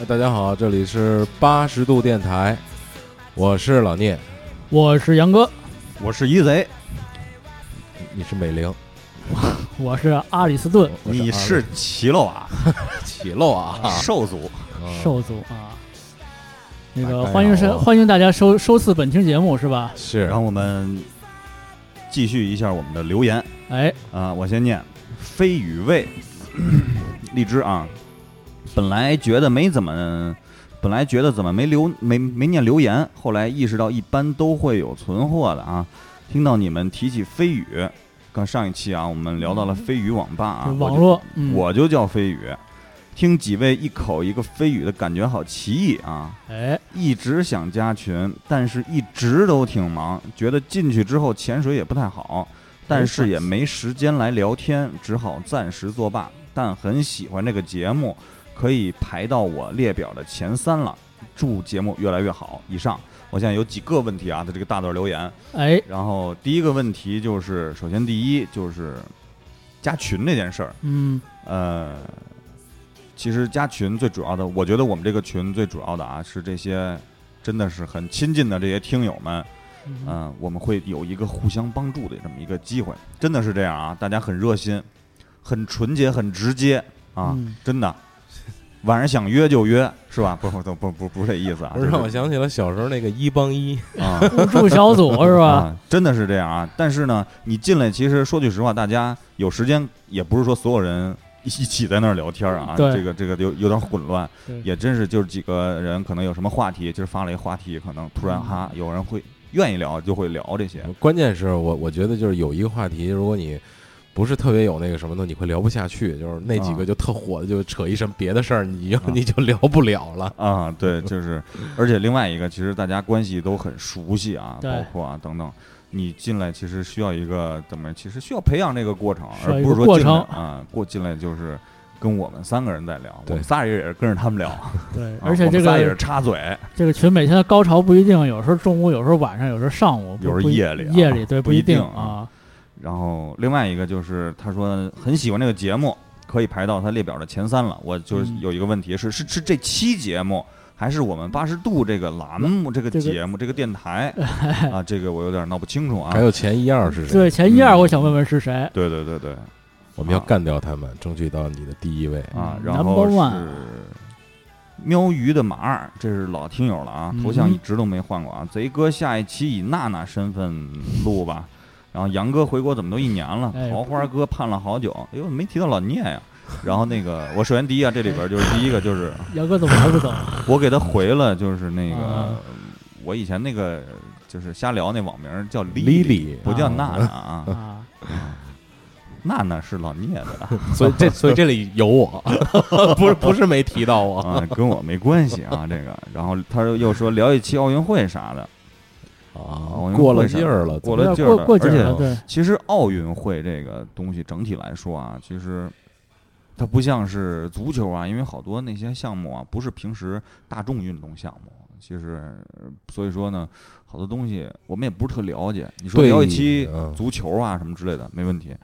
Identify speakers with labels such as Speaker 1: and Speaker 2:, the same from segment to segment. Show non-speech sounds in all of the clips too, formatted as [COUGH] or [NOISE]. Speaker 1: 呃大家好，这里是八十度电台，我是老聂，
Speaker 2: 我是杨哥，
Speaker 3: 我是一贼，
Speaker 1: 你是美玲，
Speaker 2: 我是阿里斯顿
Speaker 1: 我
Speaker 3: 你
Speaker 1: 是
Speaker 3: 是齐洛瓦
Speaker 1: 阿起漏 [LAUGHS] 啊，
Speaker 3: 兽族，
Speaker 1: 啊
Speaker 2: 兽族
Speaker 3: 哦
Speaker 2: 啊。那
Speaker 1: 大
Speaker 2: 个
Speaker 1: 概
Speaker 2: 欢迎
Speaker 1: 啊
Speaker 2: 收欢迎大家收收次本期节目是吧？
Speaker 1: 是
Speaker 3: 然后我们继续一下我们的留言
Speaker 2: 哎，
Speaker 3: 啊、我先念飞与魏 [CLEARS THROAT] 荔枝啊，本来觉得没怎么，本来觉得怎么没留没没念留言，后来意识到一般都会有存货的啊，听到你们提起飞宇，刚上一期啊，我们聊到了飞宇网吧啊，我
Speaker 2: 网
Speaker 3: 就
Speaker 2: 络，嗯，
Speaker 3: 我就叫飞宇，听几位一口一个飞宇的感觉好奇异啊！
Speaker 2: 哎，
Speaker 3: 一直想加群，但是一直都挺忙，觉得进去之后潜水也不太好，但是也没时间来聊天，只好暂时作罢。但很喜欢这个节目，可以排到我列表的前三了。祝节目越来越好。以上，我现在有几个问题啊，他这个大段留言。
Speaker 2: 哎，
Speaker 3: 然后第一个问题就是，首先第一就是加群这件事儿，
Speaker 2: 嗯，
Speaker 3: 呃，其实加群最主要的，我觉得我们这个群最主要的啊，是这些真的是很亲近的这些听友们，
Speaker 2: 嗯
Speaker 3: 嗯、我们会有一个互相帮助的这么一个机会，真的是这样啊，大家很热心，很纯洁，很直接啊，
Speaker 2: 嗯
Speaker 3: 真的。晚上想约就约，是吧？不不不不不不是这意思啊，
Speaker 1: 不是让我
Speaker 3: 就
Speaker 1: 想起了小时候那个一帮一， [LAUGHS]
Speaker 3: 啊，
Speaker 2: 互助小组是吧？
Speaker 3: [LAUGHS] 啊，真的是这样啊。但是呢，你进来，其实说句实话，大家有时间也不是说所有人一起在那儿聊天儿啊，
Speaker 2: 对
Speaker 3: 这个这个有有点混乱
Speaker 2: 对，
Speaker 3: 也真是就是几个人可能有什么话题，就是发了一个话题，可能突然
Speaker 2: 嗯
Speaker 3: 哈有人会愿意聊就会聊这些，
Speaker 1: 关键是我我觉得就是有一个话题，如果你不是特别有那个什么的，你会聊不下去，就是那几个
Speaker 3: 啊
Speaker 1: 就特火的，就扯一什么别的事儿，你就
Speaker 3: 啊
Speaker 1: 你就聊不了了。
Speaker 3: 啊，对，就是，而且另外一个，其实大家关系都很熟悉啊，
Speaker 2: 对
Speaker 3: 包括啊等等，你进来其实需要一个怎么，其实需要培养这个过程，
Speaker 2: 需要
Speaker 3: 而
Speaker 2: 一
Speaker 3: 不
Speaker 2: 个
Speaker 3: 是说
Speaker 2: 过
Speaker 3: 进来
Speaker 2: 程
Speaker 3: 啊，过进来就是跟我们三个人在聊，我
Speaker 1: 对
Speaker 3: 们仨人也是跟着他们聊，啊
Speaker 2: 对，而且
Speaker 3: 我
Speaker 2: 这
Speaker 3: 们仨也是
Speaker 2: 个
Speaker 3: 插嘴，
Speaker 2: 这个群每天的高潮不一定，有时候中午，有时候晚上，有时候上午，不
Speaker 3: 有时候
Speaker 2: 不一
Speaker 3: 夜里啊
Speaker 2: 夜里对，
Speaker 3: 不
Speaker 2: 一
Speaker 3: 一定
Speaker 2: 啊。
Speaker 3: 然后另外一个就是他说很喜欢这个节目，可以排到他列表的前三了。我就是
Speaker 2: 嗯
Speaker 3: 有一个问题是是是这期节目。还是我们八十度这个栏目、这个
Speaker 2: 这个
Speaker 3: 节目、这个电台
Speaker 2: [LAUGHS]
Speaker 3: 啊，这个我有点闹不清楚啊
Speaker 1: 还。有前一二是谁？
Speaker 2: 对，前一
Speaker 3: 嗯
Speaker 2: 二我想问问是谁？
Speaker 3: 对对对对，
Speaker 1: 我们要
Speaker 3: 啊
Speaker 1: 干掉他们，争取到你的第一位。
Speaker 3: 啊，
Speaker 2: 嗯
Speaker 3: 然
Speaker 2: number
Speaker 3: 后
Speaker 2: one
Speaker 3: 是喵鱼的马二，这是老听友了啊，头像一直都没换过啊。贼哥下一期以娜娜身份录吧。然后杨哥回国怎么都一年了
Speaker 2: 哎，
Speaker 3: 桃花哥盼了好久，哎呦没提到老聂呀。然后那个，我首先第一啊，这里边就是第一个就是
Speaker 2: 杨哥怎么还
Speaker 3: [LAUGHS]
Speaker 2: 不走？
Speaker 3: 我给他回了，就是那
Speaker 2: 啊
Speaker 3: 个我以前那个就是瞎聊那网名叫
Speaker 1: Lily
Speaker 3: 不叫
Speaker 2: 啊
Speaker 3: 娜娜啊，
Speaker 2: 啊，
Speaker 3: 娜娜是老聂的。
Speaker 1: 所以这所以这里有我， [LAUGHS] 不是不是没提到我。
Speaker 3: [LAUGHS] 啊，跟我没关系啊，这个。然后他又说聊一期奥运会啥的，
Speaker 1: 啊
Speaker 3: 我，用
Speaker 1: 过了
Speaker 3: 会上
Speaker 1: 劲儿了，
Speaker 3: 过
Speaker 1: 怎么
Speaker 3: 了
Speaker 1: 样
Speaker 3: 劲
Speaker 2: 过
Speaker 3: 儿了
Speaker 2: 过节
Speaker 3: 而且
Speaker 2: 了，对，
Speaker 3: 其实奥运会这个东西整体来说啊，其实它不像是足球啊，因为好多那些项目啊，不是平时大众运动项目。其实，所以说呢，好多东西我们也不是特了解。你说
Speaker 1: 对
Speaker 3: 聊一期
Speaker 1: 嗯
Speaker 3: 足球啊什么之类的，没问题，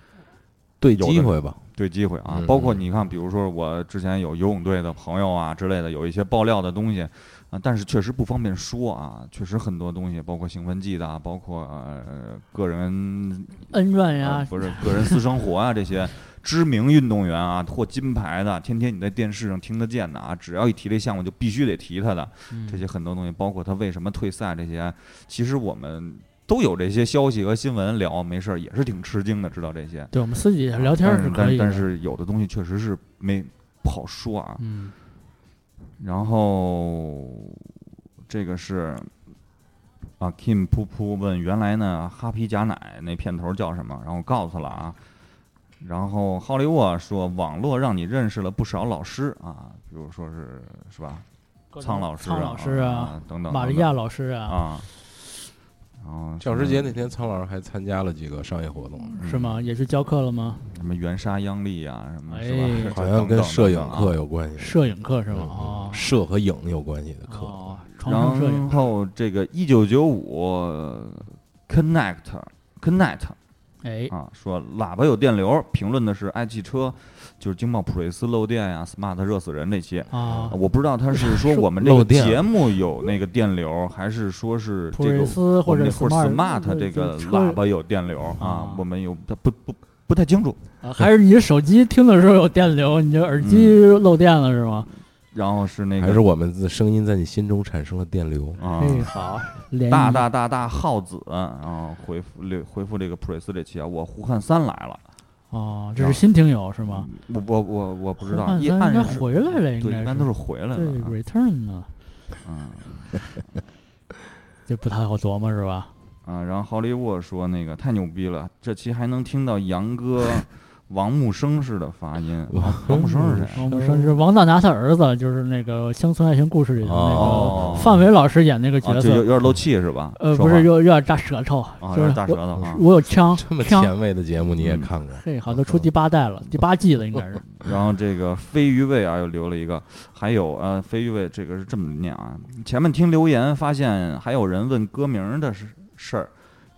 Speaker 1: 对
Speaker 3: 有的
Speaker 1: 机会吧？
Speaker 3: 对机会啊
Speaker 1: 嗯。
Speaker 3: 包括你看，比如说我之前有游泳队的朋友啊之类的，有一些爆料的东西啊，但是确实不方便说啊。确实很多东西，包括兴奋剂的啊，包括呃个人
Speaker 2: 恩怨
Speaker 3: 呃
Speaker 2: 呀，
Speaker 3: 不是个人私生活啊，这些知名运动员啊，获金牌的，天天你在电视上听得见的啊，只要一提这项目就必须得提他的，
Speaker 2: 嗯
Speaker 3: 这些很多东西，包括他为什么退赛这些，其实我们都有这些消息和新闻聊，没事儿也是挺吃惊的，知道这些。
Speaker 2: 对我们私底下聊天
Speaker 3: 但
Speaker 2: 是
Speaker 3: 是
Speaker 2: 可
Speaker 3: 但
Speaker 2: 以的，
Speaker 3: 但是有的东西确实是没不好说啊。
Speaker 2: 嗯，
Speaker 3: 然后这个是啊，Kim 噗噗问原来呢哈皮贾奶那片头叫什么，然后告诉他了啊。然后好利沃说网络让你认识了不少老师啊，比如说是是吧，苍老师啊，
Speaker 2: 苍老师啊，
Speaker 3: 啊等等，
Speaker 2: 玛利亚老师
Speaker 3: 等
Speaker 2: 啊，
Speaker 3: 等啊。然后
Speaker 1: 教师节那天，苍老师还参加了几个商业活动，
Speaker 3: 那
Speaker 2: 是吗？也去教课了吗？
Speaker 3: 什么袁沙央丽啊，什么
Speaker 2: 哎
Speaker 3: 是
Speaker 1: [LAUGHS]
Speaker 3: 吧？
Speaker 1: 好像
Speaker 3: 啊
Speaker 1: 跟摄影课
Speaker 3: 有。
Speaker 1: 有关系，
Speaker 2: 摄影课是吗？
Speaker 1: 嗯
Speaker 2: 哦，
Speaker 1: 摄和影有关系的课。
Speaker 2: 哦，床上摄影
Speaker 3: 然后这个一九九五 Connect Connect
Speaker 2: 哎，
Speaker 3: 啊，说喇叭有电流，评论的是爱汽车，就是经贸普锐斯漏电呀、smart 热死人这些。
Speaker 2: 啊，
Speaker 3: 我不知道他是说我们这
Speaker 1: 漏
Speaker 3: 个
Speaker 1: 电
Speaker 3: 节目有那个电流，还是说是
Speaker 2: 普
Speaker 3: 这
Speaker 2: 锐
Speaker 3: 个
Speaker 2: 斯嗯
Speaker 3: 我
Speaker 2: 或
Speaker 3: 们
Speaker 2: 者
Speaker 3: 那或者 smart 这个
Speaker 2: 车
Speaker 3: 喇叭有电流啊
Speaker 2: 啊？
Speaker 3: 我们有不不不太清楚。
Speaker 2: 啊还是你手机听的时候有电流，你这耳机
Speaker 3: 嗯
Speaker 2: 漏电了是吗？
Speaker 3: 然后是那
Speaker 1: 还是
Speaker 3: 个
Speaker 1: 我们的声音在你心中产生了电流？
Speaker 3: 啊，
Speaker 2: 哎，好，联
Speaker 3: 大
Speaker 2: 谊
Speaker 3: 大大大耗子，啊然后回复六回复这个普锐斯这期啊，我胡汉三来了，
Speaker 2: 哦，这是新听友是吗？
Speaker 3: 我我我我不知道，
Speaker 2: 汉
Speaker 3: 一
Speaker 2: 三
Speaker 3: 按
Speaker 2: 应该
Speaker 3: 是
Speaker 2: 嗯回来了，应
Speaker 3: 对，
Speaker 2: 该
Speaker 3: 一般都是回来
Speaker 2: 对
Speaker 3: 了啊，
Speaker 2: return 呢，
Speaker 3: 嗯。
Speaker 2: 这不太好琢磨是吧？
Speaker 3: 啊，然后豪利沃说那个太牛逼了，这期还能听到杨哥王木生似的发音。王王木生是谁？
Speaker 2: 王木生是王大拿他儿子，就是那个《乡村爱情故事》里的那
Speaker 3: 哦
Speaker 2: 个范伟老师演那个
Speaker 3: 啊，
Speaker 2: 角
Speaker 3: 就有有
Speaker 2: 色。
Speaker 3: 点漏气是吧？
Speaker 2: 呃，
Speaker 3: 说
Speaker 2: 不
Speaker 3: 话
Speaker 2: 是，有有点大舌头
Speaker 3: 啊，，有
Speaker 2: 就
Speaker 3: 点
Speaker 2: 是
Speaker 3: 大舌
Speaker 2: 我
Speaker 3: 头啊。
Speaker 2: 我有枪
Speaker 1: 这么
Speaker 2: 枪，
Speaker 1: 前卫的节目你也看过？
Speaker 2: 嘿，好，都出第八代了，第八季了应该是。
Speaker 3: 然后这个飞鱼味啊又留了一个，还有呃飞鱼味这个是这么念啊，前面听留言发现还有人问歌名的事事儿。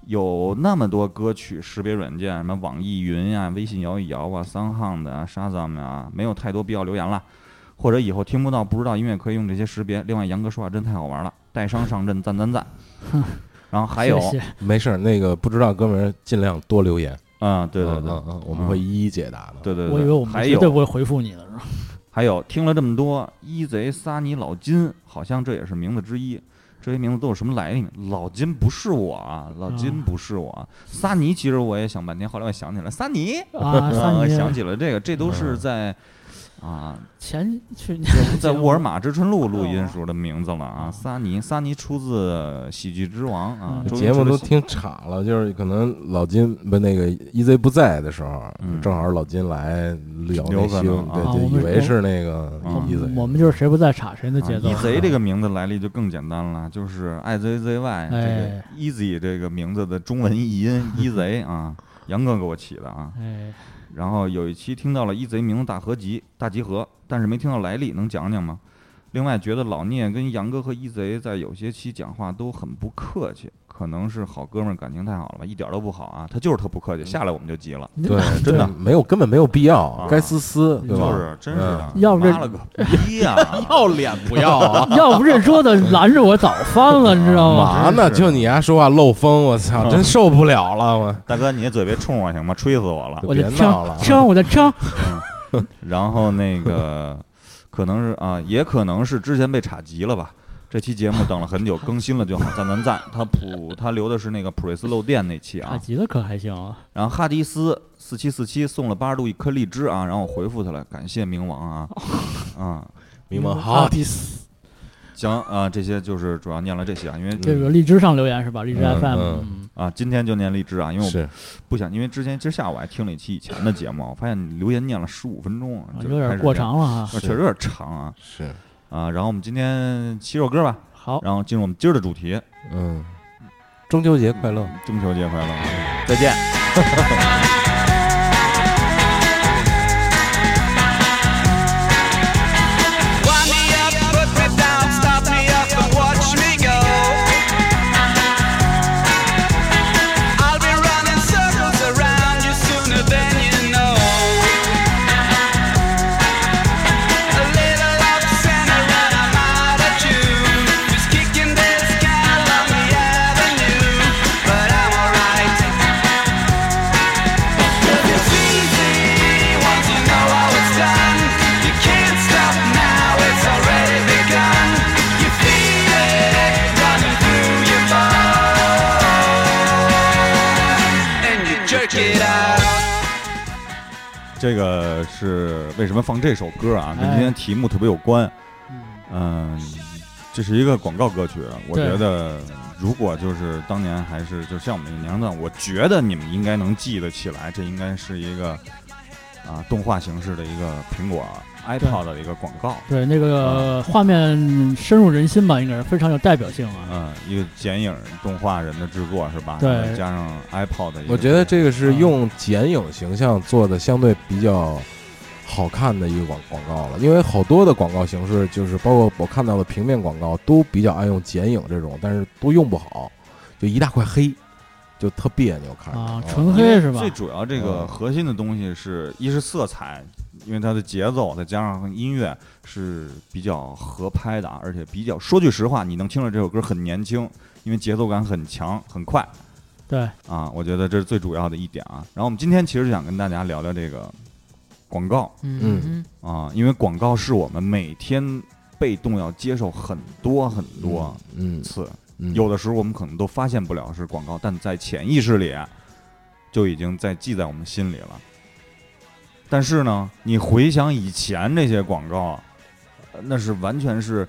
Speaker 3: 有那么多歌曲识别软件，什么网易云呀、微信摇一摇啊、三行的啊、Shazam 啊，没有太多必要留言了。或者以后听不到不知道音乐可以用这些识别。另外，杨哥说话真太好玩了，带伤上阵赞
Speaker 2: [LAUGHS]
Speaker 3: 赞赞。然后 [LAUGHS] 还有，
Speaker 2: 谢谢
Speaker 1: 没事儿，那个不知道哥们儿尽量多留言。
Speaker 3: 嗯，对对对，
Speaker 1: 嗯嗯，嗯我们会一一解答的。
Speaker 3: 对对对，
Speaker 2: 我以为我们
Speaker 3: 还
Speaker 2: 绝
Speaker 3: 有
Speaker 2: 对不会回复你的是吧？
Speaker 3: 还有听了这么多，一贼撒尼老金，好像这也是名字之一。这些名字都有什么来历？老金不是我啊，老金不是我啊。撒尼其实我也想半天，后来我想起来撒尼， [LAUGHS]
Speaker 2: 啊，
Speaker 3: 啊
Speaker 2: 三
Speaker 3: 我想
Speaker 2: 年
Speaker 3: 起了这个，这都是在啊，
Speaker 2: 前去年
Speaker 3: 在沃尔玛知春路录音时候的名字了啊。撒尼，撒尼出自《喜剧之王》啊，
Speaker 2: 嗯
Speaker 3: 周星
Speaker 1: 节目
Speaker 3: 驰的
Speaker 1: 都
Speaker 3: 喜
Speaker 1: 听岔了，就是可能老金不那个 EZ 不在的时候，
Speaker 3: 嗯
Speaker 1: 正好是老金来聊
Speaker 3: 有
Speaker 1: 那些，
Speaker 3: 可能
Speaker 1: 对，
Speaker 3: 啊
Speaker 1: 就
Speaker 2: 我
Speaker 1: 以
Speaker 2: 们
Speaker 1: 为是那个
Speaker 3: 啊
Speaker 1: EZ。
Speaker 2: 我们就是谁不在插谁的节奏。
Speaker 3: 啊、e 贼这个名字来历就更简单了，就是 i z z y 这个
Speaker 2: 哎
Speaker 3: easy 这个名字的中文译音
Speaker 2: [LAUGHS]
Speaker 3: e 贼啊，杨哥给我起的啊。
Speaker 2: 哎，
Speaker 3: 然后有一期听到了 e 贼名字大合集大集合，但是没听到来历，能讲讲吗？另外觉得老聂跟杨哥和 e 贼在有些期讲话都很不客气，可能是好哥们儿感情太好了吧，一点都不好啊，他就是特不客气，下来我们就急了，
Speaker 1: 对，
Speaker 3: 真的
Speaker 1: 没有根本没有必要
Speaker 3: 啊，
Speaker 1: 该撕撕，对吧？
Speaker 3: 就是真是的，
Speaker 2: 嗯要不这
Speaker 3: 妈了个逼啊呀、 [LAUGHS] 要脸 [LAUGHS] 不要啊！
Speaker 2: [LAUGHS] 要不这桌子拦着我早翻
Speaker 3: [LAUGHS]
Speaker 2: 了，你知道吗？
Speaker 1: 嘛呢？
Speaker 3: 哦真是啊
Speaker 1: 就你丫说话漏风，我操，真受不了了！我
Speaker 3: [LAUGHS] 大哥，你嘴别冲我行吗？吹死我了！啊
Speaker 2: 我的
Speaker 1: 别闹了
Speaker 2: 枪枪，我的枪，
Speaker 3: 然后那个
Speaker 2: [LAUGHS]
Speaker 3: 可能是啊，也可能是之前被插急了吧。这期节目等了很久，更新了就好，赞赞赞。他普他留的是那个普锐斯漏电那期
Speaker 2: 塔
Speaker 3: 啊，
Speaker 2: 吉的哎可还行啊。
Speaker 3: 然后哈迪斯四七四七送了八十度一颗荔枝啊，然后我回复他了，感谢冥王啊，
Speaker 2: 哦
Speaker 3: 啊，
Speaker 1: 迷茫
Speaker 2: 啊
Speaker 1: 好，
Speaker 2: 第四，
Speaker 3: 行啊，这些就是主要念了这些啊，因为
Speaker 2: 这个荔枝上留言是吧？荔枝
Speaker 1: 嗯
Speaker 2: FM，
Speaker 1: 嗯
Speaker 3: 啊今天就念荔枝啊，因为我
Speaker 1: 是
Speaker 3: 不想，因为之前今儿下午我还听了一期以前的节目，我发现留言念了十五分钟，
Speaker 2: 啊
Speaker 3: 就
Speaker 2: 有点过，长了哈。
Speaker 3: 确实有点长啊
Speaker 1: 是，
Speaker 3: 啊。然后我们今天七首歌吧，
Speaker 2: 好，
Speaker 3: 然后进入我们今儿的主题，
Speaker 1: 嗯，中秋节快乐。
Speaker 3: 中秋节快乐，再见。
Speaker 4: Wind me up, put me down, stop me up and watch me go. I'll be running circles around you sooner than you know. A little upset and I'm out of tune. Just kicking this gal on the avenue, but I'm alright. It's easy once you know how it's done. You can't stop now, it's already begun. You feel it running through your bones, and you jerk it out.
Speaker 3: 这个是为什么放这首歌啊？跟
Speaker 2: 哎
Speaker 3: 今天题目特别有关。
Speaker 2: 嗯
Speaker 3: 嗯，这是一个广告歌曲。啊我
Speaker 2: 对
Speaker 3: 觉得，如果就是当年还是就像我们这个年龄段，我觉得你们应该能记得起来，这应该是一个啊动画形式的一个苹果啊 iPod 的一个广告。
Speaker 2: 对，那个画面深入人心吧，应该是非常有代表性啊。
Speaker 3: 嗯，一个剪影动画人的制作是吧？
Speaker 2: 对
Speaker 3: 然后加上 iPod 的一个，
Speaker 1: 我觉得这个是用剪影形象做的相对比较好看的一个广广告了，因为好多的广告形式，就是包括我看到的平面广告，都比较爱用剪影这种，但是都用不好，就一大块黑，就特别扭看着
Speaker 2: 啊
Speaker 1: 啊，，
Speaker 2: 纯黑是吧？
Speaker 3: 最主要这个
Speaker 1: 嗯
Speaker 3: 核心的东西是，一是色彩，因为它的节奏再加上音乐是比较合拍的啊，而且比较说句实话，你能听着这首歌很年轻，因为节奏感很强很快
Speaker 2: 对，
Speaker 3: 啊，我觉得这是最主要的一点啊。然后我们今天其实想跟大家聊聊这个广告
Speaker 1: 嗯
Speaker 3: 啊，因为广告是我们每天被动要接受很多很多
Speaker 1: 嗯，
Speaker 3: 次，
Speaker 1: 嗯，
Speaker 3: 有的时候我们可能都发现不了是广告，但在潜意识里就已经在记在我们心里了。但是呢，你回想以前这些广告，呃那是完全是，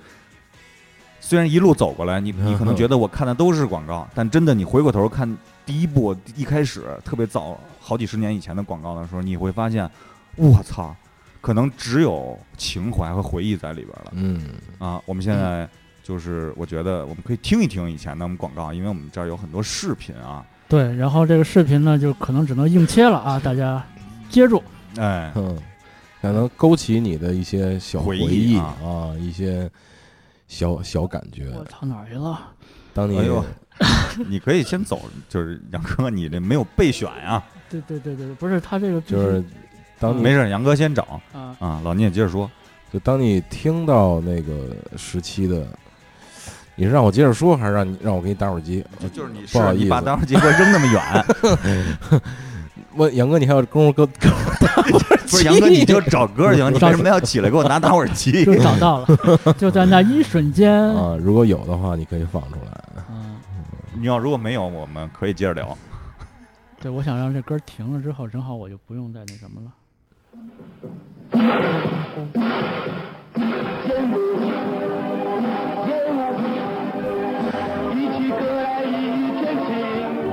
Speaker 3: 虽然一路走过来，你你可能觉得我看的都是广告，但真的你回过头看第一部一开始特别早好几十年以前的广告的时候，你会发现，我操，可能只有情怀和回忆在里边了。
Speaker 1: 嗯
Speaker 3: 啊，我们现在就是我觉得我们可以听一听以前的我们广告，因为我们这儿有很多视频啊，
Speaker 2: 对，然后这个视频呢，就可能只能硬切了啊，大家接住。
Speaker 3: 哎，
Speaker 1: [LAUGHS] 哼，才嗯能勾起你的一些小
Speaker 3: 回忆
Speaker 1: 忆
Speaker 3: 啊
Speaker 1: 啊，一些小小感觉。
Speaker 2: 我操，哪儿去了？
Speaker 1: 当你
Speaker 3: 哎呦 [LAUGHS] 你可以先走，就是杨哥，你这没有备选呀、
Speaker 2: 对对对对，不是他这个必须
Speaker 3: [LAUGHS]
Speaker 1: 就是当
Speaker 3: 没
Speaker 1: 你
Speaker 3: 事儿，杨哥先找
Speaker 2: 啊，
Speaker 3: 啊，老聂接着说，
Speaker 1: 就当你听到那个时期的，你是让我接着说，还是让你让我给你打会儿机？
Speaker 3: 就就是你
Speaker 1: 不好
Speaker 3: 是
Speaker 1: 意
Speaker 3: 你
Speaker 1: 思
Speaker 3: 把打火机给我扔那么 [LAUGHS] 远，
Speaker 1: 我杨哥，你还有功夫跟跟我
Speaker 3: 不是杨哥 [LAUGHS] 你就找歌行，你为什么要起来给我拿打火机？
Speaker 2: 就找到了，
Speaker 1: [LAUGHS]
Speaker 2: 就在那一瞬间。
Speaker 1: 啊，如果有的话，你可以放出来。
Speaker 2: 嗯，
Speaker 3: [LAUGHS] 你要如果没有，我们可以接着聊。
Speaker 2: 对，我想让这歌停了之后，正好我就不用再那什么了。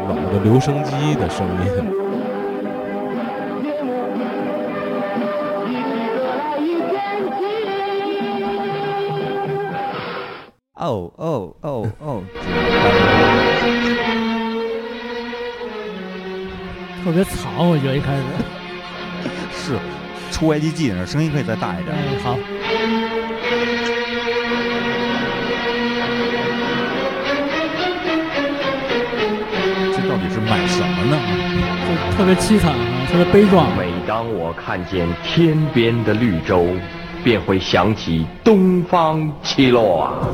Speaker 1: 老的留声机的声音，
Speaker 2: 嗯
Speaker 3: 哦哦哦哦，
Speaker 2: 特别吵，我觉得一开始。
Speaker 3: 是出 YGG 那声音可以再大一点。
Speaker 2: 哎，好，
Speaker 3: 这到底是买什么呢？
Speaker 2: 就特别凄惨啊，特别悲壮。
Speaker 5: 每当我看见天边的绿洲，便会想起东方七落啊。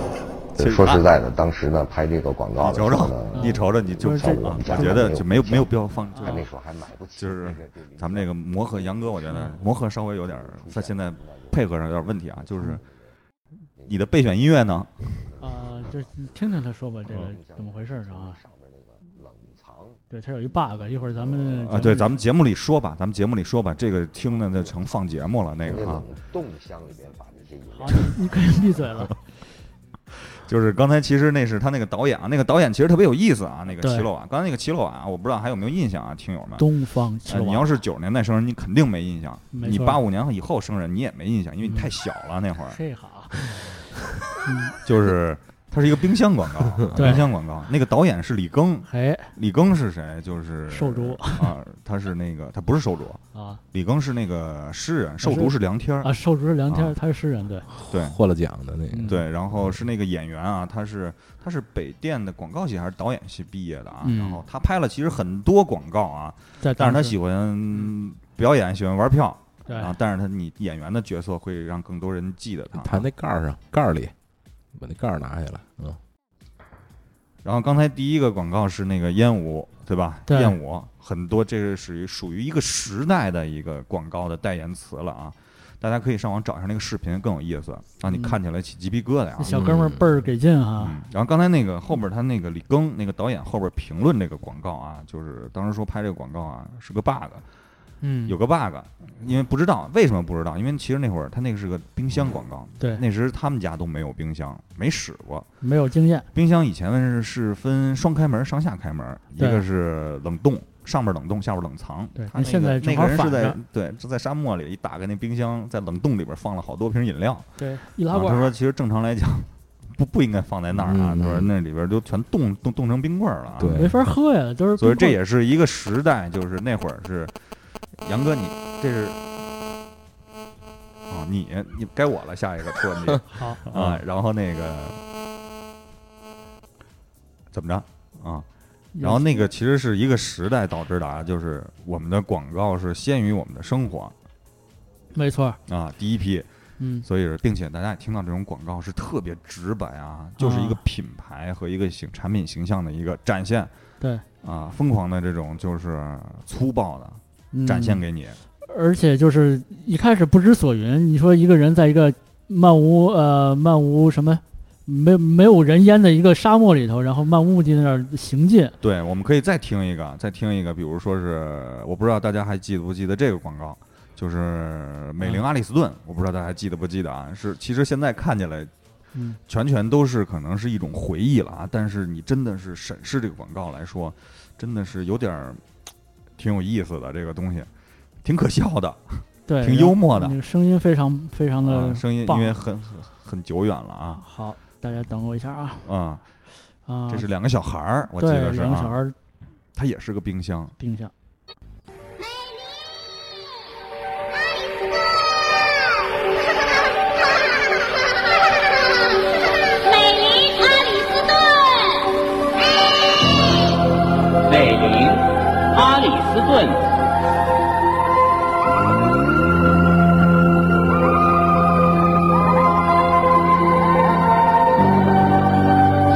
Speaker 3: 其实
Speaker 6: 说实在的，当时呢拍这个广
Speaker 3: 你
Speaker 6: 告的
Speaker 3: 瞅
Speaker 6: 时
Speaker 3: 瞅
Speaker 6: 候呢，，
Speaker 3: 你瞅瞅，你就
Speaker 2: 就是这
Speaker 3: 我觉得就没有没有必要放，就是
Speaker 6: 还那时候还买不起
Speaker 3: 就
Speaker 6: 这
Speaker 3: 是
Speaker 6: 个。
Speaker 3: 咱们这个磨合，杨哥，我觉得磨合稍微有点儿，在现在配合上有点问题啊。就是你的嗯备选音乐呢？
Speaker 2: 啊，就是你听听他说吧，这个
Speaker 3: 嗯
Speaker 2: 怎么回事儿啊？
Speaker 6: 上面那个冷藏，哦
Speaker 2: 对，他有一 bug，一会儿咱们
Speaker 3: 啊，对，咱们节目里说吧，咱们节目里说吧，这个听的那成放节目了那
Speaker 6: 那
Speaker 3: 个啊
Speaker 6: 冷。冻箱里边把那些饮料
Speaker 2: 好，你你可以闭嘴
Speaker 3: [LAUGHS]
Speaker 2: 了。
Speaker 3: 就是刚才其实那是他那个导演啊，那个导演其实特别有意思啊，那个
Speaker 2: 对
Speaker 3: 齐洛瓦。刚才那个齐洛瓦，我不知道还有没有印象啊，听友们。
Speaker 2: 东方
Speaker 3: 呃
Speaker 2: 青
Speaker 3: 你要是九十年代生人，你肯定没印象；
Speaker 2: 没
Speaker 3: 你
Speaker 2: 错
Speaker 3: 八五年以后生人，你也没印象，因为你
Speaker 2: 嗯
Speaker 3: 太小了那会儿。
Speaker 2: 嘿好，
Speaker 3: 就是它是一个冰箱广告，啊
Speaker 2: [LAUGHS] 对
Speaker 3: 冰箱广告。那个导演是李庚，
Speaker 2: 嘿
Speaker 3: 李庚是谁？就是
Speaker 2: 瘦哎竹
Speaker 3: 啊，他是那个他不是瘦竹，
Speaker 2: 啊
Speaker 3: 李庚是那个诗人，瘦竹
Speaker 2: 是
Speaker 3: 是梁天
Speaker 2: 啊，
Speaker 3: 儿，
Speaker 2: 瘦竹是梁
Speaker 3: 啊
Speaker 2: 天，他是诗人，对，
Speaker 3: 对
Speaker 1: [LAUGHS] 获了奖的那个，
Speaker 2: 嗯
Speaker 3: 对，然后是那个演员啊，他是他是北电的广告系还是导演系毕业的啊，
Speaker 2: 嗯
Speaker 3: 然后他拍了其实很多广告啊，
Speaker 2: 在
Speaker 3: 但是他
Speaker 2: 当时
Speaker 3: 喜欢表演，喜欢玩票。
Speaker 2: 对
Speaker 3: 啊，但是他你演员的角色会让更多人记得他。
Speaker 1: 弹那盖儿上盖儿里，把那盖儿拿下来，嗯，
Speaker 3: 然后刚才第一个广告是那个烟雾，对吧？
Speaker 2: 对
Speaker 3: 烟雾很多，这是属于属于一个时代的一个广告的代言词了啊！大家可以上网找一下那个视频，更有意思，让你
Speaker 2: 嗯
Speaker 3: 看起来起鸡皮疙瘩啊
Speaker 2: 那！小哥们儿倍儿给劲哈，
Speaker 3: 嗯，然后刚才那个后边他那个李庚那个导演后边评论这个广告啊，就是当时说拍这个广告啊是个 bug，
Speaker 2: 嗯，
Speaker 3: 有个 bug，因为不知道为什么不知道，因为其实那会儿他那个是个冰箱广告，
Speaker 2: 嗯对，
Speaker 3: 那时他们家都没有冰箱，没使过，
Speaker 2: 没有经验，
Speaker 3: 冰箱以前是是分双开门、上下开门，一
Speaker 2: 对
Speaker 3: 个是冷冻，上面冷冻，下面冷藏。
Speaker 2: 对
Speaker 3: 他那个
Speaker 2: 现在
Speaker 3: 那
Speaker 2: 正
Speaker 3: 个
Speaker 2: 好
Speaker 3: 人是
Speaker 2: 反
Speaker 3: 在
Speaker 2: 着
Speaker 3: 对，是在沙漠里一打开那冰箱，在冷冻里边放了好多瓶饮料。
Speaker 2: 对，易拉
Speaker 3: 然后他
Speaker 2: 罐
Speaker 3: 说，
Speaker 2: 儿，
Speaker 3: 其实正常来讲，不不应该放在那儿啊。
Speaker 1: 嗯
Speaker 3: 他说那里边都全冻冻冻成冰棍儿了啊。
Speaker 1: 对
Speaker 2: 没法喝呀，都是
Speaker 3: 所以这
Speaker 2: 冰
Speaker 3: 也是一个时代，就是那会儿是杨哥你，这是啊、你你该我了，下一个错你。
Speaker 2: 棍儿好，
Speaker 3: 啊，然后那个怎么着啊？然后那个其实是一个时代导致的啊，就是我们的广告是先于我们的生活
Speaker 2: 没错，
Speaker 3: 啊，第一批，
Speaker 2: 嗯，
Speaker 3: 所以是，并且大家也听到这种广告是特别直白啊，就是一个品牌和一个形产品形象的一个展现
Speaker 2: 对，
Speaker 3: 啊，疯狂的这种就是粗暴的
Speaker 2: 嗯
Speaker 3: 展现给你，
Speaker 2: 而且就是一开始不知所云，你说一个人在一个漫无呃漫无什么没没有人烟的一个沙漠里头，然后漫无目的地在那儿行进，
Speaker 3: 对，我们可以再听一个，再听一个，比如说是，我不知道大家还记不记得这个广告，就是美
Speaker 2: 嗯
Speaker 3: 菱阿丽斯顿，我不知道大家还记得不记得啊？是，其实现在看起来
Speaker 2: 嗯，
Speaker 3: 全全都是可能是一种回忆了啊，但是你真的是审视这个广告来说，真的是有点儿挺有意思的这个东西，挺可笑的，
Speaker 2: 对，
Speaker 3: 挺幽默的
Speaker 2: 那个声音非常非常
Speaker 3: 啊
Speaker 2: 的
Speaker 3: 声音因
Speaker 2: 棒
Speaker 3: 为很很很久远了啊，
Speaker 2: 好，大家等我一下啊
Speaker 3: 啊、
Speaker 2: 啊，
Speaker 3: 这是两个小孩儿，我记
Speaker 2: 对
Speaker 3: 得是
Speaker 2: 两个小
Speaker 3: 啊，
Speaker 2: 孩
Speaker 3: 他也是个冰箱，
Speaker 2: 定
Speaker 3: [LAUGHS]
Speaker 2: 下，
Speaker 7: 美丽，爱丽丝，美丽，爱丽丝顿，
Speaker 8: 美林、阿里斯顿、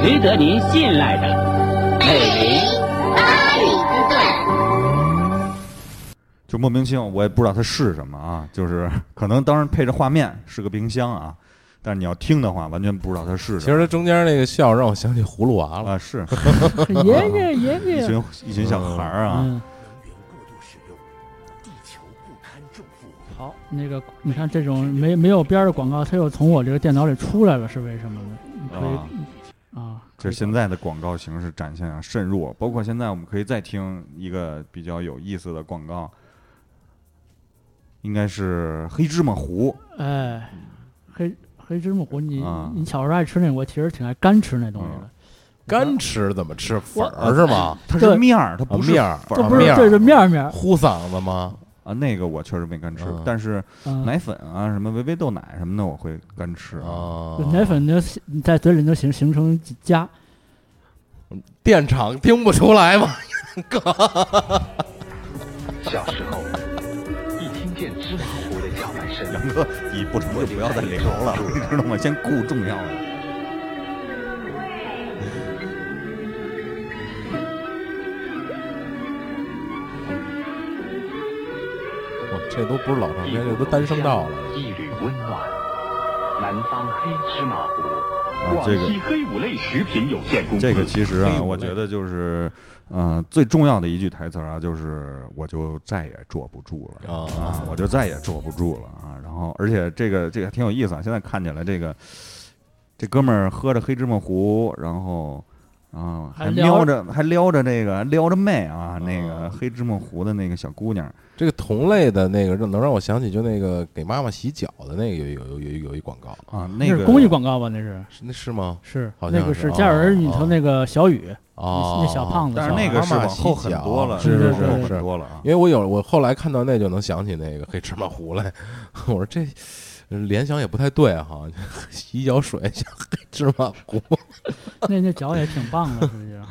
Speaker 8: 值得您信赖的美林。
Speaker 7: 爱丽丝顿。
Speaker 3: 就莫名其妙，我也不知道它是什么啊，就是可能当时配着画面是个冰箱啊，但是你要听的话，完全不知道它是
Speaker 1: 其
Speaker 3: 什么。
Speaker 1: 实它中间那个笑让我想起葫芦娃了，
Speaker 3: 啊，是
Speaker 2: 爷爷爷
Speaker 3: 一
Speaker 2: 爷，
Speaker 3: 群一群小孩儿啊，
Speaker 2: 嗯，好，那个你看这种没没有边儿的广告，它又从我这个电脑里出来了，是为什么呢？你
Speaker 1: 哦
Speaker 2: 可
Speaker 3: 啊
Speaker 2: 以啊，
Speaker 3: 这是现在的广告形式展现啊渗入，包括现在我们可以再听一个比较有意思的广告，应该是黑芝麻糊
Speaker 2: 哎，黑黑芝麻糊，你、
Speaker 3: 啊
Speaker 2: 你小时候爱吃那个，我其实挺爱干吃那东西的。
Speaker 1: 嗯干吃怎么吃粉儿是吗？
Speaker 3: 它是
Speaker 2: 对
Speaker 3: 面儿，它
Speaker 1: 啊
Speaker 3: 不是
Speaker 1: 面儿，
Speaker 3: 粉
Speaker 2: 这
Speaker 3: 儿
Speaker 2: 不是
Speaker 1: 面儿
Speaker 2: 对着面儿面儿，
Speaker 1: 糊嗓子吗？
Speaker 3: 啊，那个我确实没敢吃，
Speaker 1: 嗯
Speaker 3: 但是
Speaker 2: 嗯、
Speaker 3: 奶粉啊，什么维维豆奶什么的，我会干吃
Speaker 1: 啊，
Speaker 2: 奶粉就你在嘴里就形形成几家，
Speaker 1: 电厂听不出来吗？
Speaker 5: 小时候，一听见芝麻糊的叫卖声，
Speaker 3: 杨哥，你不成就不要再聊
Speaker 5: [LAUGHS]
Speaker 3: 了，你知道吗？先顾重要的。
Speaker 1: [LAUGHS] 哇这都不是老唱片，这都单声道了。
Speaker 5: 一缕温暖。南方黑芝麻糊，
Speaker 3: 啊这个
Speaker 5: 广西黑五类食品有限公司。
Speaker 3: 这个其实啊，
Speaker 1: 黑五类
Speaker 3: 我觉得就是，呃，最重要的一句台词儿啊，就是我就再也坐不住了
Speaker 1: 啊
Speaker 3: 啊，我就再也坐不住了啊。然后，而且这个这个还挺有意思啊，现在看起来这个这哥们儿喝着黑芝麻糊，然后。啊，
Speaker 2: 还
Speaker 3: 还
Speaker 2: 撩
Speaker 3: 撩着，还撩着这个，撩着妹啊，那个
Speaker 1: 啊
Speaker 3: 黑芝麻糊的那个小姑娘，
Speaker 1: 这个同类的那个能让我想起就那个给妈妈洗脚的那个有有有有有一广告，
Speaker 3: 啊，
Speaker 2: 那
Speaker 3: 那个
Speaker 2: 是公益广告吧？那是
Speaker 1: 是那是吗？
Speaker 2: 是
Speaker 1: 好像
Speaker 2: 那个
Speaker 1: 是
Speaker 2: 是《家有儿女》里头
Speaker 1: 哦
Speaker 2: 那个小雨，
Speaker 1: 哦，
Speaker 2: 那小胖子
Speaker 3: 但是那个是
Speaker 1: 妈妈
Speaker 3: 往
Speaker 1: 洗
Speaker 3: 后很
Speaker 1: 脚
Speaker 3: 多了，
Speaker 1: 是
Speaker 2: 是
Speaker 3: 往后
Speaker 1: 是
Speaker 3: 很
Speaker 1: 是
Speaker 3: 多了啊
Speaker 1: 因。为我有我后来看到那就能想起那个黑芝麻糊来， [LAUGHS] 我说这呃联想也不太对哈， [LAUGHS] 洗脚水像黑芝麻糊，
Speaker 2: 那那脚也挺棒的，实际上。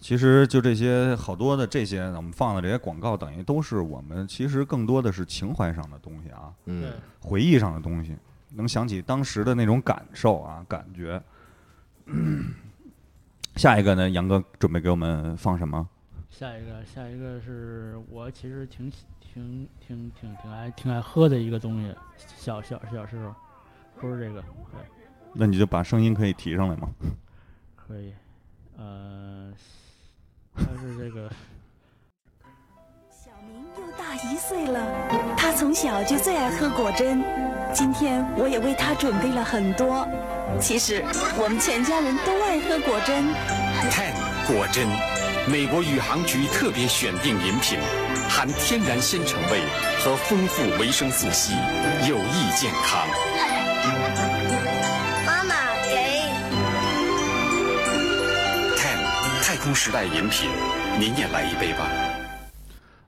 Speaker 3: 其实就这些好多的这些我们放的这些广告，等于都是我们其实更多的是情怀上的东西啊，
Speaker 1: [LAUGHS] 嗯，
Speaker 3: 回忆上的东西，能想起当时的那种感受啊，感觉。下一个呢，杨哥准备给我们放什么？
Speaker 2: 下一个，下一个是我其实挺喜挺挺挺挺爱挺爱喝的一个东西，小小小时候，不是这个，对，
Speaker 3: 那你就把声音可以提上来吗？
Speaker 2: 可以，呃，它是这 [LAUGHS] 个
Speaker 9: 小明又大一岁了，他从小就最爱喝果珍。今天我也为他准备了很多。其实我们全家人都爱喝果珍，
Speaker 10: Ten 果珍，美国宇航局特别选定饮品，含天然鲜橙味和丰富维生素 C，有益健康。
Speaker 7: 妈妈给
Speaker 10: Ten 太空时代饮品，您也来一杯吧。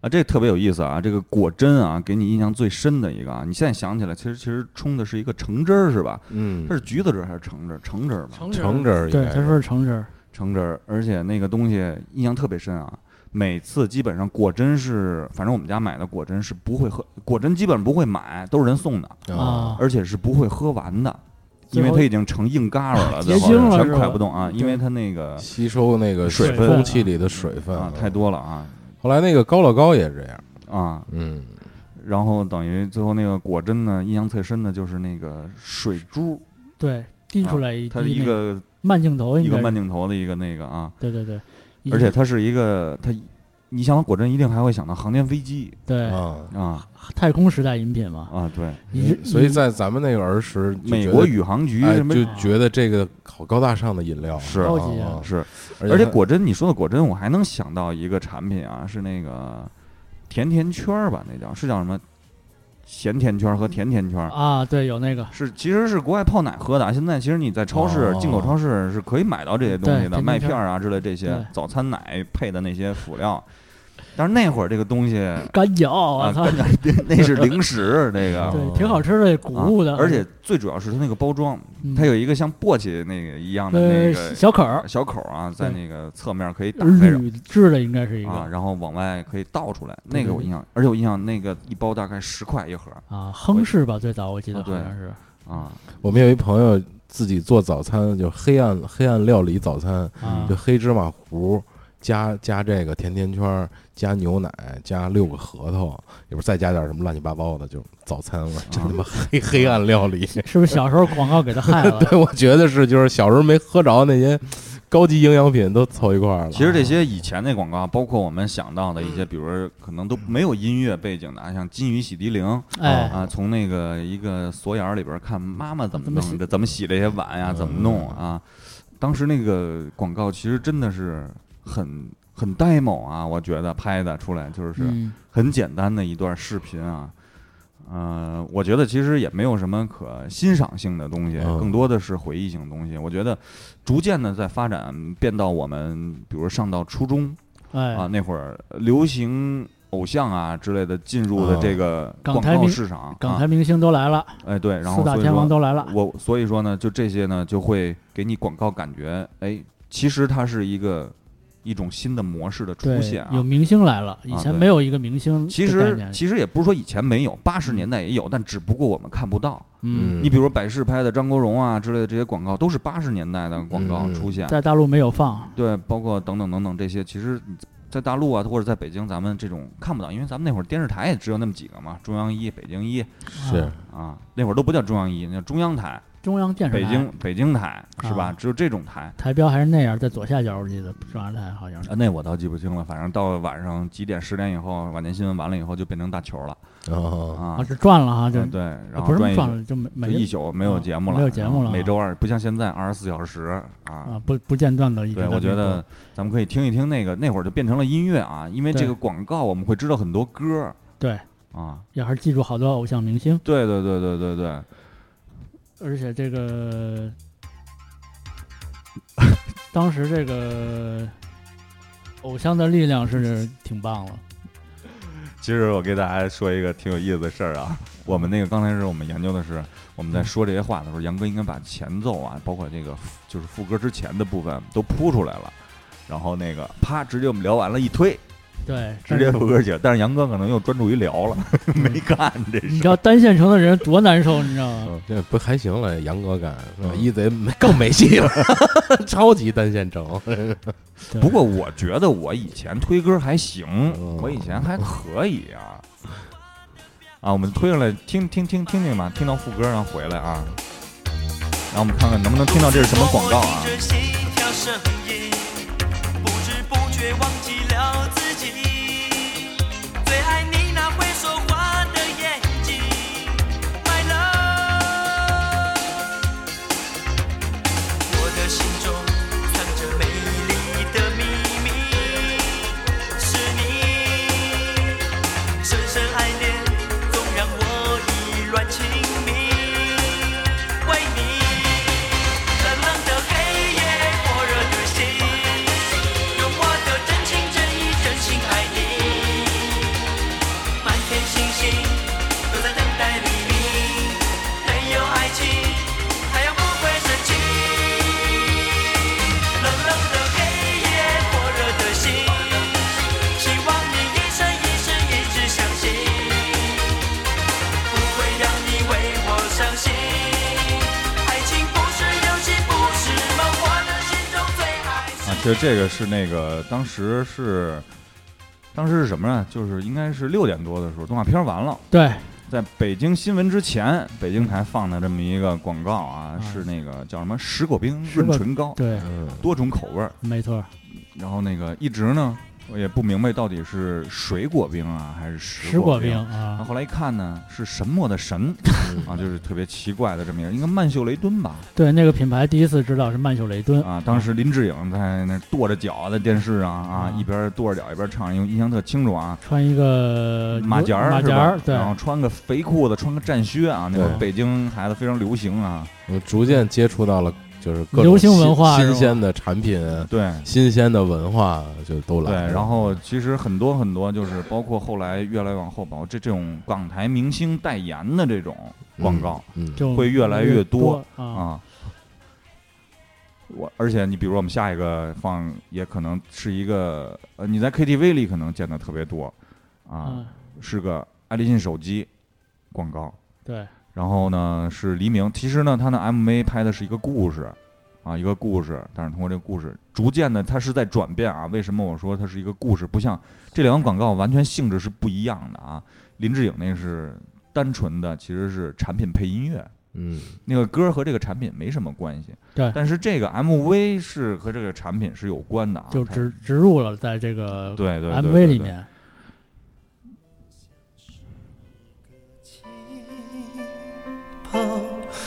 Speaker 3: 啊，这特别有意思啊！这个果真啊，给你印象最深的一个啊，你现在想起来，其实其实冲的是一个橙汁儿是吧？
Speaker 1: 嗯
Speaker 3: 它，是橘子汁儿还是橙汁儿？橙汁儿吧。
Speaker 1: 橙汁儿应
Speaker 2: 对，
Speaker 1: 该
Speaker 2: 它说是橙汁儿，
Speaker 3: 橙汁儿，而且那个东西印象特别深啊。每次基本上果真是，反正我们家买的果真是不会喝，果真基本不会买，都是人送的，
Speaker 2: 啊，
Speaker 3: 而且是不会喝完的，
Speaker 2: 最
Speaker 3: 因为
Speaker 2: 后
Speaker 3: 它已经成硬嘎巴了，
Speaker 2: 结
Speaker 3: 最后
Speaker 2: 晶了
Speaker 3: 全
Speaker 2: 是吧
Speaker 3: 快不动啊，因为它那个
Speaker 1: 吸收那个
Speaker 3: 水
Speaker 2: 分
Speaker 1: 空气里的水分
Speaker 3: 啊太。多了啊
Speaker 1: 后来那个高乐高也这样，
Speaker 3: 啊，
Speaker 1: 嗯，
Speaker 3: 然后等于最后那个果真呢，印象最深的就是那个水珠，
Speaker 2: 对，滴出来
Speaker 3: 啊它是
Speaker 2: 一
Speaker 3: 一
Speaker 2: 滴那
Speaker 3: 个
Speaker 2: 慢镜头，
Speaker 3: 一
Speaker 2: 应该
Speaker 3: 个
Speaker 2: 是
Speaker 3: 慢镜头的一个那个啊，
Speaker 2: 对对对，一
Speaker 3: 而且它是一个它，你想果真一定还会想到航天飞机
Speaker 2: 对
Speaker 1: 啊，
Speaker 3: 啊
Speaker 2: 太空时代饮品嘛，
Speaker 3: 啊，对，
Speaker 2: 你
Speaker 1: 所以在咱们那个儿时，就觉得
Speaker 3: 美国宇航局
Speaker 1: 哎
Speaker 3: 什么
Speaker 1: 就觉得这个好高大上的饮料啊，
Speaker 3: 啊是
Speaker 2: 高级啊
Speaker 1: 啊
Speaker 3: 是，
Speaker 1: 而
Speaker 3: 而且
Speaker 1: 它
Speaker 3: 果真你说的果真，我还能想到一个产品啊，是那个甜甜圈儿吧，那叫是叫什么咸甜圈儿和甜甜圈儿。
Speaker 2: 啊，对，有那个
Speaker 3: 是，其实是国外泡奶喝的啊。现在其实你在超市、进
Speaker 1: 哦
Speaker 3: 口超市是可以买到这些东
Speaker 2: 对
Speaker 3: 西
Speaker 2: 甜
Speaker 3: 的，
Speaker 2: 甜
Speaker 3: 麦
Speaker 2: 圈
Speaker 3: 片儿啊之类这些
Speaker 2: 对
Speaker 3: 早餐奶配的那些辅料。但是那会儿这
Speaker 1: [LAUGHS]
Speaker 3: 个东西
Speaker 2: 干嚼，我
Speaker 3: 啊，
Speaker 2: 操，
Speaker 3: 跟着那是零食，那个
Speaker 2: 对，挺好吃的，谷物的，
Speaker 3: 啊而且最主要是它那个包装，
Speaker 2: 嗯
Speaker 3: 它有一个像簸箕那个一样的那
Speaker 2: 呃
Speaker 3: 个
Speaker 2: 小口儿，
Speaker 3: 小口啊，在那个侧面可以打开着
Speaker 2: 铝制的应该是一
Speaker 3: 啊，
Speaker 2: 嗯个
Speaker 3: 然后往外可以倒出来。
Speaker 2: 对
Speaker 3: 那个我印象，而且我印象那个一包大概十块一盒
Speaker 2: 啊，亨氏吧，最早我记得
Speaker 3: 啊
Speaker 2: 好
Speaker 3: 对
Speaker 2: 像
Speaker 3: [LAUGHS]
Speaker 2: 是
Speaker 3: 啊，
Speaker 1: 我们有一朋友自己做早餐，就黑暗黑暗料理早餐，
Speaker 2: 啊
Speaker 1: 就，黑芝麻糊加加这个甜甜圈儿，加牛奶，加六个核桃，也不是再加点什么乱七八糟的，就早餐
Speaker 3: 啊
Speaker 1: 味儿，真他妈黑黑暗料理。
Speaker 2: 是不是小时候广告给他害
Speaker 3: [LAUGHS]
Speaker 2: 了？
Speaker 1: [LAUGHS] 对，我觉得是，就是小时候没喝着那些高级营养品都凑一块儿了。
Speaker 3: 其实这些以前那广告，包括我们想到的一些，比如说可能都没有音乐背景的啊，像《金鱼洗涤灵》
Speaker 2: 哎，
Speaker 3: 啊，从那个一个锁眼儿里边儿看妈妈怎么
Speaker 2: 怎么洗
Speaker 3: 弄的，怎么洗这些碗呀，
Speaker 1: 嗯
Speaker 3: 怎么弄啊。当时那个广告其实真的是很很 demo 啊，我觉得拍的出来就是
Speaker 2: 嗯
Speaker 3: 很简单的一段视频啊。呃，我觉得其实也没有什么可欣赏性的东西，
Speaker 1: 嗯
Speaker 3: 更多的是回忆性的东西。我觉得逐渐的在发展，变到我们比如上到初中啊
Speaker 2: 哎，
Speaker 3: 那会儿，流行偶像啊之类的进入的
Speaker 1: 啊
Speaker 3: 这个
Speaker 2: 港
Speaker 3: 广
Speaker 2: 台
Speaker 3: 告
Speaker 2: 明
Speaker 3: 市场，
Speaker 2: 港
Speaker 3: 啊
Speaker 2: 台明星都来了，
Speaker 3: 哎对，然后
Speaker 2: 四大
Speaker 3: 所以
Speaker 2: 天
Speaker 3: 说
Speaker 2: 王都来了，
Speaker 3: 我所以说呢，就这些呢，就会给你广告感觉，哎，其实它是一个一种新的模式的出
Speaker 2: 对
Speaker 3: 现啊，，
Speaker 2: 有明星来了，以前
Speaker 3: 对
Speaker 2: 没有一个明星的
Speaker 3: 其
Speaker 2: 概
Speaker 3: 实
Speaker 2: 念，
Speaker 3: 其实也不是说以前没有，八十年代也有，但只不过我们看不到。
Speaker 2: 嗯，
Speaker 1: 嗯
Speaker 3: 你比如百事拍的张国荣啊之类的这些广告，都是八十年代的广告
Speaker 1: 嗯嗯
Speaker 3: 出现。
Speaker 2: 在大陆没有放，
Speaker 3: 对，包括等等等等这些，其实你在大陆啊或者在北京，咱们这种看不到，因为咱们那会儿电视台也只有那么几个嘛，中央一、北京一
Speaker 1: 是
Speaker 2: 啊
Speaker 3: 啊，那会儿都不叫中央一，那叫中央台、
Speaker 2: 中央电视
Speaker 3: 北
Speaker 2: 台
Speaker 3: 京北京台是吧
Speaker 2: 啊？
Speaker 3: 只有这种台。
Speaker 2: 台标还是那样，在左下角我记得中央台好像是
Speaker 3: 啊，那我倒记不清了，反正到晚上几点、十点以后，晚间新闻完了以后就变成大球了
Speaker 1: 啊，
Speaker 3: 啊
Speaker 2: 啊，。这转了哈，就
Speaker 3: 嗯对，然后
Speaker 2: 不
Speaker 3: 转
Speaker 2: 是
Speaker 3: 一
Speaker 2: 转了，就没
Speaker 3: 就
Speaker 2: 没
Speaker 3: 一宿没有
Speaker 2: 啊
Speaker 3: 节目了，
Speaker 2: 没有节目了啊
Speaker 3: 啊每周二不像现在二十四小时啊。
Speaker 2: 啊，不不间断的一直
Speaker 3: 对，
Speaker 2: 在
Speaker 3: 我觉
Speaker 2: 那播
Speaker 3: 得咱们可以听一听那个，那会儿就变成了音乐啊，因为这
Speaker 2: 对
Speaker 3: 个广告我们会知道很多歌儿
Speaker 2: 对，
Speaker 3: 啊。
Speaker 2: 也还是记住好多偶像明星，
Speaker 3: 对对对对对对，
Speaker 2: 而且这个当时这个偶像的力量是挺棒了，
Speaker 3: 其实我给大家说一个挺有意思的事儿啊，我们那个刚才是我们研究的是，我
Speaker 2: 嗯
Speaker 3: 们在说这些话的时候，杨哥应该把前奏啊，包括这个就是副歌之前的部分都铺出来了，然后那个啪，直接我们聊完了，一推，
Speaker 2: 对，
Speaker 3: 直接副歌起来，但是杨哥可能又专注于聊了， [LAUGHS] 没看这
Speaker 2: 你
Speaker 3: 事
Speaker 2: 知道单县城的人多难受，你知道吗？
Speaker 1: 哦这不还行了，杨哥干
Speaker 3: 嗯
Speaker 1: 一贼没更没戏了， [LAUGHS] 超级单线程。
Speaker 2: 对
Speaker 3: 不过我觉得我以前推歌还行，
Speaker 1: 嗯
Speaker 3: 我以前还可以啊。啊，我们推上来听听听听听吧，听到副歌然后回来啊，然后我们看看能不能听到这是什么广告啊
Speaker 4: 默默听？着心跳声音，不知不觉忘记了自己。最爱你那会说话的眼睛，My love。我的心中藏着美丽的秘密，是你。深深爱恋，总让我意乱情迷，为你。冷冷的黑夜，火热的心，用我的真情真意真心爱
Speaker 3: 这啊这个是那个当时是，当时是什么呢？就是应该是六点多的时候，动画片完了，
Speaker 2: 对，
Speaker 3: 在北京新闻之前，北京台放的这么一个广告啊，是那个叫什么石果冰
Speaker 2: 嗯石
Speaker 3: 润
Speaker 2: 果
Speaker 3: 唇膏，
Speaker 2: 对，
Speaker 1: 嗯，
Speaker 3: 多种口味儿。
Speaker 2: 没错，
Speaker 3: 然后那个一直呢，我也不明白到底是水果冰啊还是
Speaker 2: 石
Speaker 3: 石
Speaker 2: 果冰
Speaker 3: 冰。然后
Speaker 2: 啊，
Speaker 3: 后来一看呢，是神魔的神 [LAUGHS] 啊，就是特别奇怪的这么一个，应该曼秀雷敦吧？
Speaker 2: 对，那个品牌第一次知道是曼秀雷敦
Speaker 3: 啊，当时林志颖在那跺着脚在电视上啊，
Speaker 2: 啊
Speaker 3: 一边跺着脚一边唱，因为印象特清楚啊。
Speaker 2: 穿一个
Speaker 3: 马甲儿
Speaker 2: 呃马
Speaker 3: 是
Speaker 2: 甲
Speaker 3: 吧
Speaker 2: 儿，？对
Speaker 3: 然，后穿个肥裤子，穿个战靴啊，那会儿
Speaker 1: 对
Speaker 3: 北京孩子非常流行啊。
Speaker 1: 我嗯逐渐接触到了就是各种
Speaker 2: 流行
Speaker 1: 新
Speaker 2: 文化是
Speaker 1: 新
Speaker 2: 吧
Speaker 1: 鲜的产品、
Speaker 3: 对
Speaker 1: 新鲜的文化就都
Speaker 3: 对，
Speaker 1: 来了。
Speaker 3: 然后其实很多很多，就是包括后来越来越往后吧，这这种港台明星代言的这种广告
Speaker 1: 嗯，嗯，
Speaker 2: 就
Speaker 3: 会越来越多
Speaker 2: 多啊，
Speaker 3: 啊。我而且你比如我们下一个放，也可能是一个呃，你在 KTV 里可能见的特别多啊
Speaker 2: 嗯，，
Speaker 3: 是个爱立信手机广告。
Speaker 2: 对，
Speaker 3: 然后呢是黎明。其实呢，他的 MV 拍的是一个故事，啊，一个故事。但是通过这个故事，逐渐的它是在转变啊。为什么我说它是一个故事？不像这两个广告完全性质是不一样的啊。林志颖那是单纯的，其实是产品配音乐，
Speaker 1: 嗯，
Speaker 3: 那个歌和这个产品没什么关系。
Speaker 2: 对
Speaker 3: 但是这个 MV 是和这个产品是有关的啊。
Speaker 2: 就
Speaker 3: 它
Speaker 2: 植植入了在这个
Speaker 3: 对对对对
Speaker 2: MV 里
Speaker 3: 对
Speaker 2: 面，
Speaker 9: 泡，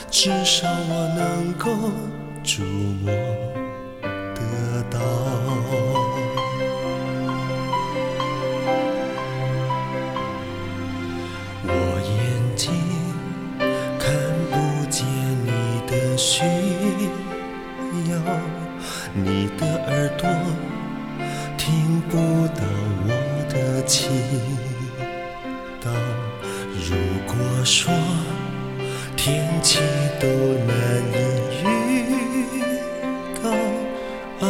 Speaker 9: 至少我能够触摸得到。我眼睛看不见你的需要，你的耳朵听不到我的祈祷。如果说。天气都难以预告，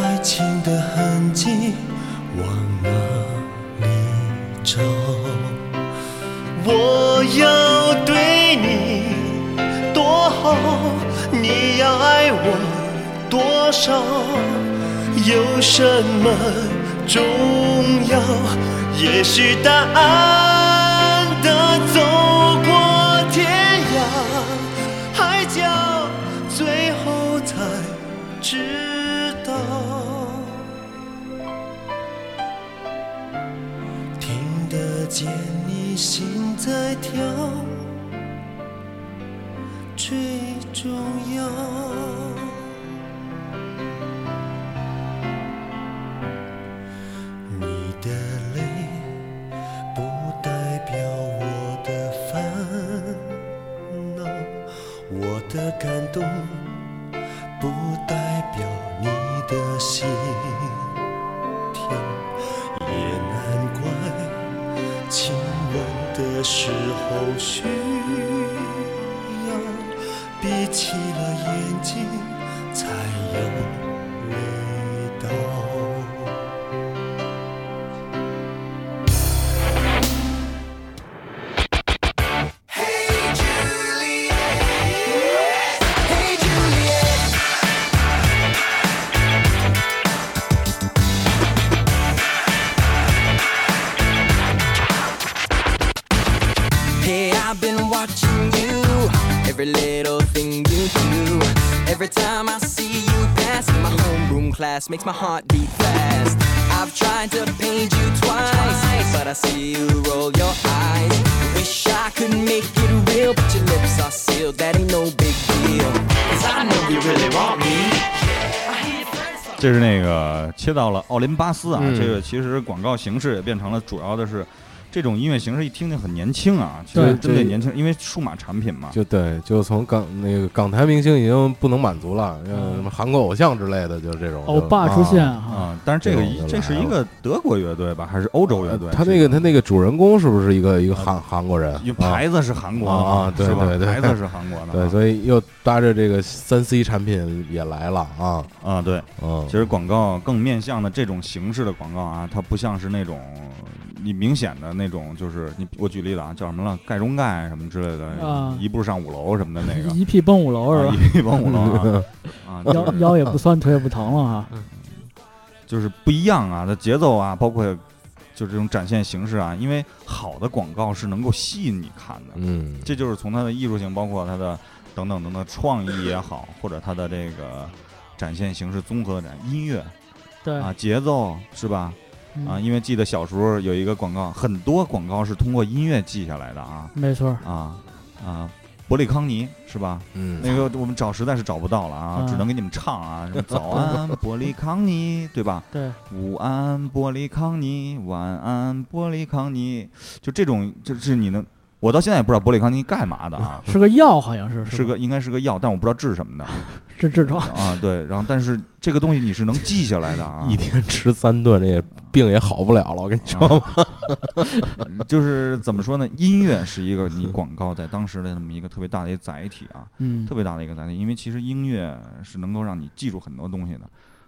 Speaker 9: 爱情的痕迹往哪里找？我要对你多好，你要爱我多少？有什么重要？也许答案的走过天涯海角，最后才知道。听得见你心在跳，最重要。你的泪不代表我的烦恼，我的感动不代表你的心跳，也难怪亲吻的时候需要闭起了眼睛才有味道。
Speaker 4: Hey, I've been watching you, every little thing you do. Every time I see you pass, my homeroom class makes my heart beat fast. I've tried to paint you twice, but I see you roll your eyes. Wish I could make it real, but your lips are sealed, that ain't no big deal. Cause I know you really want me.
Speaker 3: 这是那个切到了奥林巴斯啊，
Speaker 1: 嗯
Speaker 3: 这个其实广告形式也变成了主要的是这种音乐形式，一听就很年轻啊，其实
Speaker 2: 对
Speaker 3: 真的
Speaker 1: 这
Speaker 3: 年轻，因为数码产品嘛，
Speaker 1: 就对，就从港那个港台明星已经不能满足了，像
Speaker 2: 嗯
Speaker 1: 什么韩国偶像之类的，就这种
Speaker 2: 欧巴哦出现啊，
Speaker 3: 啊，但是这个
Speaker 1: 这种
Speaker 3: 一
Speaker 1: 就
Speaker 3: 这是
Speaker 1: 来
Speaker 3: 一个德国乐队吧，还是欧洲乐队？
Speaker 1: 他
Speaker 3: 是
Speaker 1: 那嗯个他那个主人公是不是一个一个啊韩韩国人
Speaker 3: 因为？
Speaker 1: 啊
Speaker 3: 牌子是韩国的
Speaker 1: 啊啊
Speaker 3: 嘛
Speaker 1: 对
Speaker 3: 是吧
Speaker 1: 对对
Speaker 3: 牌子是韩国的，
Speaker 1: 对，所以又搭着这个三 C 产品也来了啊，
Speaker 3: 以啊，对，
Speaker 1: 嗯，
Speaker 3: 其实广告更面向的这种形式的广告啊，它不像是那种你明显的那种，就是你我举例子啊，叫什么了，盖中盖什么之类的
Speaker 2: 啊，
Speaker 3: 一步上五楼什么
Speaker 2: [LAUGHS]
Speaker 3: 的那个。
Speaker 2: 一屁蹦五楼是吧？ [LAUGHS]
Speaker 3: 啊一一帮五楼啊，啊，就
Speaker 2: 腰
Speaker 3: 是
Speaker 2: [LAUGHS]
Speaker 3: 嗯
Speaker 2: 腰也不酸，腿也不疼了哈。
Speaker 3: 就是不一样啊，它节奏啊，包括就这种展现形式啊，因为好的广告是能够吸引你看的，
Speaker 1: 嗯，
Speaker 3: 这就是从它的艺术性，包括它的等等等等创意也好，或者它的这个展现形式综合的展音乐
Speaker 2: 对嗯
Speaker 3: 啊，节奏是吧？啊，因为记得小时候有一个广告，很多广告是通过音乐记下来的啊，
Speaker 2: 没错，
Speaker 3: 啊啊，伯利康尼是吧？
Speaker 1: 嗯，
Speaker 3: 那个我们找实在是找不到了啊，
Speaker 2: 嗯
Speaker 3: 只能给你们唱啊，什么早安伯利康尼，对吧？
Speaker 2: 对，
Speaker 3: 午安伯利康尼，晚安伯利康尼，就这种，就是你能，我到现在也不知道伯利康尼干嘛的啊，
Speaker 2: 是个药，好像是
Speaker 3: 是个应该是个药，但我不知道治什么的
Speaker 2: [LAUGHS] 是痔
Speaker 3: [LAUGHS]
Speaker 2: 疮。
Speaker 3: 啊。对，然后但是这个东西你是能记下来的啊
Speaker 1: 一天吃三顿，这也病也好不了了。我跟你说吧，
Speaker 3: [LAUGHS] 就是怎么说呢？音乐是一个你广告在当时的那么一个特别大的一个载体啊，
Speaker 2: 嗯
Speaker 3: 特别大的一个载体，因为其实音乐是能够让你记住很多东西的，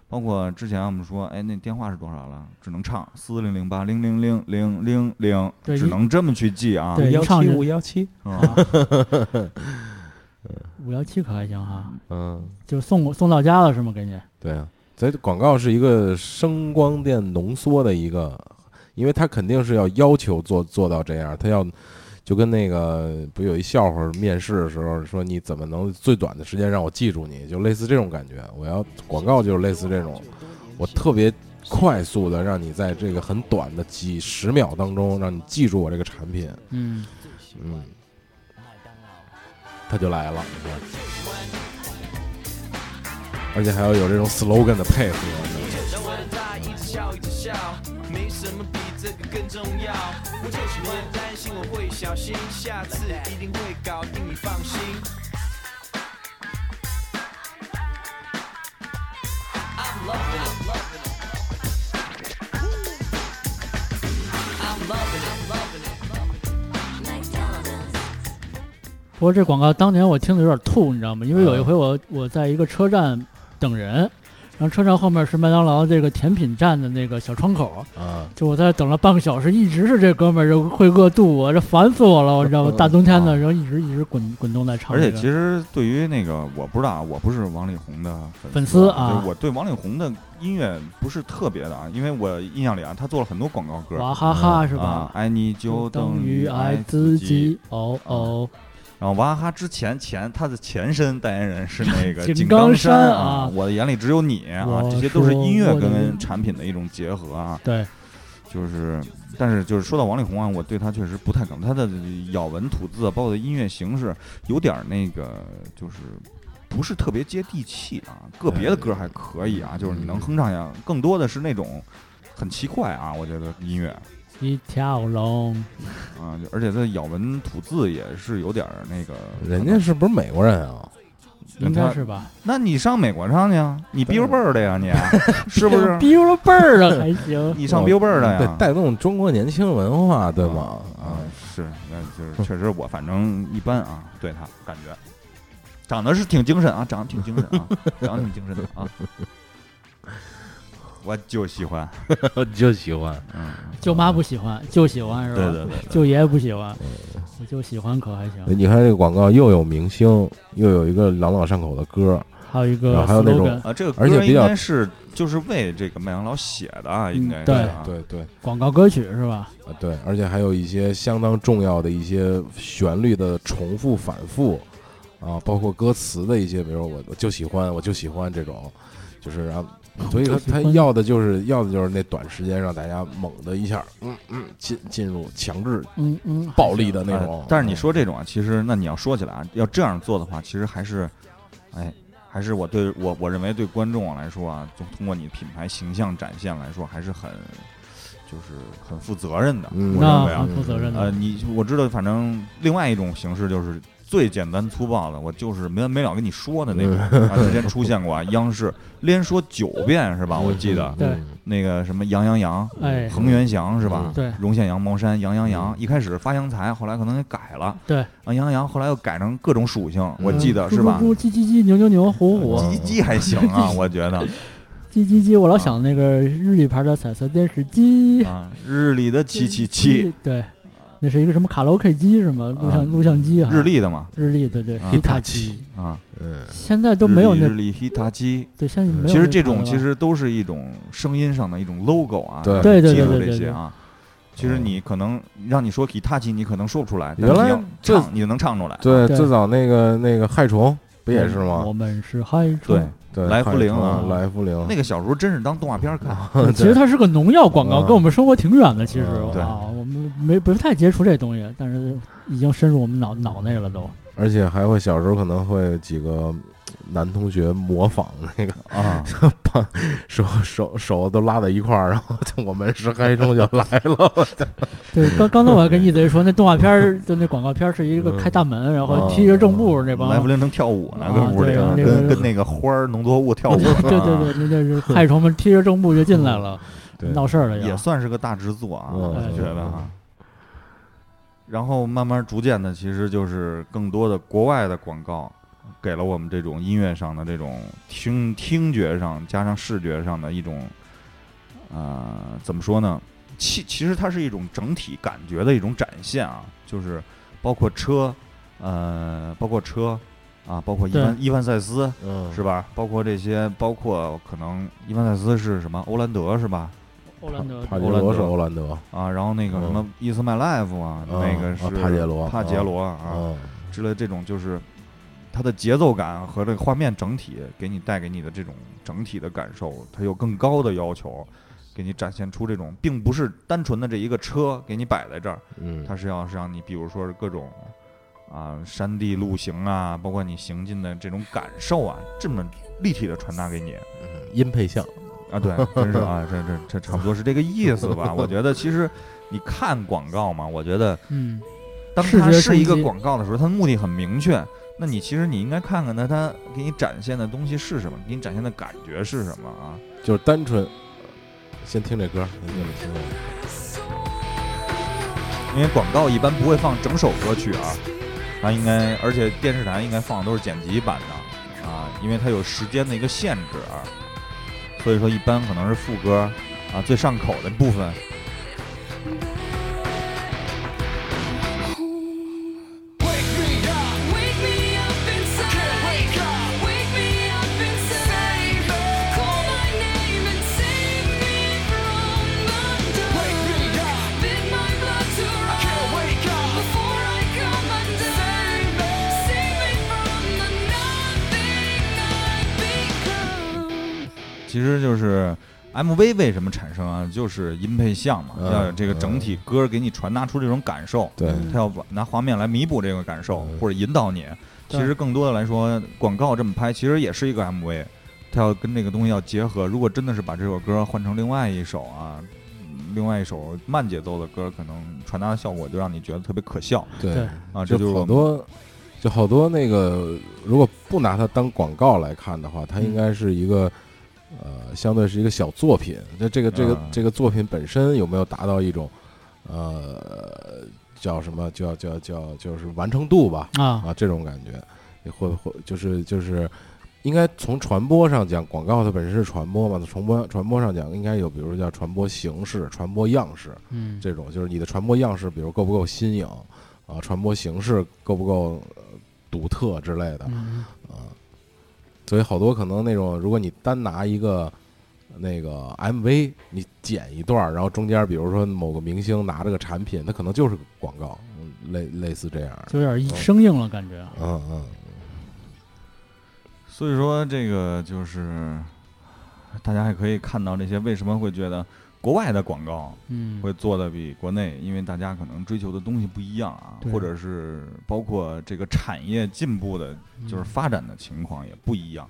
Speaker 3: 包括之前我们说，哎，那电话是多少了？只能唱四零零八零零零零零零，
Speaker 2: 对
Speaker 3: 只
Speaker 2: 一
Speaker 3: 能这么去记啊。
Speaker 2: 对一唱就
Speaker 1: 幺七，
Speaker 3: 啊，
Speaker 2: [LAUGHS] 五幺七可还行哈，
Speaker 1: 嗯，
Speaker 2: 就送送到家了是吗？给你，
Speaker 1: 对啊，所以广告是一个声光电浓缩的一个，因为它肯定是要要求做做到这样，它要就跟那个不有一笑话，面试的时候说你怎么能最短的时间让我记住你，就类似这种感觉。我要广告就是类似这种，我特别快速的让你在这个很短的几十秒当中让你记住我这个产品，
Speaker 2: 嗯，
Speaker 1: 嗯，他就来了，你看而且还要有这种 slogan 的配合。
Speaker 4: 让我的他一直笑一直笑，没什么比这个更重要。我就喜欢担心，我会小心，下次一定会搞定，你放心。I'm loving it, I'm loving it. I'm loving it, I'm loving it.
Speaker 2: 不过这广告当年我听的有点吐，你知道吗？因为
Speaker 3: 啊
Speaker 2: 有一回我我在一个车站等人，然后车站后面是麦当劳这个甜品站的那个小窗口，
Speaker 1: 啊，
Speaker 2: 就我在那等了半个小时，一直是这哥们儿就会饿肚我，这烦死我了，我知道吗？大冬天的，然后一直一直滚滚动在唱
Speaker 3: 而
Speaker 2: 这个、
Speaker 3: 且其实对于那个，我不知道啊，我不是王力宏的
Speaker 2: 粉
Speaker 3: 丝
Speaker 2: 丝啊
Speaker 3: 就是我对王力宏的音乐不是特别的啊，因为我印象里啊，他做了很多广告歌，
Speaker 2: 娃哈哈是吧？
Speaker 3: 啊，爱你就
Speaker 2: 等
Speaker 3: 等于
Speaker 2: 爱
Speaker 3: 爱
Speaker 2: 自
Speaker 3: 己。
Speaker 2: 己，哦哦，
Speaker 3: 然后娃哈哈之前前他的前身代言人是
Speaker 2: [LAUGHS]
Speaker 3: 那个
Speaker 2: 井
Speaker 3: 井
Speaker 2: 冈
Speaker 3: 冈
Speaker 2: 山啊
Speaker 3: 啊，我的眼里只有你啊，
Speaker 2: 我
Speaker 3: 这些都是音乐
Speaker 2: 说我的
Speaker 3: 跟产品的一种结合啊。
Speaker 2: 对，
Speaker 3: 就是，但是就是说到王力宏啊，我对他确实不太感冒，他的咬文吐字，包括的音乐形式，有点儿那个，就是不是特别接地气啊。个别的歌还可以啊，就是你
Speaker 2: 嗯
Speaker 3: 能哼唱下，更多的是那种很奇怪啊，我觉得音乐
Speaker 2: 一条龙，
Speaker 3: 啊，就而且他咬文吐字也是有点儿那个。
Speaker 1: 人家是不是美国人啊？
Speaker 2: 应该
Speaker 3: 他
Speaker 2: 是吧？
Speaker 3: 那你上美国上去啊？你 Billboard 的呀，你 [LAUGHS] 啊
Speaker 1: [LAUGHS]
Speaker 3: 是
Speaker 2: [LAUGHS]
Speaker 3: 不是？
Speaker 2: 逼了倍儿了还
Speaker 3: [LAUGHS]
Speaker 2: 行？
Speaker 3: 你上 Billboard 的
Speaker 1: 对
Speaker 3: 呀？
Speaker 1: 带动中国年轻文化，对吗？
Speaker 3: 啊，是，那就是确实我反正一般啊，对他感觉长得是挺精神啊，长得挺精神
Speaker 1: [LAUGHS]
Speaker 3: 啊，长得挺精神的啊，我就喜欢，
Speaker 1: 我 [LAUGHS] 就喜欢，
Speaker 3: 嗯，
Speaker 2: 舅妈不喜欢，就喜欢是吧？
Speaker 3: 对对对对嗯哎
Speaker 2: 舅爷不喜欢，我就喜欢可还行。
Speaker 1: 你看这个广告又有明星，又有一个朗朗上口的歌，
Speaker 2: 还有一
Speaker 1: 然
Speaker 2: 个
Speaker 1: 后还有那种
Speaker 2: slogan
Speaker 3: 啊，这个歌
Speaker 1: 而且比
Speaker 3: 应
Speaker 1: 较
Speaker 3: 该是就是为这个麦当劳写的啊，应该
Speaker 2: 嗯
Speaker 3: 是啊，
Speaker 1: 哎对对
Speaker 2: 广告歌曲是吧？
Speaker 1: 啊对，而且还有一些相当重要的一些旋律的重复反复啊，包括歌词的一些，比如我我就喜欢，我就喜欢这种，就是让。所以他他要的就是要的就是那短时间让大家猛的一下，嗯嗯，进进入强制
Speaker 2: 嗯嗯，
Speaker 1: 暴力的那
Speaker 3: 哎
Speaker 1: 种。
Speaker 3: 但是你说这种啊，其实那你要说起来啊，要这样做的话，其实还是，哎，还是我对我我认为对观众来说啊，就通过你品牌形象展现来说，还是很，就是很负责任的。
Speaker 1: 嗯
Speaker 3: 我认为
Speaker 2: 那
Speaker 3: 啊
Speaker 2: 很，负责任
Speaker 3: 呃，
Speaker 2: 的。
Speaker 3: 你我知道，反正另外一种形式就是最简单粗暴的，我就是没完没了跟你说的那种。啊，之前出现过啊，央视连说九遍是吧？我记
Speaker 1: 嗯
Speaker 3: 得嗯
Speaker 2: 对
Speaker 3: 那个什么杨洋洋，
Speaker 2: 哎，
Speaker 3: 恒源祥是吧？
Speaker 2: 对嗯
Speaker 3: 荣县羊毛衫，羊羊羊，一开始发洋财，后来可能给改了，
Speaker 2: 对，
Speaker 3: 啊，羊羊后来又改成各种属性，我
Speaker 2: 嗯
Speaker 3: 记得是吧？嗯
Speaker 2: 猪猪猪鸡鸡鸡，牛牛牛，虎虎，
Speaker 3: 鸡鸡还行
Speaker 2: [LAUGHS]
Speaker 3: 啊，我觉得
Speaker 2: 鸡鸡鸡。我
Speaker 3: 啊
Speaker 2: 老想那个日语牌的彩色电视机，
Speaker 3: 啊，日里的七七七，
Speaker 2: 对，那是一个什么卡拉 OK 机是吗？录像录像机啊，
Speaker 3: 日立的嘛，
Speaker 2: 日立的对
Speaker 3: 啊
Speaker 2: Hitachi
Speaker 3: 啊，
Speaker 1: 嗯，
Speaker 2: 现在都没有那
Speaker 3: 日立 Hitachi，
Speaker 2: 对现在没有
Speaker 3: 其实
Speaker 2: 那
Speaker 3: 这
Speaker 2: 款了
Speaker 3: 种
Speaker 2: 吧
Speaker 3: 其实都是一种声音上的一种 logo 啊，
Speaker 1: 对
Speaker 2: 对对
Speaker 3: 记
Speaker 2: 对
Speaker 3: 住
Speaker 2: 对
Speaker 3: 这
Speaker 2: 对
Speaker 3: 些
Speaker 2: 对
Speaker 3: 啊。其实你可能让你说 Hitachi，你可能说不出来，但
Speaker 1: 原
Speaker 3: 是
Speaker 1: 来
Speaker 3: 你要
Speaker 1: 这
Speaker 3: 唱，你就能唱出来。
Speaker 1: 对，
Speaker 2: 对
Speaker 1: 最早那个那个害虫不也是吗
Speaker 2: 我？们是嗨虫
Speaker 3: 对，
Speaker 1: 对，
Speaker 3: 嗯来福
Speaker 1: 害
Speaker 3: 灵
Speaker 1: 虫
Speaker 3: 啊
Speaker 1: 来福灵，
Speaker 3: 那个小时候真是当动画片儿
Speaker 1: 啊 [LAUGHS]
Speaker 3: 看，
Speaker 2: 其实它是个农药广告，
Speaker 1: 嗯
Speaker 2: 跟我们生活挺远的。其实
Speaker 1: 嗯
Speaker 3: 啊对
Speaker 2: 啊，我们没不太接触这东西，但是已经深入我们
Speaker 3: 嗯
Speaker 2: 脑脑内了都。
Speaker 1: 而且还会小时候可能会有几个男同学模仿那个
Speaker 3: 啊，
Speaker 1: 把手手手都拉在一块儿，然后就我们是嗨中就来
Speaker 3: [LAUGHS]
Speaker 1: 了，
Speaker 2: 对，刚刚才我还跟一贼说，那动画片儿就那广告片儿是一个开大门，然后踢着正步那帮
Speaker 3: 啊来福灵能跳舞呢，跟屋里
Speaker 2: 啊对
Speaker 3: 跟
Speaker 2: 那个
Speaker 3: 跟那个花儿农作物跳舞
Speaker 2: 对
Speaker 3: 呢啊，
Speaker 2: [LAUGHS] 对对，那
Speaker 3: [LAUGHS]
Speaker 2: 就是害虫们踢着正步就进来了，
Speaker 1: 对，
Speaker 2: 闹事儿了
Speaker 3: 也
Speaker 2: 又。
Speaker 3: 算是个大制作啊，
Speaker 1: 嗯
Speaker 3: 我觉得啊。然后慢慢逐渐的，其实就是更多的国外的广告，给了我们这种音乐上的这种听听觉上加上视觉上的一种，呃，怎么说呢？其其实它是一种整体感觉的一种展现啊，就是包括车，呃，包括车啊，包括伊
Speaker 2: 对
Speaker 3: 万伊万塞斯，
Speaker 1: 嗯，
Speaker 3: 是吧？包括这些，包括可能伊万塞斯是什么？欧蓝德是吧？
Speaker 2: 欧蓝德
Speaker 1: 帕杰罗是欧兰德，
Speaker 3: 啊，然后那个什么《伊斯麦 life》啊，
Speaker 1: 嗯
Speaker 3: 那个
Speaker 1: 啊
Speaker 3: 是
Speaker 1: 帕杰罗
Speaker 3: 帕杰罗啊
Speaker 1: 嗯，
Speaker 3: 之类这种，就是它的节奏感和这个画面整体给你带给你的这种整体的感受，它有更高的要求，给你展现出这种并不是单纯的这一个车给你摆在这儿，
Speaker 1: 嗯，
Speaker 3: 它是要是让你比如说是各种啊山地路形啊，包括你行进的这种感受啊，这么立体的传达给你。
Speaker 1: 嗯音配像，
Speaker 2: [LAUGHS]
Speaker 3: 啊，对，真是啊，这这这差不多是这个意思吧？我觉得其实你看广告嘛，我觉得
Speaker 2: 嗯，
Speaker 3: 当
Speaker 2: 视
Speaker 3: 它
Speaker 2: 觉
Speaker 3: 是一
Speaker 2: 冲
Speaker 3: 个
Speaker 2: 击
Speaker 3: 广告的时候，它的目的很明确。那你其实你应该看看它，它给你展现的东西是什么，给你展现的感觉是什么啊？
Speaker 1: 就是单纯。先听这歌，先听这听这歌
Speaker 3: 因为广告一般不会放整首歌曲啊，它应该，而且电视台应该放的都是剪辑版的啊，因为它有时间的一个限制啊，所以说一般可能是副歌啊最上口的部分，其实就是 MV 为什么产生啊？就是音配像嘛，
Speaker 1: 嗯
Speaker 3: 要有这个整体歌给你传达出这种感受，
Speaker 1: 对
Speaker 3: 他要把拿画面来弥补这个感受
Speaker 1: 嗯
Speaker 3: 或者引导你。其
Speaker 2: 对
Speaker 3: 实更多的来说，广告这么拍其实也是一个 MV，它要跟这个东西要结合。如果真的是把这首歌换成另外一首啊，另外一首慢节奏的歌，可能传达的效果就让你觉得特别可笑
Speaker 1: 对
Speaker 2: 对，
Speaker 3: 啊。
Speaker 1: 就
Speaker 3: 这就是我
Speaker 1: 好
Speaker 3: 们
Speaker 1: 多，就好多那个，如果不拿它当广告来看的话，它
Speaker 3: 嗯
Speaker 1: 应该是一个，呃，相对是一个小作品。那这个这个
Speaker 3: 嗯
Speaker 1: 这个作品本身有没有达到一种，呃，叫什么叫叫叫就是完成度吧？
Speaker 2: 啊，
Speaker 1: 啊，这种感觉，或或就是就是。应该从传播上讲，广告它本身是传播嘛，从播传播上讲，应该有，比如说叫传播形式、传播样式，
Speaker 2: 嗯，
Speaker 1: 这种，就是你的传播样式，比如够不够新颖啊，传播形式够不够呃独特之类的
Speaker 2: 嗯
Speaker 1: 啊。所以好多可能那种，如果你单拿一个那个 MV，你剪一段儿，然后中间比如说某个明星拿着个产品，它可能就是个广告，嗯类类似这样儿。
Speaker 2: 就有点一生硬了感觉。
Speaker 1: 嗯嗯，
Speaker 3: 所以说，这个就是大家还可以看到这些为什么会觉得国外的广告
Speaker 2: 嗯，
Speaker 3: 会做的比国内，因为大家可能追求的东西不一样啊，
Speaker 2: 对
Speaker 3: 或者是包括这个产业进步的，就是发展的情况也不一样。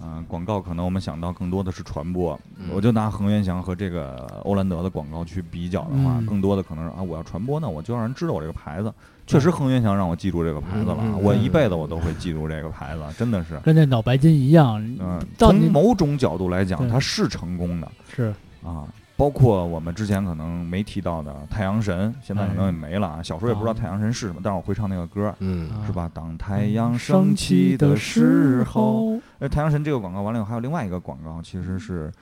Speaker 3: 嗯、广告可能我们想到更多的是传播，我就拿恒源祥和这个欧蓝德的广告去比较的话，
Speaker 2: 嗯
Speaker 3: 更多的可能是啊，我要传播呢，我就让人知道我这个牌子。确实，恒源祥让我记住这个牌子了啊，
Speaker 1: 嗯嗯嗯
Speaker 3: 我一辈子我都会记住这个牌子，真的是。
Speaker 2: 跟那脑白金一样，
Speaker 3: 嗯，
Speaker 2: 到
Speaker 3: 从
Speaker 2: 你
Speaker 3: 某种角度来讲，
Speaker 2: 对
Speaker 3: 它是成功的
Speaker 2: 是
Speaker 3: 啊。包括我们之前可能没提到的太阳神，现在可能也没了啊。小时候也不知道
Speaker 2: 啊
Speaker 3: 太阳神是什么，但是我会唱那个歌，
Speaker 1: 嗯，
Speaker 3: 是吧？当太阳
Speaker 2: 嗯
Speaker 3: 啊嗯升起的时候，，哎，太阳神这个广告完了以后，还有另外一个广告，其实是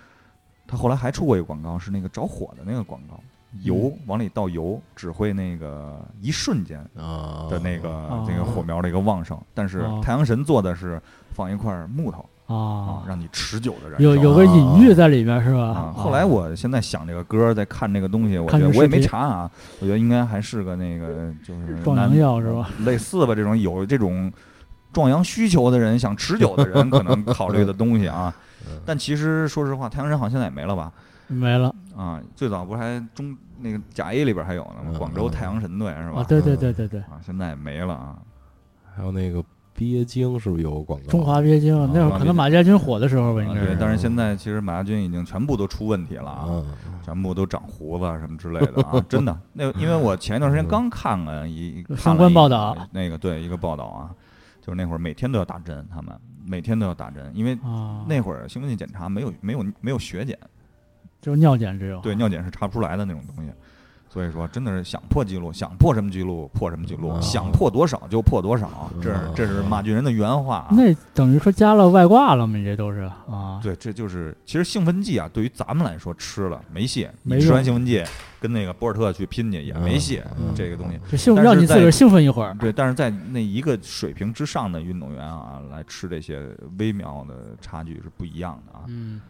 Speaker 3: 他后来还出过一个广告，是那个着火的那个广告油往里倒油，只会那个一瞬间
Speaker 2: 啊
Speaker 1: 啊
Speaker 3: 的那个这个火苗的一个旺盛。但是
Speaker 2: 哦
Speaker 3: 太阳神做的是放一块木头
Speaker 2: 啊，
Speaker 3: 让你持久的燃烧。
Speaker 2: 有有个隐喻在里面是吧
Speaker 3: 啊，？后来我现在想这个歌，在看这个东西，我觉
Speaker 2: 看
Speaker 3: 得
Speaker 2: 这个
Speaker 3: 我也
Speaker 2: 视频
Speaker 3: 没查啊，我觉得应该还是个那个就是
Speaker 2: 壮阳
Speaker 3: 男
Speaker 2: 药是吧？
Speaker 3: 类似吧，这种有这种壮阳需求的人，想持久的人可能考虑的东
Speaker 2: [LAUGHS]
Speaker 3: 西啊。
Speaker 2: 嗯
Speaker 3: 但其实说实话，太阳神好像现在也没了吧？
Speaker 2: 没了
Speaker 3: 啊，最早不是还中那个甲 A 里边还有呢吗？广州太阳神队是
Speaker 2: 嗯
Speaker 3: 吧？
Speaker 2: 啊！对对对对对，
Speaker 3: 啊，现在也没了啊。
Speaker 1: 还有那个鳖精是不是有个广告？
Speaker 2: 中华鳖精那会儿可能马家军火的时候吧，应
Speaker 3: 啊
Speaker 2: 该
Speaker 3: 对
Speaker 2: 是，。嗯
Speaker 3: 但是现在其实马家军已经全部都出问题了啊，
Speaker 1: 嗯
Speaker 3: 全部都长胡子啊什么之类的
Speaker 2: [LAUGHS]
Speaker 3: 啊，真的。那因为我前一段时间刚看了一看了一
Speaker 2: 相关报道
Speaker 3: 那个对一个报道啊，就是那会儿每天都要打针，他们每天都要打针，因为
Speaker 2: 啊
Speaker 3: 那会儿兴奋剂检查没有没有没有血检，
Speaker 2: 就是尿检只有。
Speaker 3: 对尿检是查不出来的那种东西。所以说，真的是想破记录，想破什么记录破什么记录，
Speaker 2: 哦
Speaker 3: 想破多少就破多少，这是这是马俊仁的原话啊。
Speaker 2: 那等于说加了外挂了嘛？你这都是啊，
Speaker 3: 对，这就是其实兴奋剂啊，对于咱们来说吃了没戏，
Speaker 2: 没
Speaker 3: 你吃完
Speaker 2: 用
Speaker 3: 兴奋剂跟那个博尔特去拼去也没戏，
Speaker 2: 嗯
Speaker 3: 这个东西。
Speaker 2: 就兴
Speaker 3: 但
Speaker 2: 让
Speaker 3: 是
Speaker 2: 你自
Speaker 3: 在嗯
Speaker 2: 个儿兴奋一会儿
Speaker 3: 对，但是在那一个水平之上的运动员啊，来吃这些微妙的差距是不一样的啊。
Speaker 2: 嗯。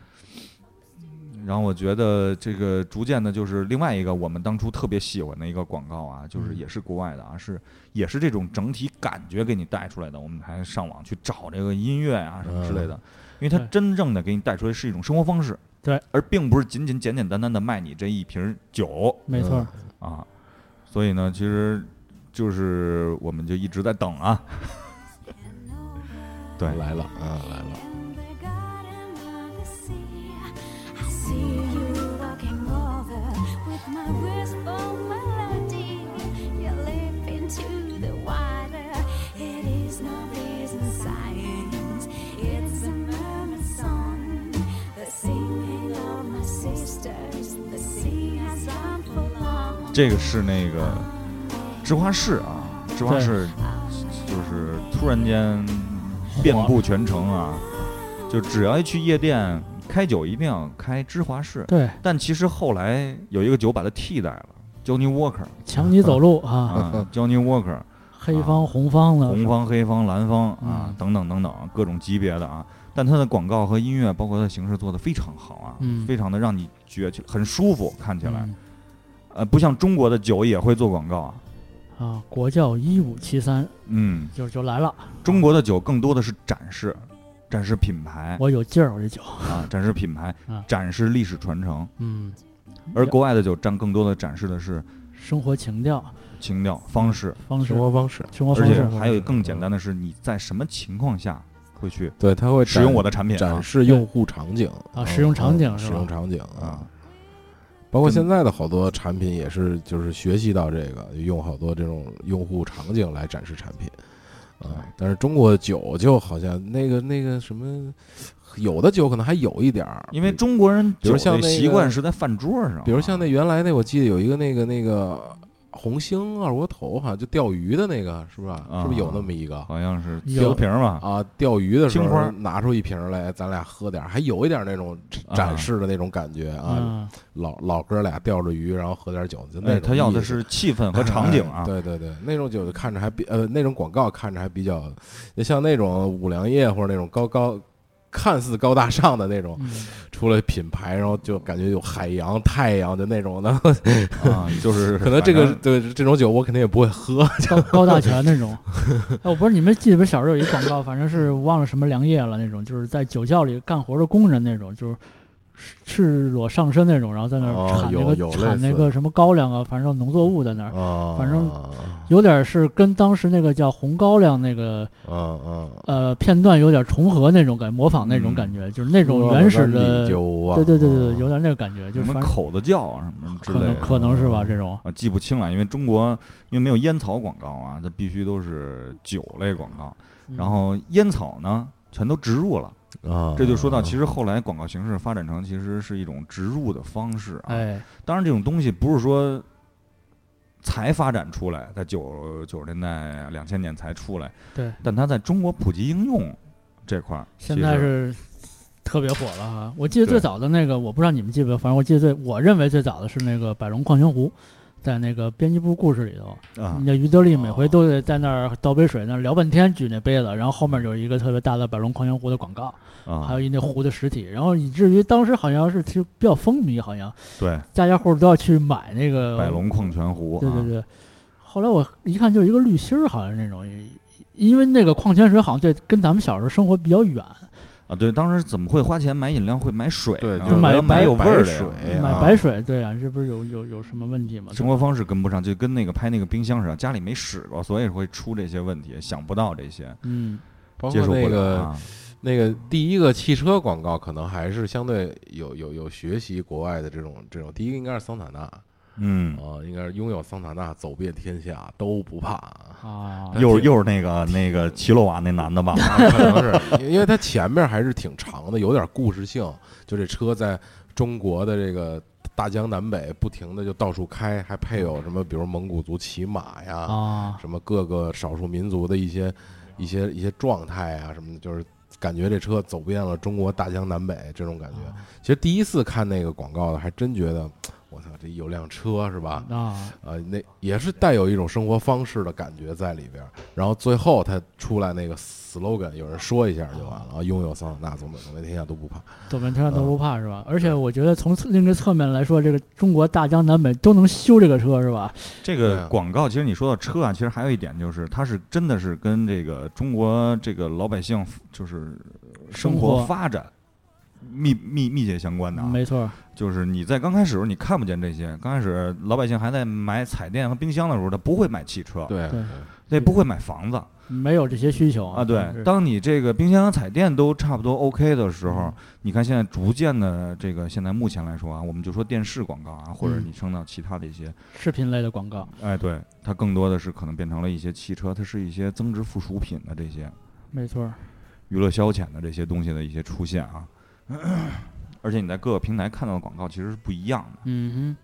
Speaker 3: 然后我觉得这个逐渐的，就是另外一个我们当初特别喜欢的一个广告啊，就是
Speaker 2: 嗯
Speaker 3: 也是国外的啊，是也是这种整体感觉给你带出来的。我们还上网去找这个音乐啊什么之类的，因为它真正的给你带出来是一种生活方式，
Speaker 2: 嗯对，
Speaker 3: 而并不是仅仅简简单单的卖你这一瓶酒，
Speaker 2: 没错儿
Speaker 3: 啊。所以呢，其实就是我们就一直在等啊，对，
Speaker 1: 来了啊，来了。
Speaker 3: 这个是那个芝华士啊，芝华
Speaker 2: 对
Speaker 3: 士就是突然间遍布全城啊，就只要一去夜店开酒，一定要开芝华士。
Speaker 2: 对，
Speaker 3: 但其实后来有一个酒把它替代了，Johnny Walker
Speaker 2: 强尼走路啊，
Speaker 3: 啊，Johnny Walker。
Speaker 2: 黑方红方的，
Speaker 3: 啊红方、黑方、蓝方啊，等等等等，各种级别的啊。但它的广告和音乐，包括它的形式做的非常好啊，
Speaker 2: 嗯
Speaker 3: 非常的让你觉起很舒服，看起来。
Speaker 2: 嗯
Speaker 3: 呃，不像中国的酒也会做广告啊，
Speaker 2: 啊，国窖一五七三
Speaker 3: 嗯，
Speaker 2: 就就来了，
Speaker 1: 哎
Speaker 3: 中国的酒更多的是展示，展示品牌
Speaker 2: 我有劲儿，我这酒，
Speaker 3: 啊，展示品牌
Speaker 2: 啊，
Speaker 3: 展示历史传承。
Speaker 2: 嗯，
Speaker 3: 而国外的酒占更多的展示的是
Speaker 2: 生活情调
Speaker 3: 情调方式，
Speaker 2: 方式，
Speaker 1: 生活方式
Speaker 2: 生活
Speaker 3: 而
Speaker 2: 嗯方式嗯
Speaker 3: 且，还有更简单的是你在什么情况下会去
Speaker 1: 对，它会
Speaker 3: 使用我的产品啊
Speaker 1: 展示用户场景
Speaker 2: 啊使用场景
Speaker 1: 嗯
Speaker 2: 是
Speaker 1: 使
Speaker 2: 吧
Speaker 1: 用场景啊
Speaker 3: 啊。
Speaker 1: 包括现在的好多产品也是，就是学习到这个，用好多这种用户场景来展示产品，啊，但是中国的酒就好像那个那个什么，有的酒可能还有一点儿，
Speaker 3: 因为中国人
Speaker 1: 比
Speaker 3: 酒
Speaker 1: 如像
Speaker 3: 的
Speaker 1: 那个
Speaker 3: 习惯是在饭桌上啊，
Speaker 1: 比如像那原来那，我记得有一个那个那个红星二锅头，好像就钓鱼的那个，是吧？
Speaker 3: 啊
Speaker 1: 是不是有那么一个？
Speaker 3: 好像是
Speaker 2: 有
Speaker 3: 瓷瓶嘛，
Speaker 1: 啊，钓鱼的时
Speaker 3: 青花
Speaker 1: 候拿出一瓶儿来，咱俩喝点儿，还有一点儿那种展示的那种感觉啊
Speaker 2: 嗯。
Speaker 1: 老老哥俩钓着鱼，然后喝点酒，就那
Speaker 3: 哎，
Speaker 1: 种意思。
Speaker 3: 他要的是气氛和场景啊
Speaker 1: [LAUGHS] 哎。对对对，那种酒看着还比呃那种广告看着还比较，像那种五粮液或者那种高高。看似高大上的那种，
Speaker 2: 嗯
Speaker 1: 出了品牌，然后就感觉有海洋、太阳的那种的，
Speaker 3: 啊，就是
Speaker 1: 可能这
Speaker 3: 反
Speaker 1: 个
Speaker 3: 正
Speaker 1: 对这种酒我肯定也不会
Speaker 3: [LAUGHS]
Speaker 1: 喝，
Speaker 2: 高 [LAUGHS] 高大全那种。哎，我不是你们记得不是小时候有一
Speaker 1: [LAUGHS]
Speaker 2: 广告，反正是忘了什么良夜了那种，就是在酒窖里干活的工人那种，就是赤裸上身那种，然后在那儿
Speaker 1: 哦
Speaker 2: 铲那
Speaker 1: 有
Speaker 2: 个
Speaker 1: 有
Speaker 2: 铲
Speaker 1: 类
Speaker 2: 那
Speaker 1: 似
Speaker 2: 个什么高粱啊，反正农作物在那儿，
Speaker 3: 哦
Speaker 1: 啊
Speaker 2: 反正有点是跟当时那个叫红高粱那个
Speaker 1: 嗯嗯，
Speaker 2: 呃片段有点重合那种感，模仿那种感觉，就是那种原始的，
Speaker 1: 里酒啊
Speaker 2: 对对对对，对有点那个感觉，就
Speaker 3: 哦
Speaker 2: 是
Speaker 3: 什么
Speaker 2: 反正
Speaker 3: 口子窖啊什么之
Speaker 2: 可
Speaker 3: 类的
Speaker 2: 能，可能是吧，这种
Speaker 3: 啊，记不清了，因为中国因为没有烟草广告啊，它必须都是酒类广告，
Speaker 2: 嗯
Speaker 3: 然后烟草呢全都植入了。
Speaker 2: 哦
Speaker 1: 啊，
Speaker 3: 这就说到，其实后来广告形式发展成其实是一种植入的方式啊。
Speaker 2: 哎，
Speaker 3: 当然，这种东西不是说才发展出来，在九九十年代、两千年才出来，
Speaker 2: 对，
Speaker 3: 但它在中国普及应用这块儿，
Speaker 2: 现
Speaker 3: 其
Speaker 2: 在
Speaker 3: 实
Speaker 2: 是特别火了哈。我记得最早的那个，我不知道你们记不记得，反正我记得最，我认为最早的是那个百龙矿泉湖，在那个编辑部故事里头，
Speaker 3: 啊
Speaker 2: 那于德利每回都得在那儿倒杯水，那儿聊半天，举那杯子，然后后面有一个特别大的百龙矿泉湖的广告，嗯还
Speaker 3: 啊，
Speaker 2: 有一那湖的实体，然后以至于当时好像是其实比较风靡，好像
Speaker 3: 对，
Speaker 2: 家家户户都要去买那个
Speaker 3: 百龙矿泉
Speaker 2: 呃
Speaker 3: 湖，
Speaker 2: 对对
Speaker 3: 啊，
Speaker 2: 对，后来我一看就是一个滤芯儿，好像那种，因为那个矿泉水好像对跟咱们小时候生活比较远，
Speaker 3: 啊，对，当时怎么会花钱买饮料会买水
Speaker 1: 对
Speaker 3: 呢？
Speaker 1: 就是
Speaker 2: 买
Speaker 3: 我要买
Speaker 2: 白
Speaker 3: 有味
Speaker 1: 白
Speaker 3: 儿的
Speaker 1: 水
Speaker 3: 呀
Speaker 2: 买
Speaker 3: 啊
Speaker 2: 白水，对啊，这不是有有有什么问题吗？
Speaker 3: 生活方式跟不上，就跟那个拍那个冰箱似的，家里没使过，所以会出这些问题，想不到这些，
Speaker 2: 嗯，
Speaker 1: 包
Speaker 3: 接
Speaker 1: 括
Speaker 3: 受
Speaker 1: 那
Speaker 3: 不了
Speaker 1: 个
Speaker 3: 啊。
Speaker 1: 那个第一个汽车广告，可能还是相对有有有学习国外的这种这种。第一个应该是桑塔纳啊、
Speaker 3: 嗯，
Speaker 1: 应该是拥有桑塔纳走遍天下都不怕。
Speaker 2: 啊，
Speaker 3: 又又是那个那个齐洛瓦那男 [LAUGHS] 的吧？
Speaker 1: 啊可能是因因为它前面还是挺长的，有点故事性。就这车在中国的这个大江南北不停的就到处开，还配有什么，比如蒙古族骑马呀，
Speaker 2: 啊，
Speaker 1: 什么各个少数民族的一些一些一些状态啊什么的，就是感觉这车走遍了中国大江南北这种感觉。
Speaker 2: 啊
Speaker 1: 其实第一次看那个广告的，还真觉得我操，这有辆车是吧？
Speaker 2: 啊，
Speaker 1: 呃，那也是带有一种生活方式的感觉在里边儿。然后最后他出来那个 slogan，有人说一下就完了，啊，拥有桑塔纳，走遍走遍天下都不怕。
Speaker 2: 走遍天
Speaker 3: 啊
Speaker 2: 下都不怕是吧？而且我觉得从另一个侧面来说，这个中国大江南北都能修这个车是吧？
Speaker 3: 这
Speaker 1: 对
Speaker 3: 个
Speaker 1: 啊
Speaker 3: 广告，其实你说到车啊，其实还有一点就是，它是真的是跟这个中国这个老百姓就是生
Speaker 2: 生活
Speaker 3: 活发展密密密切相关的啊。
Speaker 2: 没错，
Speaker 3: 就是你在刚开始的时候你看不见这些，刚开始老百姓还在买彩电和冰箱的时候，他不会买汽车，
Speaker 1: 对
Speaker 2: 对
Speaker 3: 也不会买房子
Speaker 2: 没有这些需求
Speaker 3: 啊。
Speaker 2: 是
Speaker 3: 对，当你这个冰箱和彩电都差不多 OK 的时候，你看现在逐渐的这个现在目前来说啊，我们就说电视广告啊，或者
Speaker 2: 嗯
Speaker 3: 你升到其他的一些
Speaker 2: 视频类的广告，
Speaker 3: 哎，对，它更多的是可能变成了一些汽车，它是一些增值附属品的这些
Speaker 2: 没错，
Speaker 3: 娱乐消遣的这些东西的一些出现啊。而且你在各个平台看到的广告其实是不一样的，
Speaker 2: 嗯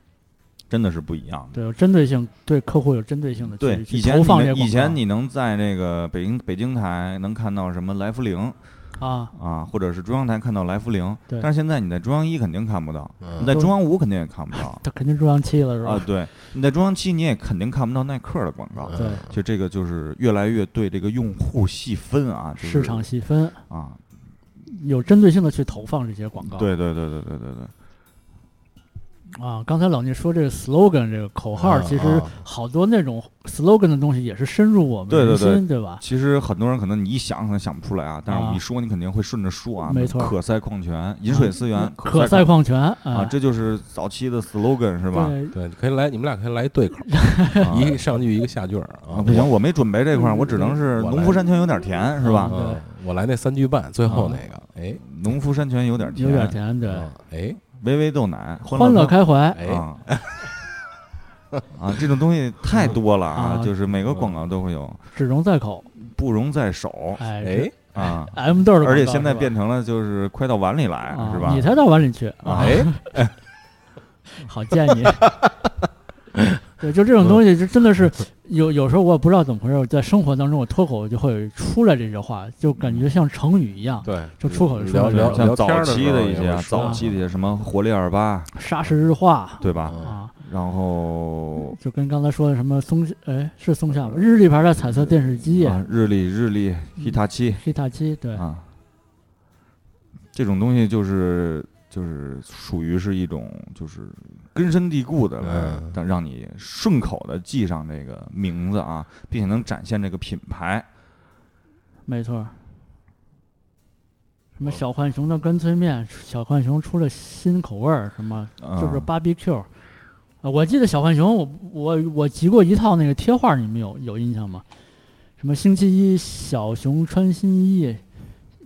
Speaker 3: 真的是不一样
Speaker 2: 哼，
Speaker 3: 的。
Speaker 2: 对，有针对性，对客户有针对性的
Speaker 3: 对，
Speaker 2: 去去
Speaker 3: 以前
Speaker 2: 投
Speaker 3: 你
Speaker 2: 放这
Speaker 3: 能
Speaker 2: 个
Speaker 3: 以
Speaker 2: 广
Speaker 3: 前
Speaker 2: 告
Speaker 3: 你能在这个北京北京台能看到什么来福灵
Speaker 2: 啊，
Speaker 3: 啊，或者是中央台看到来福灵，
Speaker 2: 对
Speaker 3: 但是现在你在中央一肯定看不到，
Speaker 1: 嗯
Speaker 3: 你在中央五肯定也看不到
Speaker 2: 他肯定中央七 [LAUGHS] 了是
Speaker 3: 啊
Speaker 2: 吧？。
Speaker 3: 对，你在中央七你也肯定看不到耐克的广告。
Speaker 2: 对，
Speaker 3: 就这个就是越来越对这个用户细分啊，就是
Speaker 2: 市场细分，
Speaker 3: 啊，
Speaker 2: 有针对性的去投放这些广告。
Speaker 3: 对对对对对对对，
Speaker 2: 啊，刚才老聂说这个 slogan 这个口号，
Speaker 3: 啊
Speaker 1: 嗯
Speaker 2: 其实
Speaker 1: 嗯
Speaker 2: 好多那种 slogan 的东西也是深入我们
Speaker 3: 对
Speaker 2: 人
Speaker 3: 对对
Speaker 2: 心，对吧？
Speaker 3: 其实很多人可能你一想可能想不出来啊，但是我
Speaker 2: 啊
Speaker 3: 们一说你肯定会顺着说啊，
Speaker 2: 没错
Speaker 3: 可赛矿泉、饮水思源、
Speaker 2: 嗯可赛
Speaker 3: 赛
Speaker 2: 矿泉
Speaker 3: 啊，
Speaker 2: 啊，
Speaker 3: 这就是早期的 slogan 是吧？
Speaker 2: 对
Speaker 1: 对，可以来，你们俩可以来一
Speaker 2: [LAUGHS]
Speaker 1: 对口，
Speaker 3: 啊
Speaker 1: 一上句一个下句儿
Speaker 3: 啊，
Speaker 2: 嗯
Speaker 1: 啊，
Speaker 3: 不行，我没准备这块儿，我只能是
Speaker 1: 我来
Speaker 3: 农夫山泉有点甜是吧？
Speaker 1: 嗯，我来那三句半，最后那个，哎，
Speaker 3: 农夫山泉有点
Speaker 2: 有点甜，嗯对，
Speaker 1: 嗯哎，
Speaker 3: 微微豆奶，
Speaker 2: 欢乐
Speaker 3: 乐
Speaker 2: 开怀，
Speaker 1: 哎，
Speaker 3: 啊。 [LAUGHS] 啊，这种东西太多了
Speaker 2: 啊
Speaker 3: 啊！就是每个广告都会有，
Speaker 2: 只溶在口，
Speaker 3: 不容在手
Speaker 2: 哎
Speaker 1: 哎，
Speaker 3: 啊！
Speaker 2: ，M 豆儿的广告，
Speaker 3: 而且现在
Speaker 2: 是吧
Speaker 3: 变成了就是快到碗里来
Speaker 2: 啊
Speaker 3: 是吧
Speaker 2: 你？才到碗里去啊，
Speaker 3: 啊，
Speaker 1: 哎，
Speaker 2: 好贱
Speaker 3: [LAUGHS]
Speaker 2: 你。对，就这种东西，就真的是
Speaker 3: 嗯
Speaker 2: 有有时候我也不知道怎么回事，我在生活当中我脱口就会出来这句话，就感觉像成语一样，
Speaker 1: [LAUGHS] 对，
Speaker 2: 就出口就
Speaker 1: 聊
Speaker 2: 说
Speaker 1: 聊
Speaker 3: 像
Speaker 1: 聊天
Speaker 3: 早
Speaker 1: 儿的
Speaker 3: 期
Speaker 1: 时候
Speaker 3: 一
Speaker 1: 也
Speaker 3: 些
Speaker 1: 会
Speaker 3: 啊，
Speaker 1: 说
Speaker 3: 早期的一些什么活力二八，
Speaker 2: 沙石日化
Speaker 3: 对吧？
Speaker 1: 嗯
Speaker 2: 啊。
Speaker 3: 然后
Speaker 2: 就跟刚才说的什么松下，哎，是松下吧？日立牌的彩色电视机，
Speaker 3: 啊，日历日历 Hitachi
Speaker 2: 黑塔七，对，
Speaker 3: 啊，这种东西就是就是属于是一种就是根深蒂固的呃
Speaker 1: 嗯，
Speaker 3: 让让你顺口的记上这个名字啊，并且能展现这个品牌。
Speaker 2: 没错。
Speaker 3: 啊
Speaker 2: 什么小浣熊的干脆面，小浣熊出了新口味儿，什么
Speaker 3: 嗯
Speaker 2: 就是 BBQ。啊，我记得小浣熊，我我我集过一套那个贴画，你们有有印象吗？什么星期一小熊穿新衣，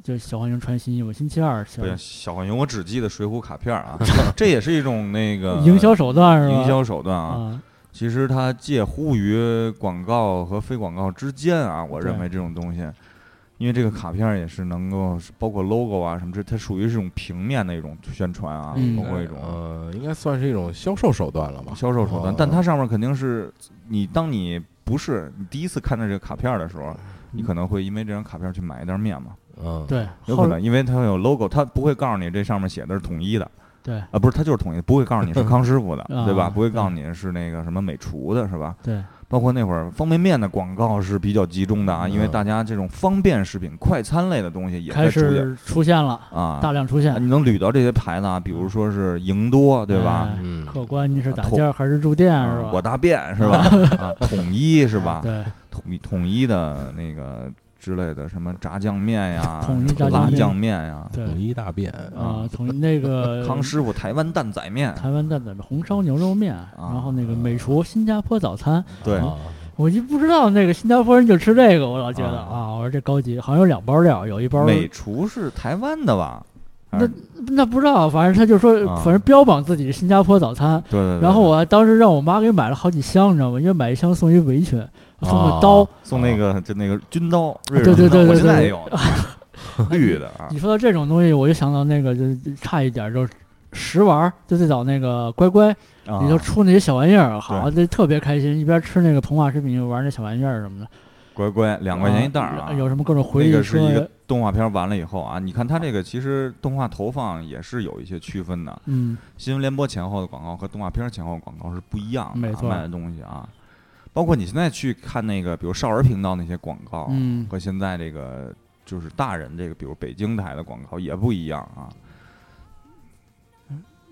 Speaker 2: 就是小浣熊穿新衣服；星期二小
Speaker 3: 不行，小浣熊，我只记得水浒卡片儿啊，这也是一种那个
Speaker 2: 营销手段是吧？
Speaker 3: 呃营销手段啊。
Speaker 2: 啊，
Speaker 3: 其实它介乎于广告和非广告之间啊，我认为这种东西，因为这个卡片儿也是能够包括 logo 啊什么，这它属于是一种平面的一种宣传啊，
Speaker 2: 嗯
Speaker 3: 包括一种
Speaker 1: 呃，应该算是一种销售手段了吧？
Speaker 3: 销售手段，
Speaker 1: 哦
Speaker 3: 但它上面肯定是你当你不是你第一次看到这个卡片的时候，你可能会因为这张卡片去买一袋面嘛。
Speaker 1: 嗯
Speaker 2: 对
Speaker 3: 有可能，因为它有 logo，它不会告诉你这上面写的是统一的。
Speaker 2: 对，
Speaker 3: 啊，不是，它就是统一的，不会告诉你是康师傅的
Speaker 2: 啊
Speaker 3: 对吧？不会告诉你是那个什么美厨的，是吧？
Speaker 2: 对，
Speaker 3: 包括那会儿方便面的广告是比较集中的啊，因为
Speaker 2: 嗯
Speaker 3: 大家这种方便食品、快餐类的东西也在
Speaker 2: 开
Speaker 3: 出现
Speaker 2: 始出现了，
Speaker 3: 啊，
Speaker 2: 大量出现
Speaker 3: 啊你能捋到这些牌子啊，比如说是赢多，对吧？
Speaker 2: 哎
Speaker 1: 嗯，
Speaker 2: 客官，你是打
Speaker 3: 头
Speaker 2: 尖儿还是住店啊是吧？
Speaker 3: 啊我啊大便是
Speaker 2: [LAUGHS]
Speaker 3: 吧？啊，统一是吧？
Speaker 2: 对，
Speaker 3: 统一统一的那个之类的什么炸酱面呀、
Speaker 2: [LAUGHS] 统一炸酱
Speaker 3: 辣
Speaker 2: 面
Speaker 3: 酱面呀，
Speaker 2: 对
Speaker 1: 统一大便，
Speaker 2: 啊，从那个
Speaker 3: [LAUGHS] 康师傅啊台湾蛋仔面，
Speaker 2: 台湾蛋仔面、红烧牛肉面，然后那个美厨新加坡早餐，
Speaker 3: 对
Speaker 1: 啊
Speaker 2: 我就不知道那个新加坡人就吃这个，我老觉得
Speaker 3: 啊
Speaker 2: 啊，我说这高级，好像有两包料，有一包
Speaker 3: 美厨是台湾的吧？还
Speaker 2: 那
Speaker 3: 是
Speaker 2: 那不知道，反正他就说，
Speaker 3: 啊
Speaker 2: 反正标榜自己是新加坡早餐。
Speaker 3: 对对对，
Speaker 2: 然后我当时让我妈给买了好几箱，你知道吗？因为买一箱送一围裙，送个刀。
Speaker 1: 啊
Speaker 3: 送那个就那个军刀，瑞士
Speaker 2: 对对
Speaker 3: 军刀
Speaker 2: 对对
Speaker 3: 我现在
Speaker 2: 对
Speaker 3: 也有
Speaker 2: [LAUGHS]
Speaker 3: 绿的啊
Speaker 2: 你说到这种东西，我就想到那个就就差一点就是食玩儿，就最早那个乖乖
Speaker 3: 啊，
Speaker 2: 里头出那些小玩意儿，好，这特别开心，一边吃那个膨化食品，一边玩那小玩意儿什么的，
Speaker 3: 乖乖两块钱一袋儿啊
Speaker 2: 啊，，有什么各种回
Speaker 3: 那
Speaker 2: 忆
Speaker 3: 个是
Speaker 2: 车
Speaker 3: 一
Speaker 2: 呀
Speaker 3: 个，动画片完了以后啊，你看它这个其实动画投放也是有一些区分的，
Speaker 2: 嗯，
Speaker 3: 新闻联播前后的广告和动画片前后的广告是不一样的啊，
Speaker 2: 没错
Speaker 3: 卖的东西啊，包括你现在去看那个，比如少儿频道那些广告，
Speaker 2: 嗯
Speaker 3: 和现在这个就是大人这个，比如北京台的广告也不一样啊。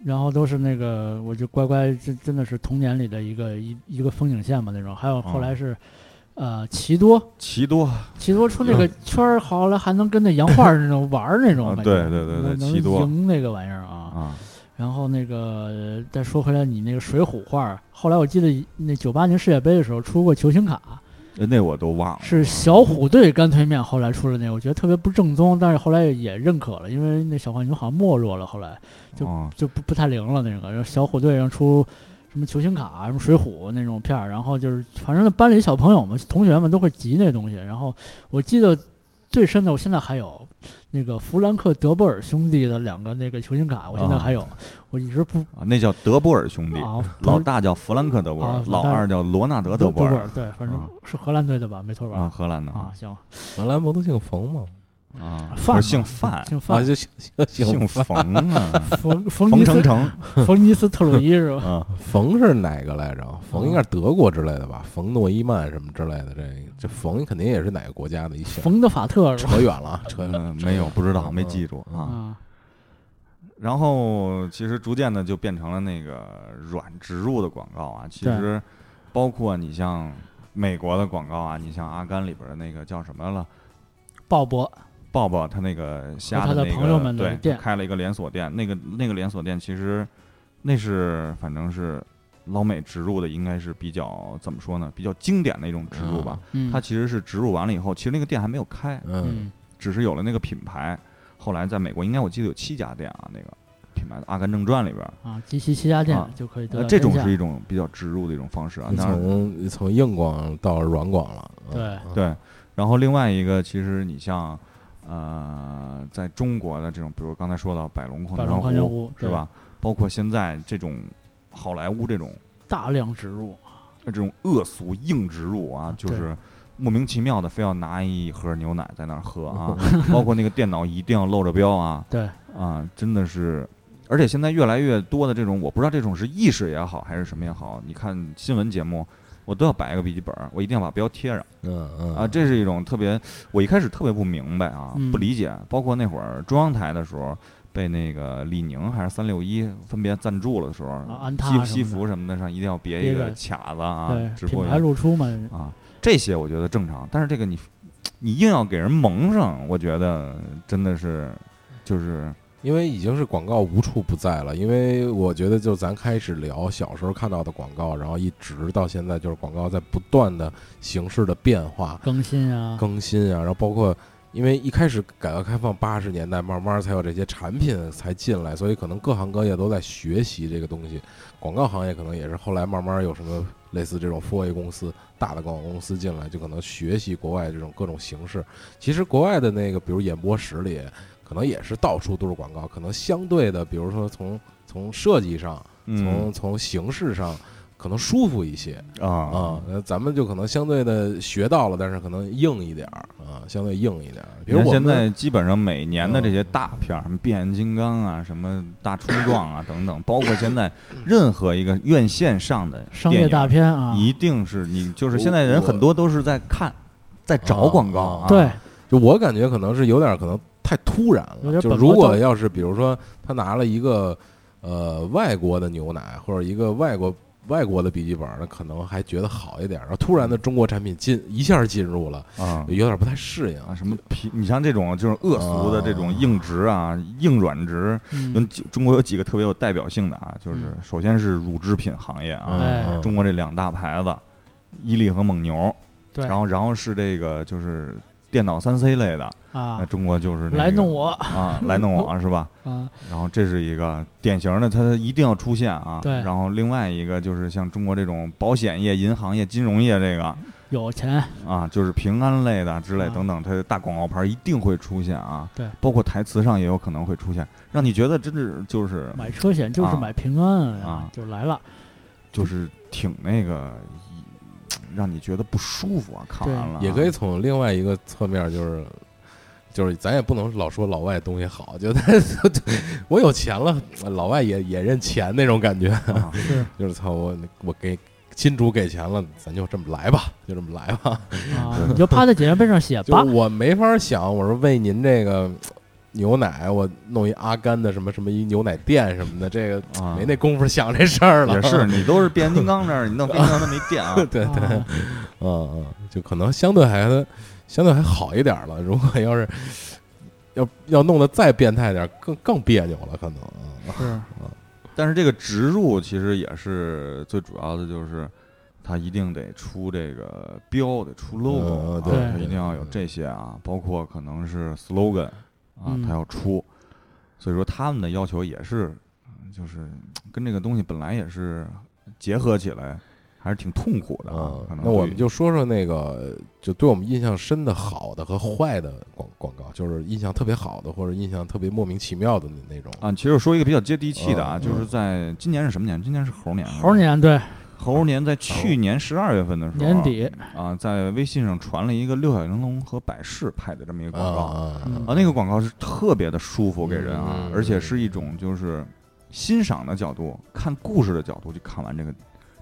Speaker 2: 然后都是那个，我就乖乖，这真的是童年里的一个一一个风景线吧那种。还有后
Speaker 3: 哦
Speaker 2: 来是，呃，奇多，
Speaker 3: 奇多啊
Speaker 2: 奇多出那个圈儿，后来还能跟那洋画儿那种玩儿那种
Speaker 3: 啊
Speaker 2: 感觉，
Speaker 3: 对对对对
Speaker 2: 能
Speaker 3: 奇多
Speaker 2: 能赢那个玩意儿啊。
Speaker 3: 啊，
Speaker 2: 然后那个呃再说回来，你那个水浒画儿，后来我记得那九八年世界杯的时候出过球星卡，
Speaker 3: 呃那我都忘了。
Speaker 2: 是小虎队干脆面后来出的那个，我觉得特别不正宗，但是后来也认可了，因为那小浣熊好像没落了，后来就
Speaker 3: 啊
Speaker 2: 就不不太灵了那个。然后小虎队上出什么球星卡、什么水浒那种片儿，然后就是反正班里小朋友们、同学们都会集那东西。然后我记得最深的，我现在还有那个弗兰克·德贝尔兄弟的两个那个球星卡，我现在还有，我一直不
Speaker 3: 啊，那叫德波尔兄弟，
Speaker 2: 啊，不
Speaker 3: 老
Speaker 2: 是
Speaker 3: 大叫弗兰克·德波尔
Speaker 2: 啊，
Speaker 3: 老二叫罗纳德·
Speaker 2: 德
Speaker 3: 波
Speaker 2: 贝
Speaker 3: 尔
Speaker 2: 尔，对，反正
Speaker 3: 啊
Speaker 2: 是荷兰队的吧，没错
Speaker 3: 啊，
Speaker 2: 吧？
Speaker 3: 荷兰的
Speaker 2: 啊，行，
Speaker 1: 荷兰不都姓冯吗？
Speaker 3: 啊，
Speaker 2: 范
Speaker 3: 不
Speaker 2: 嘛
Speaker 3: 是姓范，
Speaker 2: 姓范
Speaker 1: 啊，。就姓
Speaker 3: 姓
Speaker 1: 姓冯，
Speaker 2: [LAUGHS]
Speaker 3: 冯啊，
Speaker 2: 冯冯
Speaker 3: 冯
Speaker 2: 尼
Speaker 3: 程
Speaker 2: 斯
Speaker 3: 程
Speaker 2: 冯尼斯特鲁伊是吧？
Speaker 3: 啊，
Speaker 1: 冯是哪个来着？冯应该是德国之类的吧？冯诺依曼什么之类的，这这冯肯定也是哪个国家的一项。
Speaker 2: 冯德法特是吧？
Speaker 1: 扯远了，扯远了
Speaker 3: 嗯，，没有，不知道，没记住啊。
Speaker 2: 啊，
Speaker 3: 然后其实逐渐的就变成了那个软植入的广告啊，其
Speaker 2: 对
Speaker 3: 实包括你像美国的广告啊，你像《阿甘》里边的那个叫什么了，
Speaker 2: 鲍勃
Speaker 3: 抱抱他那个虾
Speaker 2: 和他的
Speaker 3: 那个
Speaker 2: 朋友们的
Speaker 3: 对，
Speaker 2: 店
Speaker 3: 开了一个连锁店，那个那个连锁店其实那是反正是老美植入的，应该是比较怎么说呢，比较经典的一种植入吧。
Speaker 2: 嗯
Speaker 3: 它其实是植入完了以后，其实那个店还没有开，
Speaker 1: 嗯，
Speaker 2: 嗯
Speaker 3: 只是有了那个品牌。后来在美国，应该我记得有七家店啊，那个品牌的《阿甘正传》里边。
Speaker 2: 啊，及其七家店
Speaker 3: 啊
Speaker 2: 就可以得
Speaker 3: 那
Speaker 2: 到
Speaker 3: 这种
Speaker 2: 天下
Speaker 3: 是一种比较植入的一种方式啊。
Speaker 1: 你
Speaker 3: 当然，
Speaker 1: 从从硬广到软广了，嗯
Speaker 2: 对，
Speaker 3: 对。然后另外一个，其实你像，呃，在中国的这种，比如刚才说到百龙矿
Speaker 2: 百龙矿
Speaker 3: 泉
Speaker 2: 泉
Speaker 3: 湖
Speaker 2: 壶
Speaker 3: 是吧？包括现在这种好莱坞这种
Speaker 2: 大量植入，
Speaker 3: 这种恶俗硬植入啊，就
Speaker 2: 对
Speaker 3: 是莫名其妙的非要拿一盒牛奶在那儿
Speaker 2: [LAUGHS]
Speaker 3: 喝啊，包括那个电脑一定要露着标啊
Speaker 2: 对，
Speaker 3: 啊，真的是。而且现在越来越多的这种，我不知道这种是意识也好还是什么也好，你看新闻节目，我都要摆一个笔记本儿，我一定要把标贴上
Speaker 1: 嗯嗯
Speaker 3: 啊，这是一种特别，我一开始特别不明白啊，
Speaker 2: 嗯
Speaker 3: 不理解，包括那会儿中央台的时候。被那个李宁还是三六一分别赞助了的时候，
Speaker 2: 啊安踏什么
Speaker 3: 西
Speaker 2: 的
Speaker 3: 西服什么的上一定要别
Speaker 2: 别
Speaker 3: 一
Speaker 2: 一个
Speaker 3: 个卡子啊，直
Speaker 2: 对，
Speaker 3: 播
Speaker 2: 品
Speaker 3: 员
Speaker 2: 牌露出嘛，
Speaker 3: 啊，这些我觉得正常，但是这个你你硬要给人蒙上，我觉得真的是就是
Speaker 1: 因为已经是广告无处不在了。因为我觉得，就咱开始聊小时候看到的广告，然后一直到现在，就是广告在不断的形式的变化、
Speaker 2: 更新啊，
Speaker 1: 更新啊，然后包括。因为一开始改革开放八十年代，慢慢才有这些产品才进来，所以可能各行各业都在学习这个东西。广告行业可能也是后来慢慢有什么类似这种 4A 公司、大的广告公司进来，就可能学习国外这种各种形式。其实国外的那个，比如演播室里，可能也是到处都是广告，可能相对的，比如说从从设计上，
Speaker 3: 嗯
Speaker 1: 从从形式上，可能舒服一些
Speaker 3: 啊
Speaker 1: 啊。那咱们就可能相对的学到了，但是可能硬一点儿啊，相对硬一点儿。比
Speaker 3: 你
Speaker 1: 如
Speaker 3: 看
Speaker 1: 我
Speaker 3: 现
Speaker 1: 们
Speaker 3: 在基本上每年的这些大片儿，什么变形金刚啊，什么大冲撞啊等等，包括现在任何一个院线上的
Speaker 2: 商业大片啊，
Speaker 3: 一定是你就是现在人很多都是在看，在找广告啊。
Speaker 2: 对，
Speaker 1: 就我感觉可能是有点儿可能太突然
Speaker 2: 有
Speaker 1: 了。
Speaker 2: 点
Speaker 1: 就
Speaker 2: 本
Speaker 1: 如
Speaker 2: 末
Speaker 1: 果
Speaker 2: 倒
Speaker 1: 要是比如说他拿了一个呃外国的牛奶或者一个外国外国的笔记本儿，那可能还觉得好一点儿。然后突然的中国产品进一下进入了，
Speaker 3: 啊，
Speaker 1: 有点儿不太适应
Speaker 3: 啊。什么皮？你像这种就是恶俗的这种硬直啊、硬软直，
Speaker 2: 嗯
Speaker 3: 有几中国有几个特别有代表性的啊，就是
Speaker 2: 嗯
Speaker 3: 首先是乳制品行业啊，
Speaker 1: 嗯
Speaker 2: 哎
Speaker 3: 中国这两大牌子，伊利和蒙牛，
Speaker 2: 对
Speaker 3: 然后然后是这个就是电脑三 C 类的，
Speaker 2: 啊
Speaker 3: 那中国就是、
Speaker 2: 来弄我
Speaker 3: 啊，来弄我
Speaker 2: [LAUGHS]
Speaker 3: 是吧？
Speaker 2: 啊，
Speaker 3: 然后这是一个典型的，它一定要出现啊。
Speaker 2: 对
Speaker 3: 然后另外一个就是像中国这种保险业、银行业、金融业这个
Speaker 2: 有钱
Speaker 3: 啊，就是平安类的之类
Speaker 2: 啊
Speaker 3: 等等，它的大广告牌一定会出现啊。
Speaker 2: 对，
Speaker 3: 包括台词上也有可能会出现，让你觉得真是就是
Speaker 2: 买车险就是
Speaker 3: 啊
Speaker 2: 买平安啊
Speaker 3: 啊
Speaker 2: 就来了。
Speaker 3: 就是挺那个，一让你觉得不舒服啊。看完了啊、
Speaker 1: 也可以从另外一个侧面，就是就是咱也不能老说老外东西好， [LAUGHS] 就但是我有钱了，老外也也认钱那种感觉，
Speaker 2: 是
Speaker 1: 就是操我我给金主给钱了，咱就这么来吧，就这么来
Speaker 3: [LAUGHS]
Speaker 1: 吧，
Speaker 2: 啊，你就趴在检验杯上写
Speaker 1: 就
Speaker 2: 吧。
Speaker 1: 我没法想，我说为您这个。牛奶，我弄一阿甘的什么什么一牛奶店什么的，这个 [LAUGHS]
Speaker 3: 啊
Speaker 1: 没那功夫想这事儿了。，
Speaker 3: 也是，你都是变形金刚这儿，你弄变形金刚那么一电啊
Speaker 1: [LAUGHS] 对对，嗯嗯，就可能相对还相对还好一点儿了。如果要是要要弄得再变态点儿，更更别扭了，可能。
Speaker 2: 是
Speaker 3: 但是这个植入其实也是最主要的，就是它一定得出这个标，得出
Speaker 1: 嗯
Speaker 3: logo，、啊、
Speaker 1: 对嗯
Speaker 3: 它一定要有这些啊，包括可能是 slogan 啊
Speaker 2: 嗯，
Speaker 3: 它要出。所以说他们的要求也是，就是跟这个东西本来也是结合起来，还是挺痛苦的啊。可
Speaker 1: 嗯，
Speaker 3: 能
Speaker 1: 那我
Speaker 3: 对
Speaker 1: 们
Speaker 3: 于
Speaker 1: 就说说那个，就对我们印象深的好的和坏的广广告，就是印象特别好的或者印象特别莫名其妙的那那种。
Speaker 3: 啊，其实我说一个比较接地气的啊，
Speaker 1: 嗯
Speaker 3: 就是在今年是什么年？今年是猴年。啊
Speaker 2: 猴。年对
Speaker 3: 猴年在去年十二月份的时候，
Speaker 2: 年底
Speaker 3: 啊，在微信上传了一个六小龄童和百事拍的这么一个广告
Speaker 1: 啊
Speaker 2: 嗯
Speaker 3: 啊，那个广告是特别的舒服给人啊
Speaker 1: 嗯，
Speaker 3: 而且是一种就是欣赏的角度、看故事的角度去看完这个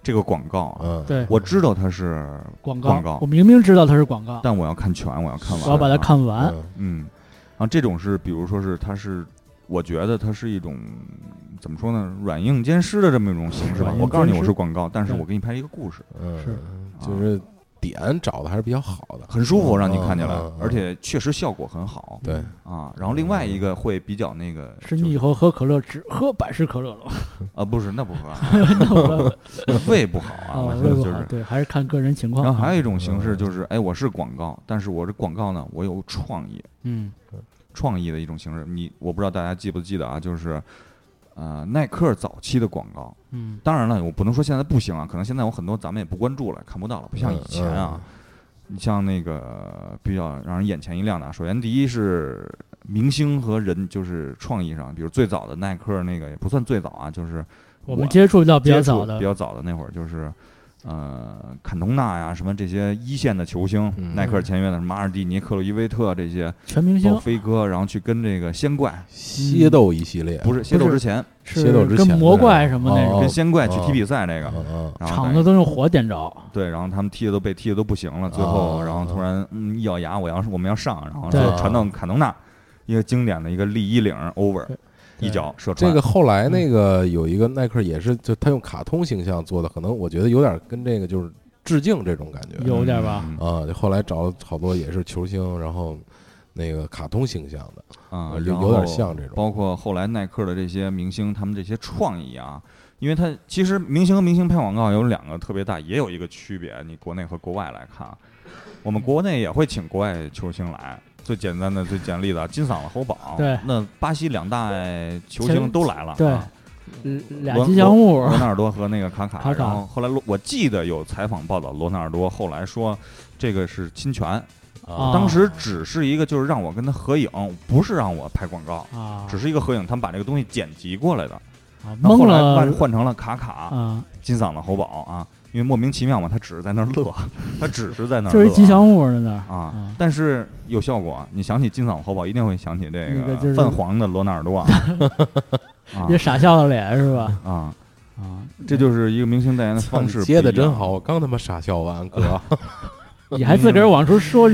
Speaker 3: 这个广告啊。
Speaker 1: 嗯，
Speaker 2: 对
Speaker 3: 我知道它是
Speaker 2: 广
Speaker 3: 告
Speaker 2: 我明明知道它是广告，
Speaker 3: 但我要看全，我要看完，
Speaker 2: 我要把它
Speaker 3: 啊
Speaker 2: 看完。
Speaker 1: 嗯
Speaker 3: 嗯，然后这种是，比如说是，它是，我觉得它是一种怎么说呢，软硬兼施的这么一种形式吧
Speaker 2: 软。硬
Speaker 3: 我告诉你
Speaker 2: 兼
Speaker 3: 我
Speaker 2: 施
Speaker 3: 是广告，但是
Speaker 2: 对
Speaker 3: 我给你拍一个故事，
Speaker 1: 嗯，
Speaker 2: 是
Speaker 1: 就是点找的还是比较好的。
Speaker 3: 很舒服，让你看起来
Speaker 1: 嗯嗯嗯，
Speaker 3: 而且确实效果很好。
Speaker 1: 对，
Speaker 3: 啊，然后另外一个会比较那个，
Speaker 2: 是
Speaker 3: 就
Speaker 2: 你以后喝可乐只喝百事可乐了，
Speaker 3: 啊，不是那不喝，
Speaker 2: [LAUGHS] 那我
Speaker 3: 胃不好
Speaker 2: 啊，
Speaker 3: 啊，我
Speaker 2: 我
Speaker 3: 觉得
Speaker 2: 胃不
Speaker 3: 就
Speaker 2: 好，
Speaker 3: 是。
Speaker 2: 对，还是看个人情况。
Speaker 3: 然后还有一种形式就是，哎，我是广告，但是我这广告呢，我有创意，
Speaker 2: 嗯，
Speaker 3: 创意的一种形式。你我不知道大家记不记得啊，就是，呃，耐克早期的广告，
Speaker 2: 嗯
Speaker 3: 当然了，我不能说现在不行啊，可能现在我很多咱们也不关注了，看不到了，不像以前
Speaker 1: 嗯
Speaker 3: 啊。你像那个比较让人眼前一亮的啊，首先第一是明星和人，就是创意上，比如最早的耐克那个也不算最早啊，就是
Speaker 2: 我们接触到比较
Speaker 3: 接触
Speaker 2: 早的
Speaker 3: 比，较早的那会儿就是。呃，坎通纳呀，什么这些一线的球星，
Speaker 1: 嗯
Speaker 3: 耐克签约的什么马尔蒂尼、克洛伊维特这些，
Speaker 2: 全明
Speaker 3: 包
Speaker 2: 星
Speaker 3: 括飞哥，然后去跟这个仙怪，
Speaker 1: 械斗一系列，
Speaker 3: 不是仙斗
Speaker 2: 不是
Speaker 3: 之前，
Speaker 2: 是
Speaker 1: 械斗之
Speaker 2: 跟
Speaker 1: 前
Speaker 2: 魔
Speaker 1: 的
Speaker 2: 怪什么那
Speaker 1: 哦
Speaker 2: 种，
Speaker 3: 跟仙怪去
Speaker 1: 哦
Speaker 3: 踢比赛那个，
Speaker 1: 嗯嗯
Speaker 3: 然后
Speaker 2: 场
Speaker 3: 等于
Speaker 2: 子都用火点着。
Speaker 3: 对，然后他们踢的都被踢的都不行了，最后
Speaker 1: 啊
Speaker 3: 然后突然嗯一咬牙，我要是我们要上，然
Speaker 2: 哦
Speaker 3: 后
Speaker 2: 对
Speaker 3: 就传到坎通纳，一个经典的一个立一领 over
Speaker 2: 对
Speaker 3: 一脚射穿，
Speaker 1: 这个后来那个有一个耐克也是，就他用卡通形象做的，可能我觉得有点跟这个就是致敬这种感觉。
Speaker 2: 有点吧
Speaker 3: 嗯
Speaker 1: 啊，就后来找了好多也是球星，然后那个卡通形象的，
Speaker 3: 啊，
Speaker 1: 有
Speaker 3: 然后
Speaker 1: 有点像这种
Speaker 3: 包括后来耐克的这些明星，他们这些创意啊，因为他其实明星和明星拍广告有两个特别大，也有一个区别，你国内和国外来看啊，我们国内也会请国外球星来。最简单的、最简历的，金嗓子喉宝。
Speaker 2: 对
Speaker 3: 那巴西两大球
Speaker 2: 前
Speaker 3: 星都来了。
Speaker 2: 对
Speaker 3: 啊
Speaker 2: 嗯俩
Speaker 3: 罗
Speaker 2: 吉祥物
Speaker 3: [LAUGHS]
Speaker 2: [LAUGHS]
Speaker 3: 罗罗纳尔多和那个卡卡。
Speaker 2: 卡卡
Speaker 3: 然后后来罗我记得有采访报道，罗纳尔多后来说这个是侵权，
Speaker 2: 啊
Speaker 3: 当时只是一个就是让我跟他合影，不是让我拍广告，
Speaker 2: 啊，
Speaker 3: 只是一个合影，他们把这个东西剪辑过来的。
Speaker 2: 啊
Speaker 3: 然后后
Speaker 2: 懵
Speaker 3: 来
Speaker 2: 了
Speaker 3: 换换成了卡卡
Speaker 2: 啊，
Speaker 3: 金嗓子喉宝啊，因为莫名其妙嘛，他只是在那儿乐，他只是在那儿乐啊，
Speaker 2: 就是一吉祥物在那儿
Speaker 3: 啊，但是有效果。你想起金嗓子喉宝，一定会想起这
Speaker 2: 那个就是
Speaker 3: 泛黄的罗纳尔多
Speaker 2: [LAUGHS]
Speaker 3: 啊，啊
Speaker 2: 也傻笑的脸是
Speaker 3: [LAUGHS]
Speaker 2: 吧？
Speaker 3: 啊
Speaker 2: 啊，
Speaker 3: 这就是一个明星代言的方式。
Speaker 1: 接的真
Speaker 3: 好，
Speaker 1: 好，
Speaker 3: [LAUGHS]
Speaker 1: 我刚他妈傻笑
Speaker 3: 呃
Speaker 1: 完，哥，
Speaker 2: 你还自个儿往出
Speaker 3: [LAUGHS]
Speaker 2: 说，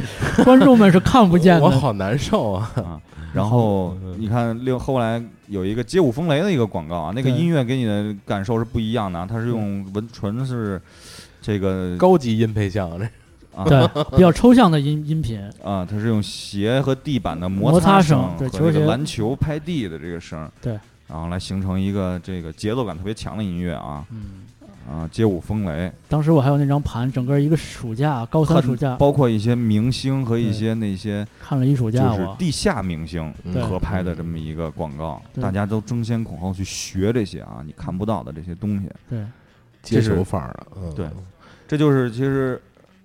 Speaker 2: 观众们是看不见
Speaker 1: 我
Speaker 2: 的。
Speaker 1: 好难受啊
Speaker 3: 啊！然后
Speaker 2: 嗯
Speaker 3: 你看六后来有一个接舞风雷的一个广告啊，那个
Speaker 1: 对
Speaker 3: 音乐给你的感受是不一样的啊，它是用
Speaker 2: 嗯
Speaker 3: 文纯是这个
Speaker 1: 高级音配
Speaker 3: [LAUGHS]
Speaker 1: 像这
Speaker 3: 啊
Speaker 2: 对，比较抽象的音音频，
Speaker 3: 啊，它是用鞋和地板的
Speaker 2: 摩
Speaker 3: 擦
Speaker 2: 擦
Speaker 3: 声
Speaker 2: 声对
Speaker 3: 和
Speaker 2: 球
Speaker 3: 这个
Speaker 2: 鞋
Speaker 3: 篮球拍地的这个声儿，
Speaker 2: 对，
Speaker 3: 然后来形成一个这个节奏感特别强的音乐啊
Speaker 2: 嗯，
Speaker 3: 啊，街舞风雷，
Speaker 2: 当时我还有那张盘，整个一个暑假，高三
Speaker 3: 很
Speaker 2: 暑假
Speaker 3: 包括一些明星和一些那些
Speaker 2: 看了一暑假
Speaker 3: 就
Speaker 2: 我，
Speaker 3: 是地下明星
Speaker 2: 对嗯
Speaker 3: 合拍的这么一个广告，
Speaker 2: 对
Speaker 3: 大家都争先恐后去学这些啊，你看不到的这些东西。
Speaker 2: 对，
Speaker 1: 接
Speaker 3: 这
Speaker 1: 手
Speaker 3: 是
Speaker 1: 法儿了，嗯，
Speaker 3: 对，这就是其实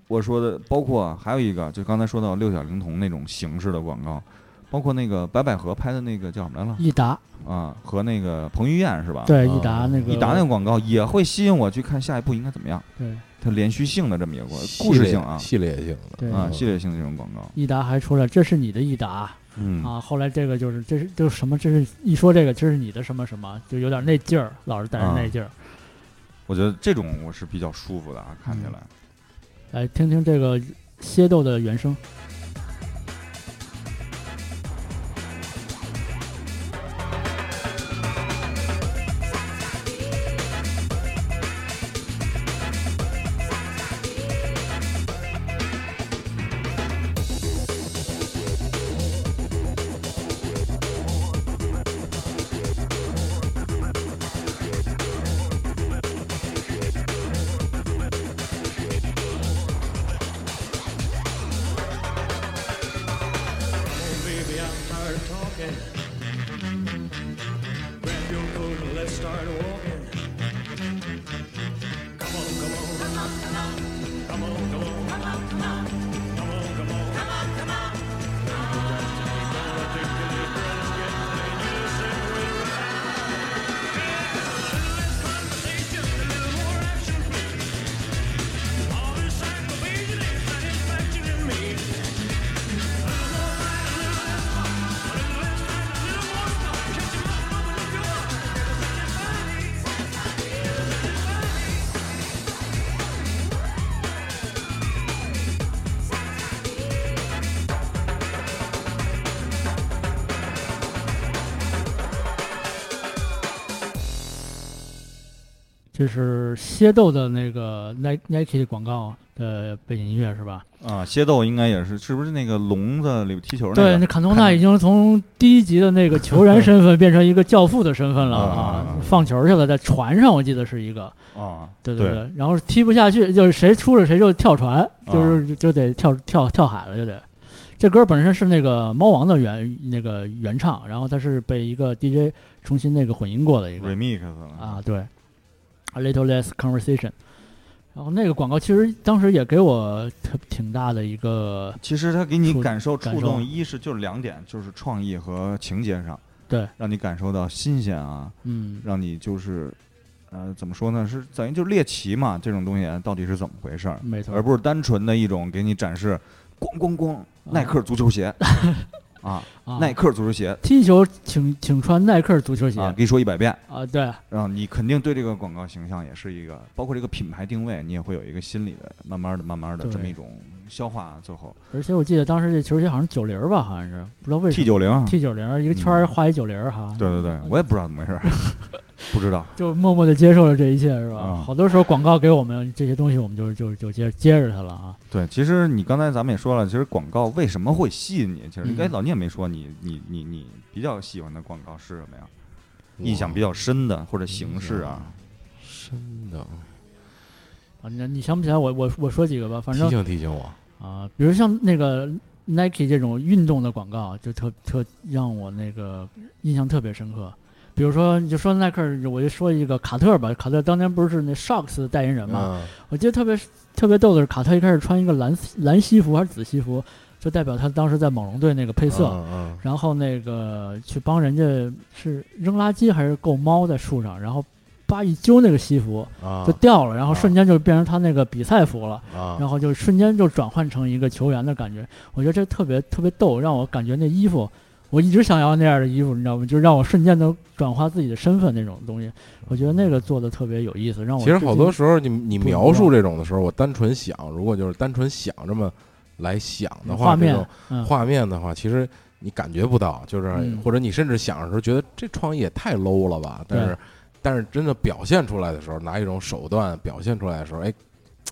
Speaker 3: 我说的，包括还有一个，就刚才说到六小龄童那种形式的广告，包括那个白百合拍的那个叫什么来了？
Speaker 2: 益达，
Speaker 3: 啊，和那个彭于晏是吧？
Speaker 2: 对益达那个
Speaker 3: 益达那个广告也会吸引我去看下一步应该怎么样，
Speaker 2: 对
Speaker 3: 它连续性的这么一个故
Speaker 1: 系
Speaker 3: 故事
Speaker 1: 列
Speaker 3: 性啊，
Speaker 1: 系列性的
Speaker 2: 对
Speaker 3: 啊，系列性的这种广告，
Speaker 2: 益达还出了这是你的益达，
Speaker 3: 嗯
Speaker 2: 啊，后来这个就是这是就是什么，这是一说这个这是你的什么什么，就有点那劲儿，老是带
Speaker 3: 啊
Speaker 2: 着那劲儿。
Speaker 3: 我觉得这种我是比较舒服的啊，看起来。
Speaker 2: 来听听这个蝎豆的原声，
Speaker 11: Baby, I'm tired of talking. Grab your coat and let's start walking. Come on, come on. Come on, come on. Come on, come on. Come on, come on. Come on, come on. Come on, come on. All this aggravation and satisfaction in me.
Speaker 2: 这是蝎豆的那个 Ni- Nike 的广告的背景音乐是吧？
Speaker 3: 啊，蝎豆应该也是，是不是那个笼子里踢球那个？
Speaker 2: 对，那坎通纳已经从低级的那个球员身份变成一个教父的身份了
Speaker 3: 啊啊
Speaker 2: 啊，放球去了，在船上我记得是一个，
Speaker 3: 啊，
Speaker 2: 对
Speaker 3: 对啊
Speaker 2: 对，然后踢不下去，就是谁出了谁就跳船，就是就就得跳跳跳海了，就得。这歌本身是那个猫王的原那个原唱，然后它是被一个 DJ 重新那个混音过的一个
Speaker 3: remix 了
Speaker 2: 啊，对，A Little Less Conversation。然后那个广告其实当时也给我特挺大的一个，
Speaker 3: 其实它给你
Speaker 2: 触
Speaker 3: 感受
Speaker 2: 感
Speaker 3: 触
Speaker 2: 受
Speaker 3: 动，一是就是两点，就是创意和情节上，
Speaker 2: 对，
Speaker 3: 让你感受到新鲜啊，
Speaker 2: 嗯
Speaker 3: 让你就是，呃，怎么说呢？是等于就是猎奇嘛，这种东西到底是怎么回事儿，
Speaker 2: 没错
Speaker 3: 而不是单纯的一种给你展示，咣咣咣，耐克足
Speaker 2: [LAUGHS]
Speaker 3: 球鞋，啊，
Speaker 2: 啊
Speaker 3: 耐克足球鞋
Speaker 2: 踢球请请穿耐克足球鞋
Speaker 3: 啊，给你说一百遍。
Speaker 2: 啊，对，
Speaker 3: 然后你肯定对这个广告形象也是一个，包括这个品牌定位，你也会有一个心理的，慢慢的、慢慢的
Speaker 2: 对
Speaker 3: 这么一种消化。最后
Speaker 2: 而且我记得当时这球鞋好像九零吧，好像是不知道为什么
Speaker 3: T 九零嗯
Speaker 2: T 九零一个圈儿画一九零哈，
Speaker 3: 对对对，我也不知道怎么回事儿， [LAUGHS] 不知道。
Speaker 2: 就默默的接受了这一切是吧？
Speaker 3: 啊
Speaker 2: 好多时候广告给我们这些东西，我们就就就接接着它了啊。
Speaker 3: 对，其实你刚才咱们也说了，其实广告为什么会吸引你？其实
Speaker 2: 嗯
Speaker 3: 应该老聂没说，你你你你比较喜欢的广告是什么呀？
Speaker 1: 我
Speaker 3: 印象比较深的或者形式啊？
Speaker 1: 深的，
Speaker 2: 啊，你你想不起来我我我说几个吧，反
Speaker 1: 提
Speaker 2: 正
Speaker 1: 醒提醒我，
Speaker 2: 啊，比如像那个 Nike 这种运动的广告，就特特让我那个印象特别深刻。比如说，你就说耐克儿，我就说一个卡特吧。卡特当年不是那 Shocks 的代言人嘛？
Speaker 1: 嗯
Speaker 2: 我记得特别特别逗的是，卡特一开始穿一个蓝蓝西服还是紫西服，就代表他当时在猛龙队那个配色，
Speaker 1: 嗯嗯
Speaker 2: 然后那个去帮人家是扔垃圾还是够猫在树上，然后叭一揪那个西服、
Speaker 1: 啊
Speaker 2: 就掉了，然后瞬间就变成他那个比赛服了，
Speaker 1: 啊
Speaker 2: 然后就瞬间就转换成一个球员的感觉，我觉得这特别特别逗，让我感觉那衣服。我一直想要那样的衣服，你知道吗？就让我瞬间能转化自己的身份那种东西，我觉得那个做的特别有意思，让我
Speaker 1: 其实
Speaker 2: 至
Speaker 1: 好
Speaker 2: 今
Speaker 1: 多时候你你
Speaker 2: 哦不
Speaker 1: 描
Speaker 2: 一
Speaker 1: 述
Speaker 2: 样
Speaker 1: 这种的时候，我单纯想，如果就是单纯想这么来想的
Speaker 2: 嗯
Speaker 1: 话，
Speaker 2: 画
Speaker 1: 这
Speaker 2: 面
Speaker 1: 种
Speaker 2: 嗯
Speaker 1: 画面的话，其实你感觉不到，就是
Speaker 2: 嗯
Speaker 1: 或者你甚至想的时候觉得这创意也太 low 了吧，但
Speaker 2: 对
Speaker 1: 是但是真的表现出来的时候，拿一种手段表现出来的时候，哎，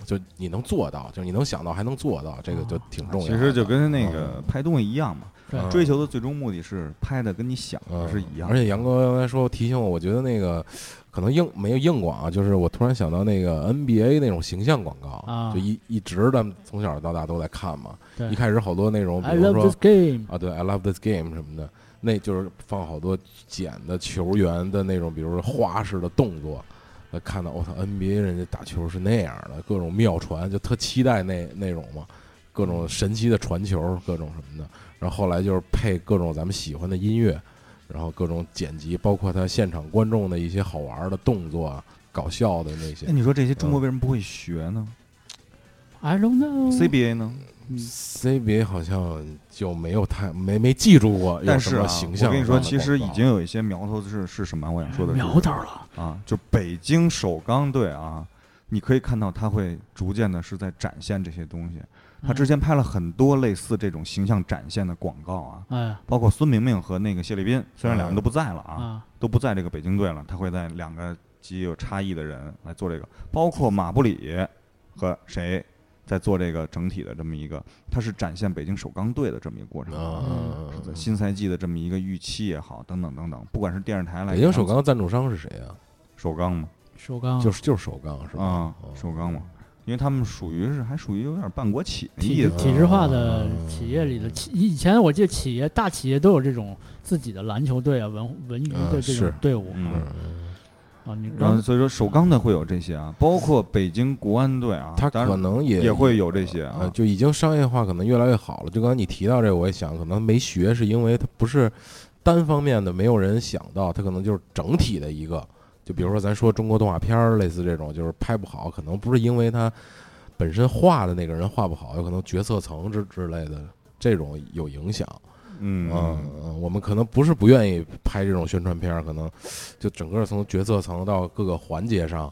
Speaker 1: 就你能做到，就是你能想到还能做到，
Speaker 2: 哦
Speaker 1: 这个就挺重要的。嗯
Speaker 3: 其实就跟那个拍东西一样嘛，
Speaker 2: 嗯
Speaker 1: 对
Speaker 3: 追求的最终目的是拍的跟你想的是一样
Speaker 1: 嗯而
Speaker 3: 的。
Speaker 1: 且杨哥刚才说提醒我，我觉得那个可能硬没有硬广啊，就是我突然想到那个 NBA 那种形象广告，
Speaker 2: 啊
Speaker 1: 就一一直咱们从小到大都在看嘛。
Speaker 2: 对
Speaker 1: 一开始好多那种，比
Speaker 2: I
Speaker 1: 如
Speaker 2: love
Speaker 1: 说
Speaker 2: this game
Speaker 1: 啊，对，I love this game 什么的，那就是放好多剪的球员的那种，比如说花式的动作。呃看到我操、NBA 人家打球是那样的，各种妙传，就特期待那那种嘛，各种神奇的传球，各种什么的。然后后来就是配各种咱们喜欢的音乐，然后各种剪辑，包括他现场观众的一些好玩的动作啊、搞笑的那些。
Speaker 3: 哎那你说这些
Speaker 1: 嗯
Speaker 3: 中国为什么不会学呢
Speaker 2: I don't know
Speaker 3: ？CBA 呢？
Speaker 1: CBA 好像就没有太没没记住过有
Speaker 3: 但
Speaker 1: 什
Speaker 3: 是
Speaker 1: 么
Speaker 3: 啊，
Speaker 1: 形象
Speaker 3: 我
Speaker 1: 上的广告。
Speaker 3: 跟你说，其实已经有一些苗头是是什么？我想说的是
Speaker 2: 苗头了
Speaker 3: 啊，就北京首钢队啊，你可以看到他会逐渐的是在展现这些东西。他
Speaker 2: 嗯
Speaker 3: 之前拍了很多类似这种形象展现的广告啊，
Speaker 2: 哎
Speaker 3: 包括孙明明和那个谢立斌，虽然两个人都不在了啊，
Speaker 2: 啊
Speaker 3: 都不在这个北京队了，他会在两个极有差异的人来做这个，包括马布里和谁在做这个整体的这么一个，它是展现北京首钢队的这么一个过程，
Speaker 1: 嗯
Speaker 3: 是在新赛季的这么一个预期也好，等等等等，不管是电视台来，
Speaker 1: 北京首钢赞助商是谁啊？
Speaker 3: 首钢吗？
Speaker 2: 首钢
Speaker 1: 就是就是首钢是吧？哦
Speaker 3: 啊，首钢嘛，因为他们属于是还属于有点半国企的意
Speaker 2: 体
Speaker 3: 思，啊
Speaker 2: 体制化的企业里的企，以前我记得企业大企业都有这种自己的篮球队啊、文文娱的
Speaker 3: 嗯
Speaker 2: 这种
Speaker 3: 是
Speaker 2: 队伍
Speaker 3: 嗯
Speaker 2: 啊。你
Speaker 3: 然
Speaker 2: 刚
Speaker 3: 后所以说首钢的会有这些啊，包括北京国安队啊，
Speaker 1: 他
Speaker 3: 当然
Speaker 1: 可能也
Speaker 3: 也会有这些
Speaker 1: 呃，
Speaker 3: 啊，
Speaker 1: 就已经商业化可能越来越好了。就刚才你提到这，我也想，可能没学是因为它不是单方面的，没有人想到，它可能就是整体的一个。就比如说咱说中国动画片儿，类似这种，就是拍不好，可能不是因为它本身画的那个人画不好，有可能决策层之之类的这种有影响。
Speaker 3: 嗯
Speaker 1: 嗯，我们可能不是不愿意拍这种宣传片儿，可能就整个从决策层到各个环节上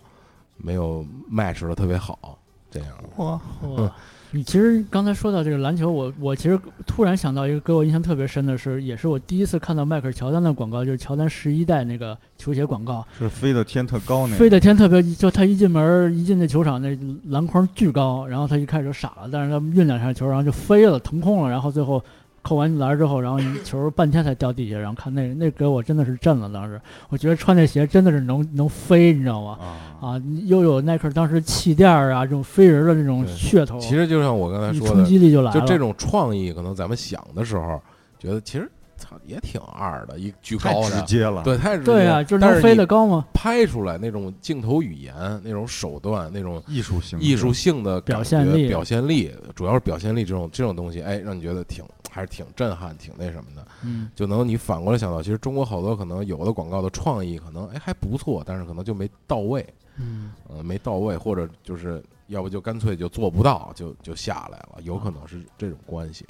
Speaker 1: 没有 match 的特别好，这样。
Speaker 2: 哇
Speaker 3: 呃
Speaker 2: 哇！啊你其实刚才说到这个篮球，我我其实突然想到一个给我印象特别深的是，也是我第一次看到迈克尔乔丹的广告，就是乔丹十一代那个球鞋广告，
Speaker 3: 是飞的天特
Speaker 1: 嗯
Speaker 3: 高那个
Speaker 2: 飞的天特别，就他一进门儿一进那球场，那篮筐巨高，然后他一开始就傻了，但是他运两下球，然后就飞了，腾空了，然后最后扣完篮儿之后，然后一球半天才掉地下，然后看那 [LAUGHS] 那给我真的是震了，当时我觉得穿那鞋真的是能能飞，你知道吗？啊，又有耐克当时气垫儿啊这种飞人的这种噱头，
Speaker 1: 其实就像我刚才
Speaker 2: 哦你
Speaker 1: 说的，
Speaker 2: 冲击力就来了，
Speaker 1: 这种创意，可能咱们想的时候，觉得其实操也挺二的，一巨高的
Speaker 3: 太直接了
Speaker 1: 对，太直接了
Speaker 2: 对啊，就是
Speaker 1: 但
Speaker 2: 能
Speaker 1: 是
Speaker 2: 飞
Speaker 1: 你
Speaker 2: 得高吗？
Speaker 1: 拍出来那种镜头语言、那种手段、那种
Speaker 3: 艺术性
Speaker 1: 艺术性的
Speaker 2: 表
Speaker 1: 感
Speaker 2: 现
Speaker 1: 觉
Speaker 2: 力
Speaker 1: 表现力，主要是表现力这种这种东西，哎，让你觉得挺还是挺震撼、挺那什么的。
Speaker 2: 嗯，
Speaker 1: 就能你反过来想到，其实中国好多可能有的广告的创意可能哎还不错，但是可能就没到位，
Speaker 2: 嗯，
Speaker 1: 呃没到位，或者就是要不就干脆就做不到，就就下来
Speaker 2: 嗯
Speaker 1: 了，有可能是这种关系。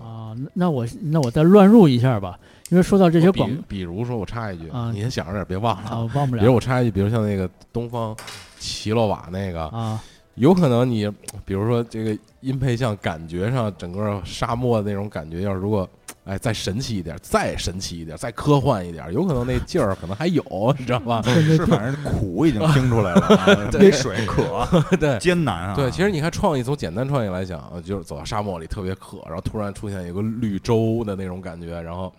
Speaker 2: 啊，那那我那我再乱入一下吧，因为说到这些广
Speaker 1: 比比如说我插一句，
Speaker 2: 啊
Speaker 1: 你先想着点，别忘了，
Speaker 2: 啊忘不了
Speaker 1: 比如我插一句，比如像那个东方奇洛瓦那个
Speaker 2: 啊。
Speaker 1: 有可能你，比如说这个音配像感觉上，整个沙漠的那种感觉，要是如果，哎，再神奇一点，再神奇一点，再科幻一点，有可能那劲儿可能还有，你知道
Speaker 2: [LAUGHS]
Speaker 1: 吧？ [LAUGHS]
Speaker 3: 嗯是反正苦已经听出来了啊
Speaker 1: 对
Speaker 3: 没水渴
Speaker 1: 对，
Speaker 3: [LAUGHS] 艰难啊
Speaker 1: 对，其实你看创意，从简单创意来讲，呃就是走到沙漠里特别渴，然后突然出现一个绿洲的那种感觉，然后，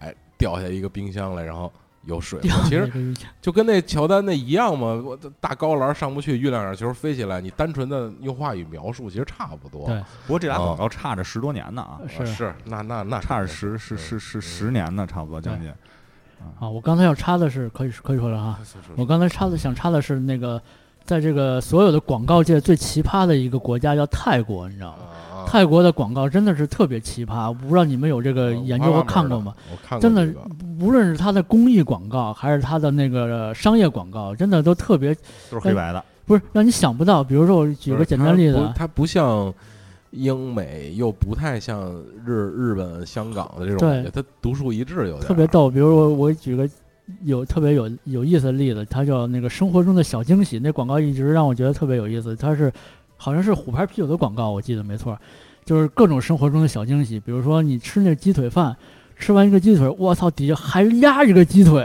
Speaker 1: 哎，掉下一个冰箱来，然后有水
Speaker 2: 掉
Speaker 1: 了。其
Speaker 2: [LAUGHS] 下
Speaker 1: 实
Speaker 2: 一个冰箱
Speaker 1: 就跟那乔丹那一样嘛，我这大高栏上不去，运两下球飞起来，你单纯的用话语描述，其实差不多。
Speaker 3: 对不过这俩广告
Speaker 1: 嗯
Speaker 3: 差着十多年呢啊，
Speaker 1: 是是那那那
Speaker 3: 差着十十十十十年呢，差不多将近。
Speaker 2: 啊，我刚才要插的是，可以可以说了哈
Speaker 3: 是是是。
Speaker 2: 我刚才插的想插的是
Speaker 1: 啊
Speaker 2: 那个，在这个所有的广告界最奇葩的一个国家叫泰国，你知道吗？泰国的广告真的是特别奇葩，我不知道你们有这个呃研究
Speaker 1: 花
Speaker 2: 和
Speaker 1: 花
Speaker 2: 看
Speaker 1: 门
Speaker 2: 过
Speaker 1: 的
Speaker 2: 吗？
Speaker 1: 我看过
Speaker 2: 真的
Speaker 1: 这个，
Speaker 2: 无论是它的公益广告还是它的那个商业广告，真的都特别
Speaker 3: 都是黑白的，
Speaker 2: 不是让你想不到。比如说，我举个简单例子
Speaker 1: 它
Speaker 2: 啊
Speaker 1: 不，它不像英美，又不太像日日本、香港的这种
Speaker 2: 对
Speaker 1: 感觉，它独树一帜，有点
Speaker 2: 特别逗。比如我我举个有特别有有意思的例子，它叫那个生活中的小惊喜。那广告一直让我觉得特别有意思，它是好像是虎牌啤酒的广告，我记得没错，就是各种生活中的小惊喜。比如说你吃那鸡腿饭。吃完一个鸡腿，我操，底下还压一个鸡腿，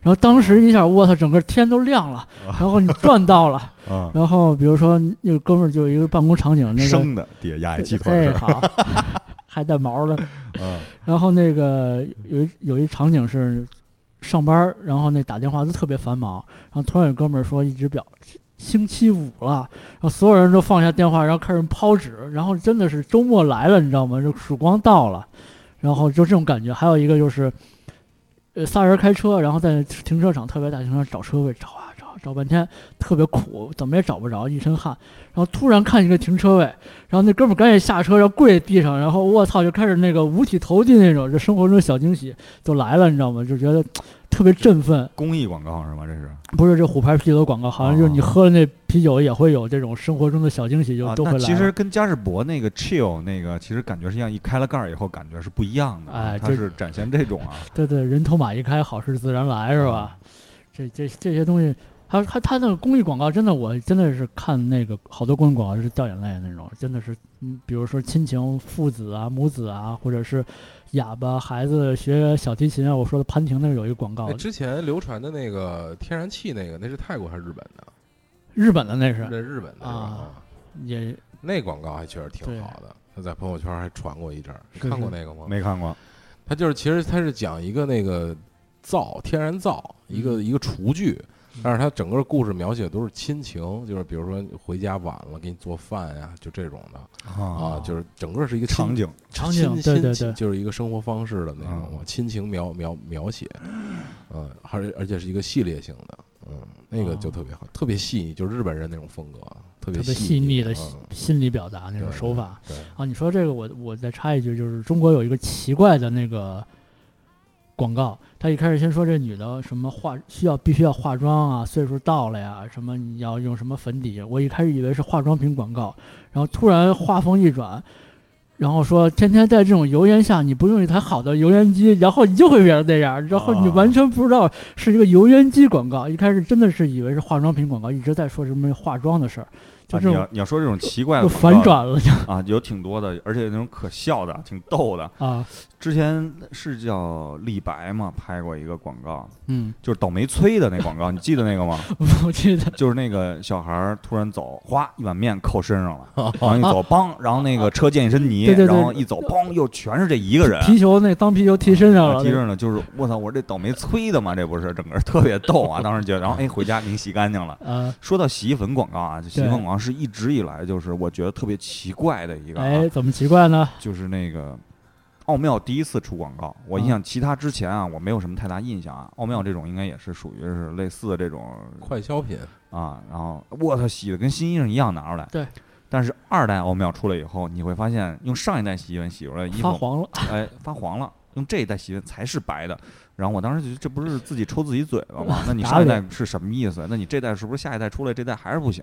Speaker 2: 然后当时一下，我操，整个天都亮
Speaker 3: [LAUGHS]
Speaker 2: 了，然后你赚到了。
Speaker 3: 啊
Speaker 2: 然后比如说，那个哥们儿就有一个办公场景，那个
Speaker 3: 生的底下压一鸡腿
Speaker 2: 哎
Speaker 3: 是吧
Speaker 2: 好， [LAUGHS] 还带毛的。
Speaker 3: 嗯
Speaker 2: 然后那个有一有一场景是上班儿，然后那打电话都特别繁忙，然后突然有哥们儿说一只表星期五了，然后所有人都放下电话，然后开始抛纸，然后真的是周末来了，你知道吗？就曙光到了，然后就这种感觉。还有一个就是，呃，仨人开车，然后在停车场特别大停车场找车位，找啊找，找半天特别苦，怎么也找不着，一身汗。然后突然看一个停车位，然后那哥们儿赶紧下车，然后跪地上，然后我操，就开始那个五体投地那种，这生活中的小惊喜就来了，你知道吗？就觉得特别振奋。
Speaker 3: 公益广告是吗？这是
Speaker 2: 不是这虎牌啤酒的广告，好像就是
Speaker 3: 哦
Speaker 2: 你喝了那啤酒也会有这种生活中的小惊喜，就
Speaker 3: 啊，
Speaker 2: 都会来
Speaker 3: 那
Speaker 2: 了。
Speaker 3: 其实跟嘉士伯那个 Chill 那个其实感觉是一样，一开了盖儿以后感觉是不一样的啊，
Speaker 2: 哎
Speaker 3: 它
Speaker 2: 这
Speaker 3: 是展现这种啊，
Speaker 2: 对对，人头马一开，好事自然来，是吧？
Speaker 1: 嗯
Speaker 2: 这这这些东西，还有他他那个公益广告，真的我真的是看那个好多公益广告是掉眼泪的那种，真的是，嗯，比如说亲情、父子啊、母子啊，或者是哑巴孩子学小提琴啊，我说的潘婷那儿有一个广告
Speaker 1: 哎，之前流传的那个天然气，那个那是泰国还是日本的？
Speaker 2: 日本的那是
Speaker 1: 那日本的是吧哦
Speaker 2: 啊，也
Speaker 1: 那广告还确实挺
Speaker 2: 对
Speaker 1: 好的，他在朋友圈还传过一阵儿，你
Speaker 2: 是
Speaker 1: 看过
Speaker 2: 是
Speaker 1: 那个吗？
Speaker 3: 没看过。
Speaker 1: 他就是其实他是讲一个那个灶，天然灶，一
Speaker 2: 嗯
Speaker 1: 个一个厨具，但是他整个故事描写都是亲情，就是比如说回家晚了给你做饭呀、就这种的
Speaker 3: 啊
Speaker 2: 哦
Speaker 1: 啊，就是整个是一个亲
Speaker 3: 场景
Speaker 2: 场
Speaker 1: 亲
Speaker 2: 景对
Speaker 1: 亲
Speaker 2: 对
Speaker 1: 情
Speaker 2: 对
Speaker 1: 就是一个生活方式的那
Speaker 3: 嗯
Speaker 1: 种亲情描描描写，嗯，还而且是一个系列性的，嗯，那个就特别好，特别细腻，就是日本人那种风格，特别
Speaker 2: 哦特别
Speaker 1: 细
Speaker 2: 细腻的
Speaker 1: 嗯
Speaker 2: 心理表达那种
Speaker 1: 对
Speaker 2: 手法
Speaker 1: 对。
Speaker 2: 啊，你说这个我我再插一句，就是中国有一个奇怪的那个广告，他一开始先说这女的什么化需要必须要化妆啊，岁数到了呀，什么你要用什么粉底，我一开始以为是化妆品广告，然后突然画风一转。然后说，天天在这种油烟下，你不用一台好的油烟机，然后你就会变成那样。然后你完全不知道是一个油烟机广告，一开始真的是以为是化妆品广告，一直在说什么化妆的事儿。就
Speaker 3: 啊
Speaker 2: 这
Speaker 3: 你
Speaker 2: 种
Speaker 3: 要你要说这种奇怪的
Speaker 2: 就
Speaker 3: 广
Speaker 2: 反
Speaker 3: 告
Speaker 2: 转了就
Speaker 3: 啊，有挺多的，而且那种可笑的，挺逗的
Speaker 2: 啊。
Speaker 3: 之前是叫李白嘛，拍过一个广告，
Speaker 2: 嗯，
Speaker 3: 就是倒霉催的那广告，你记得那
Speaker 2: [LAUGHS]
Speaker 3: 个吗？
Speaker 2: 我记得，
Speaker 3: 就是那个小孩儿突然走，哗，一碗面扣身
Speaker 2: [LAUGHS]
Speaker 3: 上了，然后一走，梆，然后那个车溅一身泥，
Speaker 2: 对对对
Speaker 3: 然后一走，梆，又全是这一个人。
Speaker 2: 皮球那当皮球踢身上了，
Speaker 3: 提着呢，就是我操，我这倒霉催的嘛，这不是整个特别逗啊！当时觉得，然后哎，回家给你洗干净了。
Speaker 2: 啊
Speaker 3: 说到洗衣粉广告啊，这洗衣粉
Speaker 2: 对
Speaker 3: 广告是一直以来就是我觉得特别奇怪的一个、啊，
Speaker 2: 哎，怎么奇怪呢？
Speaker 3: 就是那个奥妙第一次出广告，我印
Speaker 2: 嗯
Speaker 3: 象其他之前啊，我没有什么太大印象啊。奥妙这种应该也是属于是类似的这种
Speaker 1: 快消品
Speaker 3: 啊，然后我操，洗的跟新衣裳一样拿出来。
Speaker 2: 对。
Speaker 3: 但是二代奥妙出来以后，你会发现用上一代洗衣粉洗出来的衣服
Speaker 2: 发黄了，？
Speaker 3: 哎，发黄了。用这一代洗衣粉才是白的，然后我当时就觉得这不是自己抽自己嘴巴吗那你
Speaker 2: 打
Speaker 3: 上一代
Speaker 2: 脸
Speaker 3: 是什么意思？那你这代是不是下一代出来这代还是不行？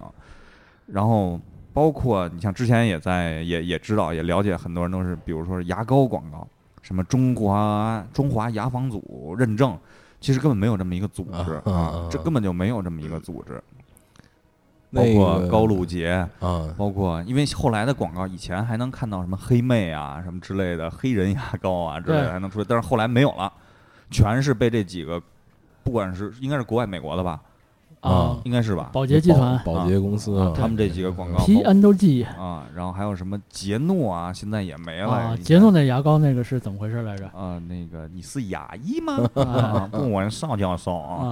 Speaker 3: 然后包括你像之前也在也也知道也了解，很多人都是比如说是牙膏广告，什么中华中华牙防组认证，其实根本没有这么一个组织啊，这根本就没有这么一个组织。包
Speaker 1: 那
Speaker 3: 括
Speaker 1: 个
Speaker 3: 高露洁
Speaker 1: 啊，
Speaker 3: 包括因为后来的广告，以前还能看到什么黑妹啊、什么之类的黑人牙膏啊之类的
Speaker 2: 对
Speaker 3: 还能出来，但是后来没有了，全是被这几个，不管是应该是国外美国的吧，
Speaker 2: 啊
Speaker 3: 应该是吧，
Speaker 2: 宝洁集团
Speaker 1: 宝宝洁公司
Speaker 3: 啊
Speaker 1: 啊
Speaker 3: 他们这几个广告
Speaker 2: 皮
Speaker 3: 包
Speaker 2: N O G
Speaker 3: 啊，然后还有什么杰诺啊，现在也没
Speaker 2: 呃啊
Speaker 3: 了，，
Speaker 2: 杰诺那牙膏那个是怎么回事来着？
Speaker 3: 啊，那个你是牙
Speaker 2: [LAUGHS]
Speaker 3: 医吗？
Speaker 2: 啊
Speaker 3: 啊不，我是邵教授啊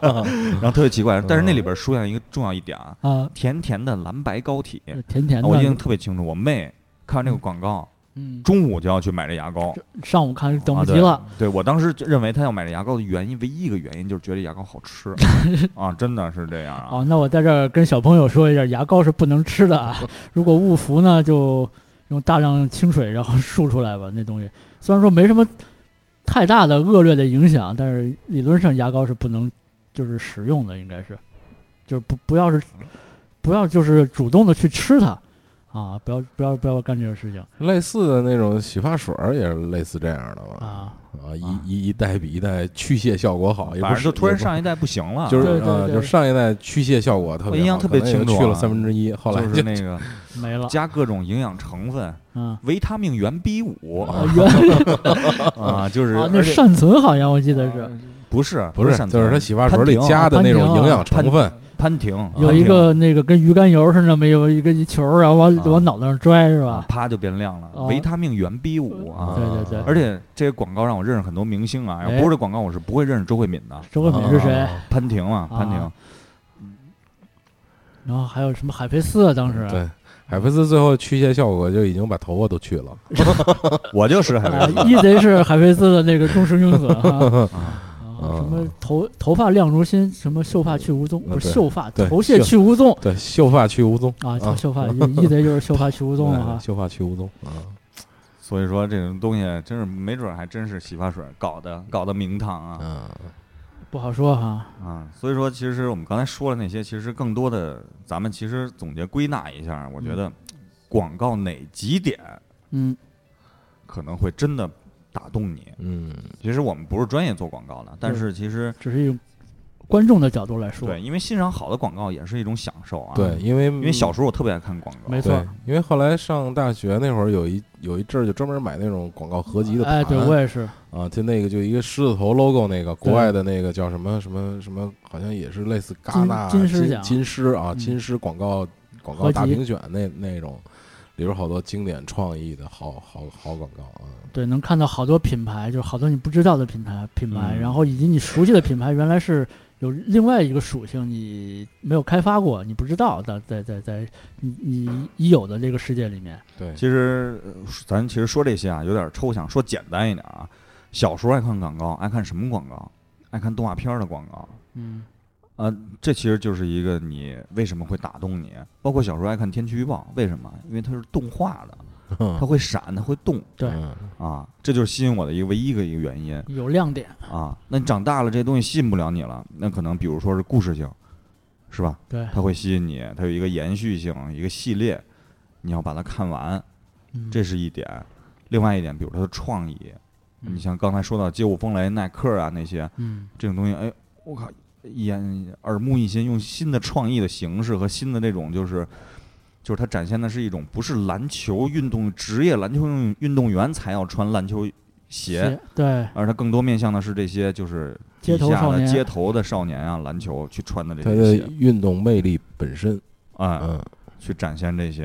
Speaker 2: 啊。
Speaker 3: 然后特别奇
Speaker 2: [LAUGHS]
Speaker 3: 怪，但是那里边出现一个重要一点
Speaker 2: 啊，
Speaker 3: 甜甜的蓝白膏体，啊
Speaker 2: 甜呃甜的
Speaker 3: 哦我印象特别清楚，我妹看完这个广告，
Speaker 2: 嗯
Speaker 3: 中午就要去买这牙膏。
Speaker 2: 上午看等
Speaker 3: 啊
Speaker 2: 不及
Speaker 3: 对
Speaker 2: 了，
Speaker 3: 对我当时就认为她要买这牙膏的原因，唯一一个原因就是觉得这牙膏好
Speaker 1: [LAUGHS]
Speaker 3: 吃啊，真的是这样
Speaker 2: 哦
Speaker 3: 啊。
Speaker 2: [LAUGHS] 哦，那我在这儿跟小朋友说一下，牙膏是不能吃的啊，如果误服呢，就用大量清水然后 [LAUGHS] 漱出来吧，那东西虽然说没什么太大的恶劣的影响，但是理论上牙膏是不能就是使用的，应该是，就是不不要是
Speaker 3: 嗯
Speaker 2: 不要就是主动的去吃它啊，不要不要不要干这种事情。
Speaker 1: 类似的那种洗发水儿也是类似这样的嘛
Speaker 3: 嗯
Speaker 1: 啊一一一代比一代去屑效果好，也不
Speaker 3: 反正
Speaker 1: 是
Speaker 3: 就突
Speaker 1: 也
Speaker 3: 然
Speaker 1: 不
Speaker 3: 上一代不行了，
Speaker 1: 就是呃，就是上一代去屑效果特别好，
Speaker 3: 我印象特别
Speaker 1: 可能也
Speaker 3: 清楚啊，
Speaker 1: 去了三分之一，后来
Speaker 3: 就是那
Speaker 1: [LAUGHS]
Speaker 3: 个
Speaker 2: 没了
Speaker 3: 加各种营养成分，
Speaker 2: 嗯，
Speaker 3: 维他命原 B 五
Speaker 1: 哦
Speaker 2: 啊
Speaker 3: [LAUGHS]
Speaker 2: 原
Speaker 3: 啊，就是
Speaker 2: 啊那
Speaker 3: 哦而且哦
Speaker 2: 善存好像我记得是
Speaker 3: 不是
Speaker 1: 不是
Speaker 3: 善
Speaker 1: 就是
Speaker 3: 存
Speaker 1: 它洗发
Speaker 3: 潘
Speaker 1: 水里
Speaker 3: 婷
Speaker 1: 加的
Speaker 3: 潘
Speaker 1: 那种
Speaker 3: 婷
Speaker 1: 营养成
Speaker 3: 潘
Speaker 1: 分
Speaker 3: 潘婷啊
Speaker 2: 有
Speaker 3: 潘
Speaker 2: 一
Speaker 3: 婷
Speaker 2: 个那个跟鱼肝油似的，没有一个一球，然后
Speaker 3: 啊
Speaker 2: 往往脑袋上拽是吧？
Speaker 3: 啪就变亮了，
Speaker 2: 哦
Speaker 3: 维他命原 B 五啊，
Speaker 2: 对对对
Speaker 3: 而且这个广告让我认识很多明星啊，要
Speaker 2: 哎
Speaker 3: 不是这广告我是不会认识周慧敏的。
Speaker 2: 周慧敏是谁
Speaker 3: 啊潘婷啊，潘婷
Speaker 1: 哦
Speaker 2: 啊，然后还有什么海飞丝啊？当时
Speaker 1: 对，海飞丝最后去屑效果就已经把头发都去了，
Speaker 3: 我就是
Speaker 1: 哎
Speaker 3: 海
Speaker 2: 啊一贼是海飞丝的那个忠实拥趸啊啊，什么头头发亮如新，什么秀发去无踪，不是
Speaker 1: 对
Speaker 2: 秀发
Speaker 1: 对
Speaker 2: 头屑去无踪
Speaker 1: 对，秀发去无踪
Speaker 2: 啊，叫秀发，一一贼就是秀发去无踪了
Speaker 1: 对
Speaker 2: 哈。
Speaker 1: 秀发去无踪啊，
Speaker 3: 所以说这种东西真是没准儿还真是洗发水搞的搞的名堂
Speaker 1: 啊
Speaker 2: 不好说哈。
Speaker 3: 啊，所以说其实我们刚才说了那些，其实更多的咱们其实总结归纳一下，我觉得广告哪几点
Speaker 2: 嗯
Speaker 3: 可能会真的打动你？
Speaker 1: 嗯，
Speaker 3: 其实我们不是专业做广告的，但
Speaker 2: 对
Speaker 3: 是其实
Speaker 2: 只嗯是用观众的角度来说，
Speaker 3: 对，因为欣赏好的广告也是一种享受啊。
Speaker 1: 对因为
Speaker 3: 因为小时候我特别爱看广告，
Speaker 2: 没错
Speaker 1: 对，因为后来上大学那会儿有一有一阵儿就专门买那种广告合集的盘，
Speaker 2: 哎对我也是
Speaker 1: 啊，就那个就一个狮子头 logo 那个国外的那个叫什么什么什么，好像也是类似戛纳啊
Speaker 2: 金金狮
Speaker 1: 金
Speaker 2: 奖
Speaker 1: 金狮啊
Speaker 2: 嗯
Speaker 1: 金狮广告广告
Speaker 2: 合集
Speaker 1: 大评选那那种，里边好多经典创意的好好好广告啊，
Speaker 2: 对，能看到好多品牌，就是好多你不知道的品牌品牌，
Speaker 1: 嗯
Speaker 2: 然后以及你熟悉的品牌，原来是有另外一个属性，你没有开发过，你不知道的，在在在你你已有的这个世界里面，
Speaker 1: 对， [LAUGHS]
Speaker 3: 其实呃咱其实说这些啊，有点抽象，说简单一点啊。小时候爱看广告，爱看什么广告？爱看动画片儿的广告。
Speaker 2: 嗯，
Speaker 3: 啊，这其实就是一个你为什么会打动你，包括小时候爱看天气预报，为什么？因为它是动画的，
Speaker 1: 嗯
Speaker 3: 它会闪，它会动，
Speaker 2: 对
Speaker 3: 啊，这就是吸引我的一个唯一一个一个原因
Speaker 2: 有亮点，
Speaker 3: 啊。那你长大了，这些东西吸引不了你了，那可能比如说是故事性，是吧？
Speaker 2: 对
Speaker 3: 它会吸引你，它有一个延续性，一个系列，你要把它看完，
Speaker 2: 嗯
Speaker 3: 这是一点。另外一点，比如它的创意，你像刚才说到街舞风雷、耐克啊那些，
Speaker 2: 嗯，
Speaker 3: 这种东西，哎，我靠，眼耳目一新，用新的创意的形式和新的那种就是。就是它展现的是一种不是篮球运动职业篮球运运动员才要穿篮球鞋
Speaker 2: 鞋，对
Speaker 3: 而它更多面向的是这些就是
Speaker 2: 街头
Speaker 3: 底下
Speaker 2: 少
Speaker 3: 的
Speaker 2: 年
Speaker 3: 街头的少年啊，篮球去穿的这
Speaker 1: 它
Speaker 3: 些
Speaker 1: 的
Speaker 3: 鞋，
Speaker 1: 运动魅力本身，
Speaker 3: 哎，
Speaker 1: 嗯，
Speaker 3: 去展现这些。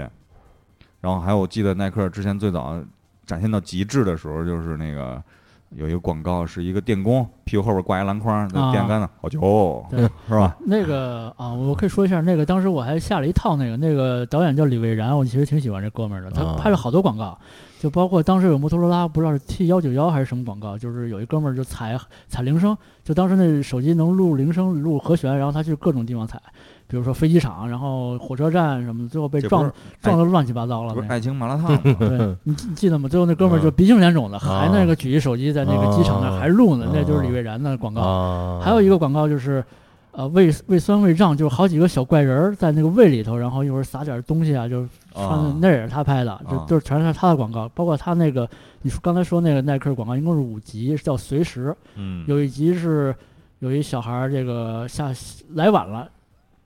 Speaker 3: 然后还有，我记得耐克之前最早展现到极致的时候，就是那个有一个广告，是一个电工屁股后边挂一篮筐，在
Speaker 2: 啊
Speaker 3: 电杆子，好球
Speaker 2: 对，
Speaker 3: 是吧？
Speaker 2: 那个啊，我可以说一下，那个当时我还下了一套那个，那个导演叫李蔚然，我其实挺喜欢这哥们儿的，他
Speaker 1: 啊
Speaker 2: 拍了好多广告，就包括当时有摩托罗拉，不知道是 T 幺九幺还是什么广告，就是有一哥们儿就踩踩铃声，就当时那手机能录铃声、录和弦，然后他去各种地方踩，比如说飞机场，然后火车站什么的，最后被
Speaker 3: 这不
Speaker 2: 撞
Speaker 3: 是哎
Speaker 2: 撞得乱七八糟了
Speaker 3: 不。是
Speaker 2: 那
Speaker 3: 爱
Speaker 2: 个
Speaker 3: 情麻辣烫吗？
Speaker 2: [LAUGHS] 对，你记你记得吗？最后那哥
Speaker 3: 啊
Speaker 2: 们儿就鼻青脸肿的，还那个举一手机在那个机场那儿还录呢，那就是李蔚然的广告。
Speaker 1: 啊
Speaker 2: 还有一个广告就是，呃，胃胃酸胃胀，就是好几个小怪人儿在那个胃里头，然后一会儿撒点东西啊，就是穿的
Speaker 1: 啊
Speaker 2: 那也是他拍的，
Speaker 1: 啊
Speaker 2: 就就是全是他的广告，包括他那个你说刚才说那个耐克广告，一共是五集，是叫《随时》，
Speaker 3: 嗯
Speaker 2: 有一集是有一小孩儿这个下来晚了，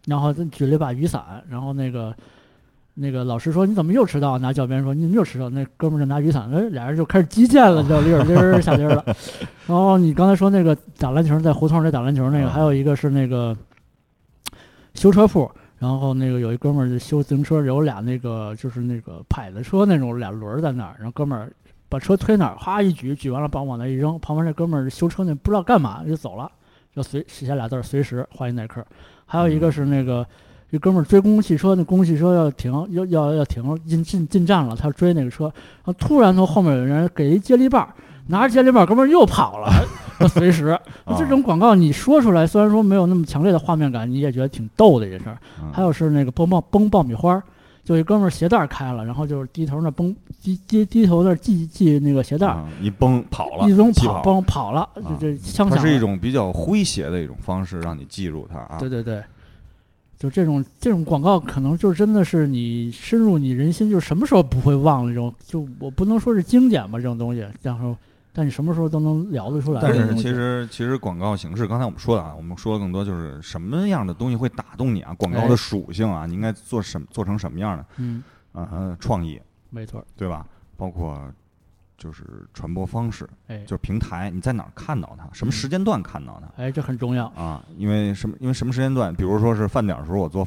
Speaker 2: 然后他举了一把雨伞，然后那个。那个老师说：“你怎么又迟到？”拿教鞭说：“你怎么又迟到？”那哥们儿就拿雨伞，哎，俩人就开始击剑了，就溜儿溜儿下溜儿了。然后你刚才说那个打篮球，在胡同里打篮球那个，还有一个是那个修车铺，然后那个有一哥们儿就修自行车，有俩那个就是那个牌子车那种俩轮儿在那儿，然后哥们儿把车推那儿，哗一举，举完了把往那一扔，旁边那哥们儿修车那不知道干嘛就走了，就随写下俩字儿随时欢迎耐克。还有一个是那个。一哥们儿追公共汽车，那公共汽车要停，要要要停，进进进站了，他追那个车，然后突然从后面有人给一接力棒儿，拿着接力棒儿，哥们儿又跑了，随时。
Speaker 3: 啊
Speaker 2: 那这种广告你说出来，虽
Speaker 3: 嗯
Speaker 2: 然说没有那么强烈的画面感，你也觉得挺逗的一件事儿。还有是那个崩爆崩爆米花儿，就一哥们儿鞋带儿开了，然后就是低头那崩低低低头那系系那个鞋带儿，
Speaker 3: 啊一崩嗯跑了，
Speaker 2: 一扔
Speaker 3: 起
Speaker 2: 跑
Speaker 3: 跑
Speaker 2: 崩跑了，就这枪
Speaker 3: 它
Speaker 2: 响
Speaker 3: 是一
Speaker 2: 了
Speaker 3: 种比较诙谐的一种方式，让你记住它啊。
Speaker 2: 对对对，就这种这种广告，可能就真的是你深入你人心，就是什么时候不会忘这种，就我不能说是经典吧，这种东西，然后但你什么时候都能聊得出来
Speaker 3: 但
Speaker 2: 这种
Speaker 3: 是
Speaker 2: 东西。
Speaker 3: 其实其实广告形式，刚才我们说了啊，我们说的更多就是什么样的东西会打动你啊？广告
Speaker 2: 哎
Speaker 3: 的属性啊，你应该做什么做成什么样的？
Speaker 2: 嗯，
Speaker 3: 呃，创意，
Speaker 2: 没错儿，
Speaker 3: 对吧？包括就是传播方式，
Speaker 2: 哎
Speaker 3: 就是平台，你在哪儿看到它，什
Speaker 2: 嗯
Speaker 3: 么时间段看到它？
Speaker 2: 哎，这很重要。
Speaker 3: 啊，因为什么？因为什么时间段？比如说是饭点儿的时候，我做，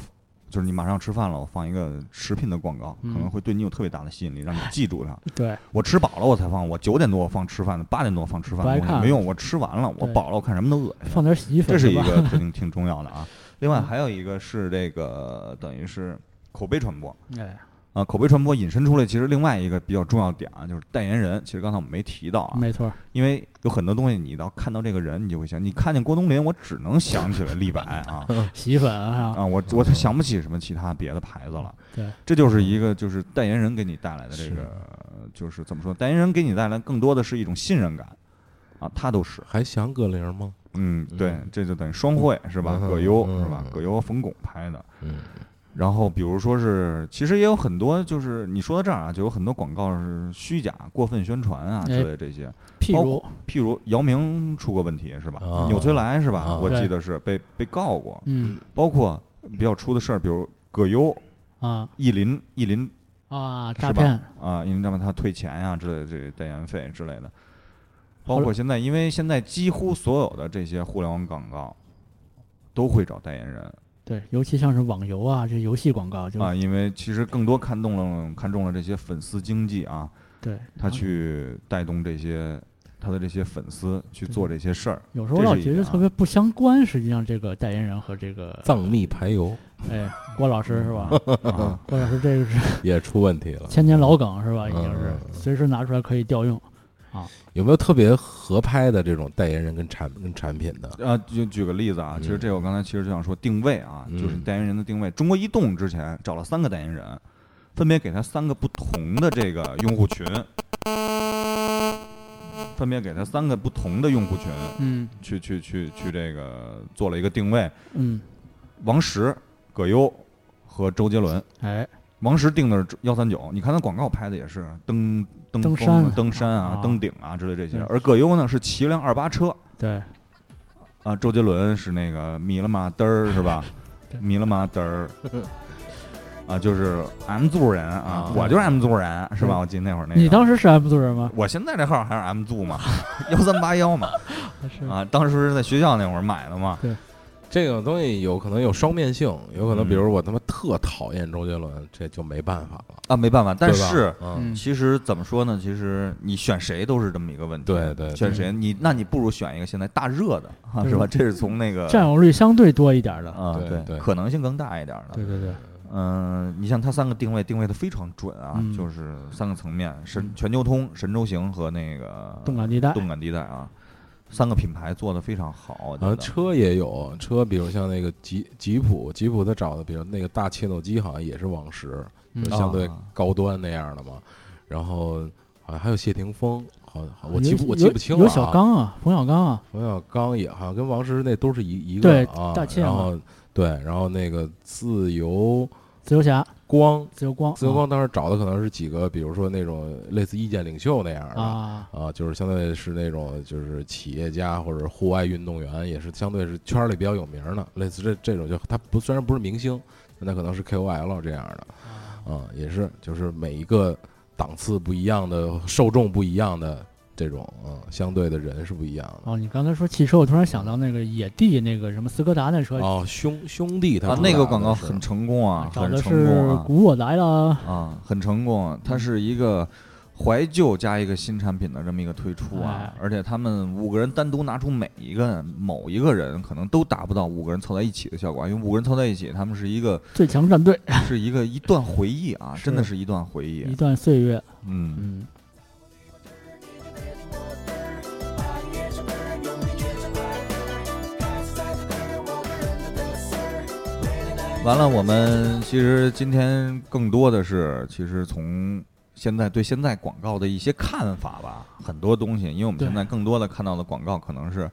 Speaker 3: 就是你马上要吃饭了，我放一个食品的广告，
Speaker 2: 嗯
Speaker 3: 可能会对你有特别大的吸引力，让你记住它。 [LAUGHS]
Speaker 2: 对，
Speaker 3: 我吃饱了我才放，我九点多我放吃饭的，八点多我放吃饭
Speaker 2: 不爱
Speaker 3: 的东西
Speaker 2: 看
Speaker 3: 没用，我吃完了，我
Speaker 2: 对
Speaker 3: 饱了我看什么都恶心。
Speaker 2: 放点洗衣粉
Speaker 3: 这是一
Speaker 2: 吧
Speaker 3: 个挺挺重要
Speaker 2: [LAUGHS]
Speaker 3: 的啊。另外还有一个是这个等于是口碑传播，
Speaker 2: 哎，
Speaker 3: 啊，口碑传播引申出来，其实另外一个比较重要点啊，就是代言人。其实刚才我们没提到啊，
Speaker 2: 没错儿，
Speaker 3: 因为有很多东西，你到看到这个人，你就会想，你看见郭冬临，我只能想起来立白啊，
Speaker 2: [LAUGHS] 洗衣粉啊，
Speaker 3: 啊，我我想不起什么其他别的牌子了。
Speaker 2: 对，
Speaker 3: 这就是一个就是代言人给你带来的这
Speaker 2: 是
Speaker 3: 个，就是怎么说，代言人给你带来更多的是一种信任感啊，他都是。
Speaker 1: 还想葛玲吗？
Speaker 3: 嗯，对，这就等于双汇是吧？
Speaker 1: 嗯
Speaker 3: 葛优是吧？葛优和冯巩拍的。
Speaker 1: 嗯。
Speaker 3: 然后，比如说是，其实也有很多，就是你说到这儿啊，就有很多广告是虚假、过分宣传啊之
Speaker 2: 哎
Speaker 3: 类的这些。
Speaker 2: 譬
Speaker 3: 包
Speaker 2: 如
Speaker 3: 括譬如姚明出过问题是吧
Speaker 1: 啊？
Speaker 3: 纽崔莱是吧
Speaker 1: 啊？
Speaker 3: 我记
Speaker 2: 对
Speaker 3: 得是被被告过。
Speaker 2: 嗯
Speaker 3: 包括比较出的事儿，比如葛优、
Speaker 2: 啊
Speaker 3: 意林、意林
Speaker 2: 啊，诈
Speaker 3: 是吧
Speaker 2: 骗，？
Speaker 3: 啊，因为他们他退钱呀、之类的，这个代言费之类的。
Speaker 2: 后
Speaker 3: 包
Speaker 2: 来
Speaker 3: 括现在，因为现在几乎所有的这些互联网广告都会找代言人
Speaker 2: 对，尤其像是网游啊，这游戏广告就
Speaker 3: 啊，因为其实更多看中了看中了这些粉丝经济啊，
Speaker 2: 对，
Speaker 3: 他去带动这些他的这些粉丝去做这些事儿。
Speaker 2: 有时候
Speaker 3: 这
Speaker 2: 老
Speaker 3: 是一
Speaker 2: 觉得
Speaker 3: 点
Speaker 2: 特
Speaker 3: 啊
Speaker 2: 别不相关，实际上这个代言人和这个
Speaker 1: 藏秘排油
Speaker 2: 哎郭老师是吧？
Speaker 1: 嗯
Speaker 3: 啊
Speaker 2: 郭老师这个是
Speaker 1: 也出问题了。
Speaker 2: 千年老梗是吧？已经
Speaker 1: 嗯
Speaker 2: 是
Speaker 1: 嗯
Speaker 2: 随时拿出来可以调用。
Speaker 1: 有没有特别合拍的这种代言人跟产跟产品的？
Speaker 3: 啊，就举个例子啊，其实
Speaker 1: 嗯
Speaker 3: 这我刚才其实就想说定位啊，就是
Speaker 1: 嗯
Speaker 3: 代言人的定位。中国移动之前找了三个代言人，分别给他三个不同的这个用
Speaker 1: [LAUGHS]
Speaker 3: 户群，分别给他三个不同的用户群，
Speaker 2: 嗯
Speaker 3: 去去去去这个做了一个定位。
Speaker 2: 嗯，
Speaker 3: 王石、葛优和周杰伦。
Speaker 2: 哎，
Speaker 3: 王石定的是幺三九，你看他广告拍的也是登登
Speaker 2: 登
Speaker 3: 峰啊
Speaker 2: 山
Speaker 3: 登山
Speaker 2: 啊、
Speaker 3: 啊登顶啊之类这些
Speaker 2: 对，
Speaker 3: 而葛优呢是骑辆二八车，
Speaker 1: [LAUGHS]
Speaker 2: 对，
Speaker 3: 啊，周杰伦是那个米了嘛嘚儿
Speaker 1: [LAUGHS]
Speaker 3: 是吧？米了嘛嘚儿，啊，就是 M 族人啊
Speaker 1: 啊，
Speaker 3: 我就是 M 族人是吧？
Speaker 2: 嗯
Speaker 3: 我记得那会儿那个，
Speaker 2: 你当时是 M 族人吗？
Speaker 3: 我现在这号还是 M
Speaker 1: [LAUGHS]
Speaker 3: 族嘛，幺三八幺嘛，
Speaker 2: 是
Speaker 3: 啊，当时是在学校那会儿买的嘛，
Speaker 1: 这个东西有可能有双面性，有可能
Speaker 3: 嗯
Speaker 1: 比如我他妈特讨厌周杰伦，这就没办法了。
Speaker 3: 啊，没办法，但
Speaker 1: 对吧
Speaker 3: 是。
Speaker 1: 嗯，
Speaker 3: 其实怎么说呢？其实你选谁都是这么一个问题。
Speaker 1: 对对
Speaker 3: 选谁你那你不如选一个现在大热的，啊是吧？这是从那个
Speaker 2: 占有率相对多一点的。
Speaker 3: 啊，
Speaker 1: 对对
Speaker 3: 可能性更大一点的。
Speaker 2: 对对
Speaker 1: 啊
Speaker 2: 对，
Speaker 3: 嗯，你像它三个定位定位的非常准啊，
Speaker 2: 嗯
Speaker 3: 就是三个层面：神全球通、神州行和那个
Speaker 2: 动感地带
Speaker 3: 动感地带啊，三个品牌做的非常好。我觉
Speaker 1: 然后
Speaker 3: 得
Speaker 1: 车也有车，比如像那个吉吉普，吉普他找的，比如那个大切诺基好像也是王石，
Speaker 2: 嗯
Speaker 1: 就相对
Speaker 3: 啊
Speaker 1: 高端那样的嘛。然后好像还有谢霆锋，好好我
Speaker 2: 有
Speaker 1: 记不我记
Speaker 2: 有
Speaker 1: 不清了、
Speaker 2: 有
Speaker 1: 啊。
Speaker 2: 小刚啊，冯小刚啊，
Speaker 1: 冯小刚也好像跟王石那都是一一个
Speaker 2: 对
Speaker 1: 啊，
Speaker 2: 大切嘛
Speaker 1: 然后对，然后那个自由
Speaker 2: 自由侠、
Speaker 1: 光，
Speaker 2: 自由光、啊
Speaker 1: 自由光当时找的可能是几个，比如说那种类似意见领袖那样的
Speaker 2: 啊，
Speaker 1: 啊，就是相对是那种就是企业家或者户外运动员，也是相对是圈儿里比较有名儿的，类似这这种就他不虽然不是明星，那可能是 KOL 这样的，啊，也是就是每一个档次不一样的受众不一样的这种啊，相对的人是不一样的。
Speaker 2: 哦，你刚才说汽车，我突然想到那个野地那个什么斯柯达那车，
Speaker 1: 哦，兄兄弟他
Speaker 3: 啊
Speaker 1: 主，
Speaker 3: 那
Speaker 1: 打
Speaker 3: 个
Speaker 1: 的
Speaker 3: 广告
Speaker 1: 是
Speaker 3: 很成功啊，
Speaker 2: 找
Speaker 3: 很
Speaker 2: 的
Speaker 3: 成
Speaker 2: 是
Speaker 3: 功啊
Speaker 2: 《古我来了》。
Speaker 3: 啊，很成功啊。它是一个怀旧加一个新产品的这么一个推出啊
Speaker 2: 哎，
Speaker 3: 而且他们五个人单独拿出每一个某一个人，可能都达不到五个人凑在一起的效果啊，因为五个人凑在一起，他们是一个
Speaker 2: 最强战队，
Speaker 3: 是一个一段回忆
Speaker 2: [LAUGHS]
Speaker 3: 啊，真的是一段回忆啊
Speaker 2: 一。段岁月，
Speaker 3: 嗯。
Speaker 2: 嗯，
Speaker 3: 完了，我们其实今天更多的是，其实从现在对现在广告的一些看法吧，很多东西，因为我们
Speaker 2: 对
Speaker 3: 现在更多的看到的广告可能是，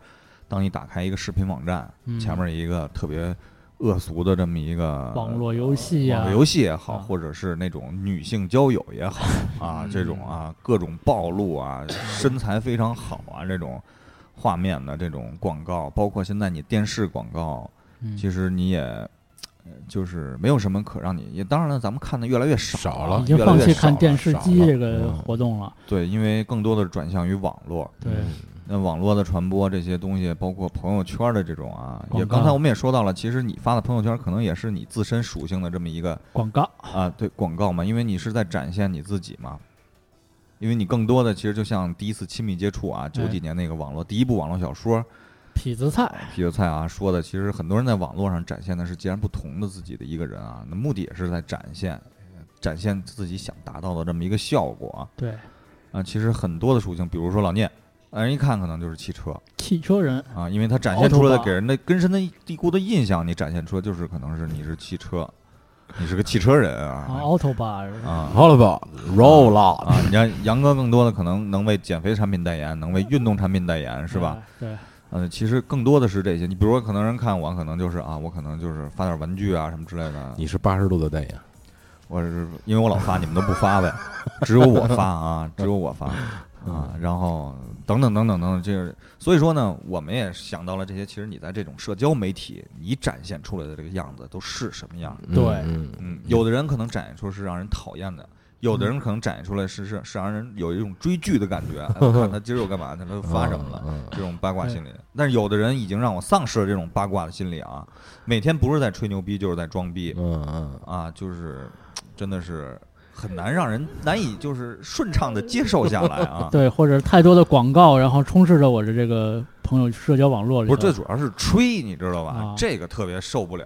Speaker 3: 当你打开一个视频网站，
Speaker 2: 嗯
Speaker 3: 前面一个特别恶俗的这么一个
Speaker 2: 网络游戏啊呀、
Speaker 3: 呃网络游戏也好，或者是那种女性交友
Speaker 2: [LAUGHS]
Speaker 3: 也好
Speaker 2: 嗯
Speaker 3: 啊，这种啊各种暴露啊，身材非常好啊这种画面的这种广告，包括现在你电视广告，
Speaker 2: 嗯
Speaker 3: 其实你也。呃就是没有什么可让你，也当然了，咱们看的越来越少
Speaker 1: 少嗯
Speaker 2: 已经
Speaker 3: 啊越来
Speaker 2: 放
Speaker 3: 越
Speaker 2: 弃
Speaker 3: 少
Speaker 2: 看
Speaker 3: 了
Speaker 2: 电视
Speaker 3: 少
Speaker 2: 机
Speaker 3: 了嗯
Speaker 2: 这个活动了。
Speaker 3: 对，因为更多的是转向于网络。
Speaker 2: 对，
Speaker 3: 那网络的传播这些东西，包括朋友圈的这种啊，也
Speaker 2: 广告
Speaker 3: 刚才我们也说到了，其实你发的朋友圈可能也是你自身属性的这么一个
Speaker 2: 广告
Speaker 3: 啊，对广告嘛，因为你是在展现你自己嘛。因为你更多的其实就像第一次亲密接触啊，九
Speaker 2: 哎
Speaker 3: 几年那个网络第一部网络小说，
Speaker 2: 痞子菜，
Speaker 3: 皮特菜啊说的，其实很多人在网络上展现的是截然不同的自己的一个人啊，那目的也是在展现，展现自己想达到的这么一个效果啊。
Speaker 2: 对，
Speaker 3: 啊，其实很多的属性，比如说老聂，让人一看可能就是汽车
Speaker 2: 汽车人
Speaker 3: 啊，因为它展现出来的
Speaker 2: Autobahn
Speaker 3: 给人的根深的蒂固的印象，你展现出来就是可能是你是汽车，你是个汽车人啊
Speaker 2: 啊，auto bar
Speaker 3: 啊
Speaker 1: h o l l o roll
Speaker 3: 啊
Speaker 1: out，！
Speaker 3: 你看杨哥更多的可能能为减肥产品代言，能为运动产品代言，是吧？？
Speaker 2: 对，
Speaker 3: 呃，其实更多的是这些。你比如说，可能人看我，可能就是啊，我可能就是发点玩具啊什么之类的。
Speaker 1: 你是八十度的代言，
Speaker 3: 我是因为我老发，你们都不发呗，只有我发啊，只有我发啊。然后等等等等等等，就是所以说呢，我们也想到了这些。其实你在这种社交媒体，你展现出来的这个样子都是什么样？
Speaker 1: 嗯
Speaker 2: 对。
Speaker 1: 嗯
Speaker 3: 嗯，有的人可能展现出是让人讨厌的，有的人可能展现出来是是是让人有一种追剧的感觉。哎我看他今儿又干嘛去了，他发什么了？这种八卦心理。但是有的人已经让我丧失了这种八卦的心理啊，每天不是在吹牛逼，就是在装逼。
Speaker 1: 嗯嗯
Speaker 3: 啊，就是真的是很难让人难以就是顺畅的接受下来啊
Speaker 2: 对，或者太多的广告，然后充斥着我的这个朋友社交网络里
Speaker 3: 不
Speaker 2: 头。
Speaker 3: 是，最主要是吹，你知道吧？
Speaker 2: 啊
Speaker 3: 这个特别受不了。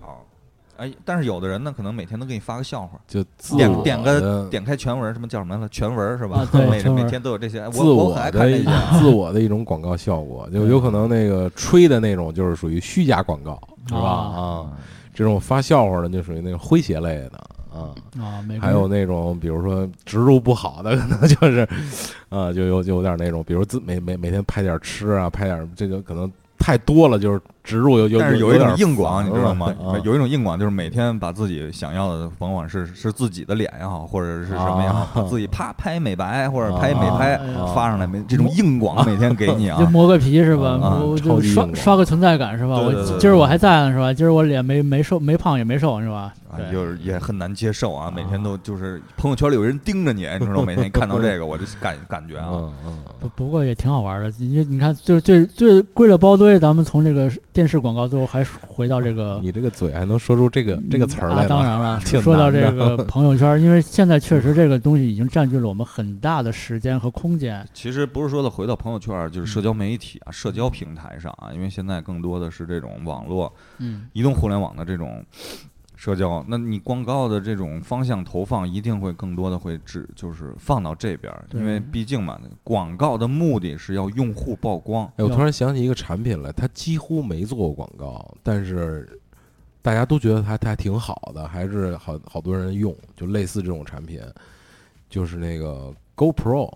Speaker 3: 哎，但是有的人呢，可能每天都给你发个笑话，
Speaker 1: 就自
Speaker 3: 点
Speaker 1: 我
Speaker 3: 点个
Speaker 1: 的
Speaker 3: 点开全文，什么叫什么来？全文是吧？
Speaker 2: 啊对
Speaker 3: 每
Speaker 2: 全文
Speaker 3: 每天都有这些。哎
Speaker 1: 自
Speaker 3: 我我
Speaker 1: 我
Speaker 3: 可爱看
Speaker 1: 的
Speaker 3: 这
Speaker 1: 一
Speaker 3: 些。
Speaker 1: 自我的一种广告效果，就有可能那个吹的那种就是属于虚假广告，是吧？啊，这种发笑话的就属于那种诙谐类的啊。
Speaker 2: 啊，美国
Speaker 1: 还有那种，比如说植入不好的，可能就是，啊，就有就有点那种，比如自每每每天拍点吃啊，拍点这个可能太多了，就是植入有有
Speaker 3: 但是
Speaker 1: 有
Speaker 3: 一种
Speaker 1: 点
Speaker 3: 硬广，
Speaker 1: 烦
Speaker 3: 你知道
Speaker 1: 了
Speaker 3: 吗
Speaker 1: 啊？
Speaker 3: 有一种硬广就是每天把自己想要的，甭管是是自己的脸也好，或者是什么也好，
Speaker 1: 啊
Speaker 3: 把自己啪拍美白或者拍美
Speaker 1: 啊
Speaker 3: 拍
Speaker 2: 啊
Speaker 3: 发上来，没这种硬广每天给你啊
Speaker 2: 就磨个皮是吧？
Speaker 3: 啊
Speaker 2: 我
Speaker 1: 超
Speaker 2: 就
Speaker 1: 级
Speaker 2: 刷
Speaker 1: 硬广
Speaker 2: 刷个存在感是吧？
Speaker 3: 对
Speaker 2: 我
Speaker 3: 对对
Speaker 2: 今儿我还在呢是吧？今儿我脸没没瘦，没胖也没瘦是吧？
Speaker 1: 哎
Speaker 3: 啊，
Speaker 2: 对，
Speaker 3: 就是也很难接受啊！每天都就是朋友圈里有人盯着你，你知道，每天一看到这个，我就感感觉啊，
Speaker 1: 嗯嗯，
Speaker 2: 不不过也挺好玩的。你你看，就是最最贵了包堆，咱们从这个电视广告最后还回到这个
Speaker 1: 啊你这个嘴还能说出这个这个词儿
Speaker 2: 啊
Speaker 1: 来，吗？
Speaker 2: 当然
Speaker 1: [LAUGHS]
Speaker 2: 了，
Speaker 1: 挺
Speaker 2: 说到
Speaker 1: 难
Speaker 2: 这
Speaker 1: 的
Speaker 2: 个朋友圈，因为现在确实这个东西已经占据了我们很大的时间和空间。
Speaker 3: 其实不是说的回到朋友圈儿，就是社交媒体啊、社交平台上啊，因为现在更多的是这种网络、
Speaker 2: 嗯，
Speaker 3: 移动互联网的这种社交，那你广告的这种方向投放一定会更多的会只就是放到这边儿，
Speaker 2: 对
Speaker 3: 因为毕竟嘛，广告的目的是要用户曝光。
Speaker 1: 哎，我
Speaker 2: 要
Speaker 1: 突然想起一个产品来，它几乎没做过广告，但是大家都觉得它它还挺好的，还是好好多人用，就类似这种产品，就是那个 GoPro，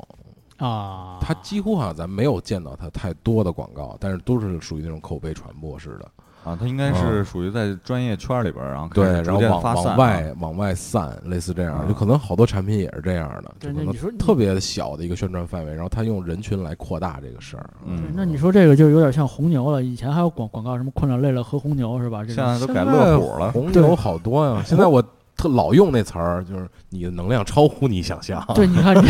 Speaker 2: 啊，
Speaker 1: 它几乎好像咱没有见到它太多的广告，但是都是属于那种口碑传播式的，
Speaker 3: 啊，它应该是属于在专业圈儿里边儿，然后开
Speaker 1: 对，
Speaker 3: 始
Speaker 1: 然
Speaker 3: 逐
Speaker 1: 后
Speaker 3: 渐
Speaker 1: 往
Speaker 3: 发散
Speaker 1: 往
Speaker 3: 啊。
Speaker 1: 外往外散，类似这样，就可能好多产品也是这样的，就
Speaker 2: 啊对
Speaker 1: 可
Speaker 2: 那你说
Speaker 1: 能
Speaker 2: 你
Speaker 1: 特别小的一个宣传范围，然后它用人群来扩大这个事儿，啊
Speaker 2: 对
Speaker 3: 嗯，
Speaker 2: 那你说这个就有点像红牛了。以前还有广广告，什么困了累了喝红牛是吧？这
Speaker 3: 现
Speaker 2: 种
Speaker 3: 在都改乐虎了，
Speaker 1: 红牛好多呀。现在我特老用那词儿，就是你的能量超乎你想象。
Speaker 2: 对，你 [LAUGHS] 看你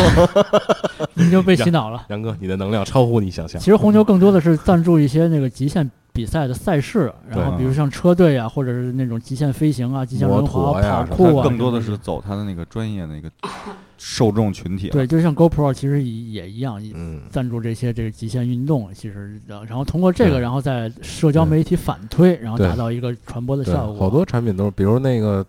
Speaker 2: 你就被洗脑了。
Speaker 1: 杨哥，你的能量超乎你想象
Speaker 2: 其。实红牛更多的是赞助一些那个极限比赛的赛事，然后比如像车队啊，或者是那种极限飞行啊、极限轮
Speaker 1: 摩托
Speaker 2: 滑、
Speaker 1: 呀
Speaker 2: 跑
Speaker 1: 什么
Speaker 2: 酷啊，
Speaker 3: 更多的是走他的那个专业的一个受众群体了。
Speaker 2: 对，就像 GoPro 其实也也一样，
Speaker 1: 嗯，
Speaker 2: 赞助这些这个极限运动，其实呃然后通过这个，
Speaker 1: 对
Speaker 2: 然后在社交媒体反推，然后
Speaker 1: 对
Speaker 2: 达到一个传播的
Speaker 1: 对，
Speaker 2: 效果。
Speaker 1: 好多产品都是，比如那个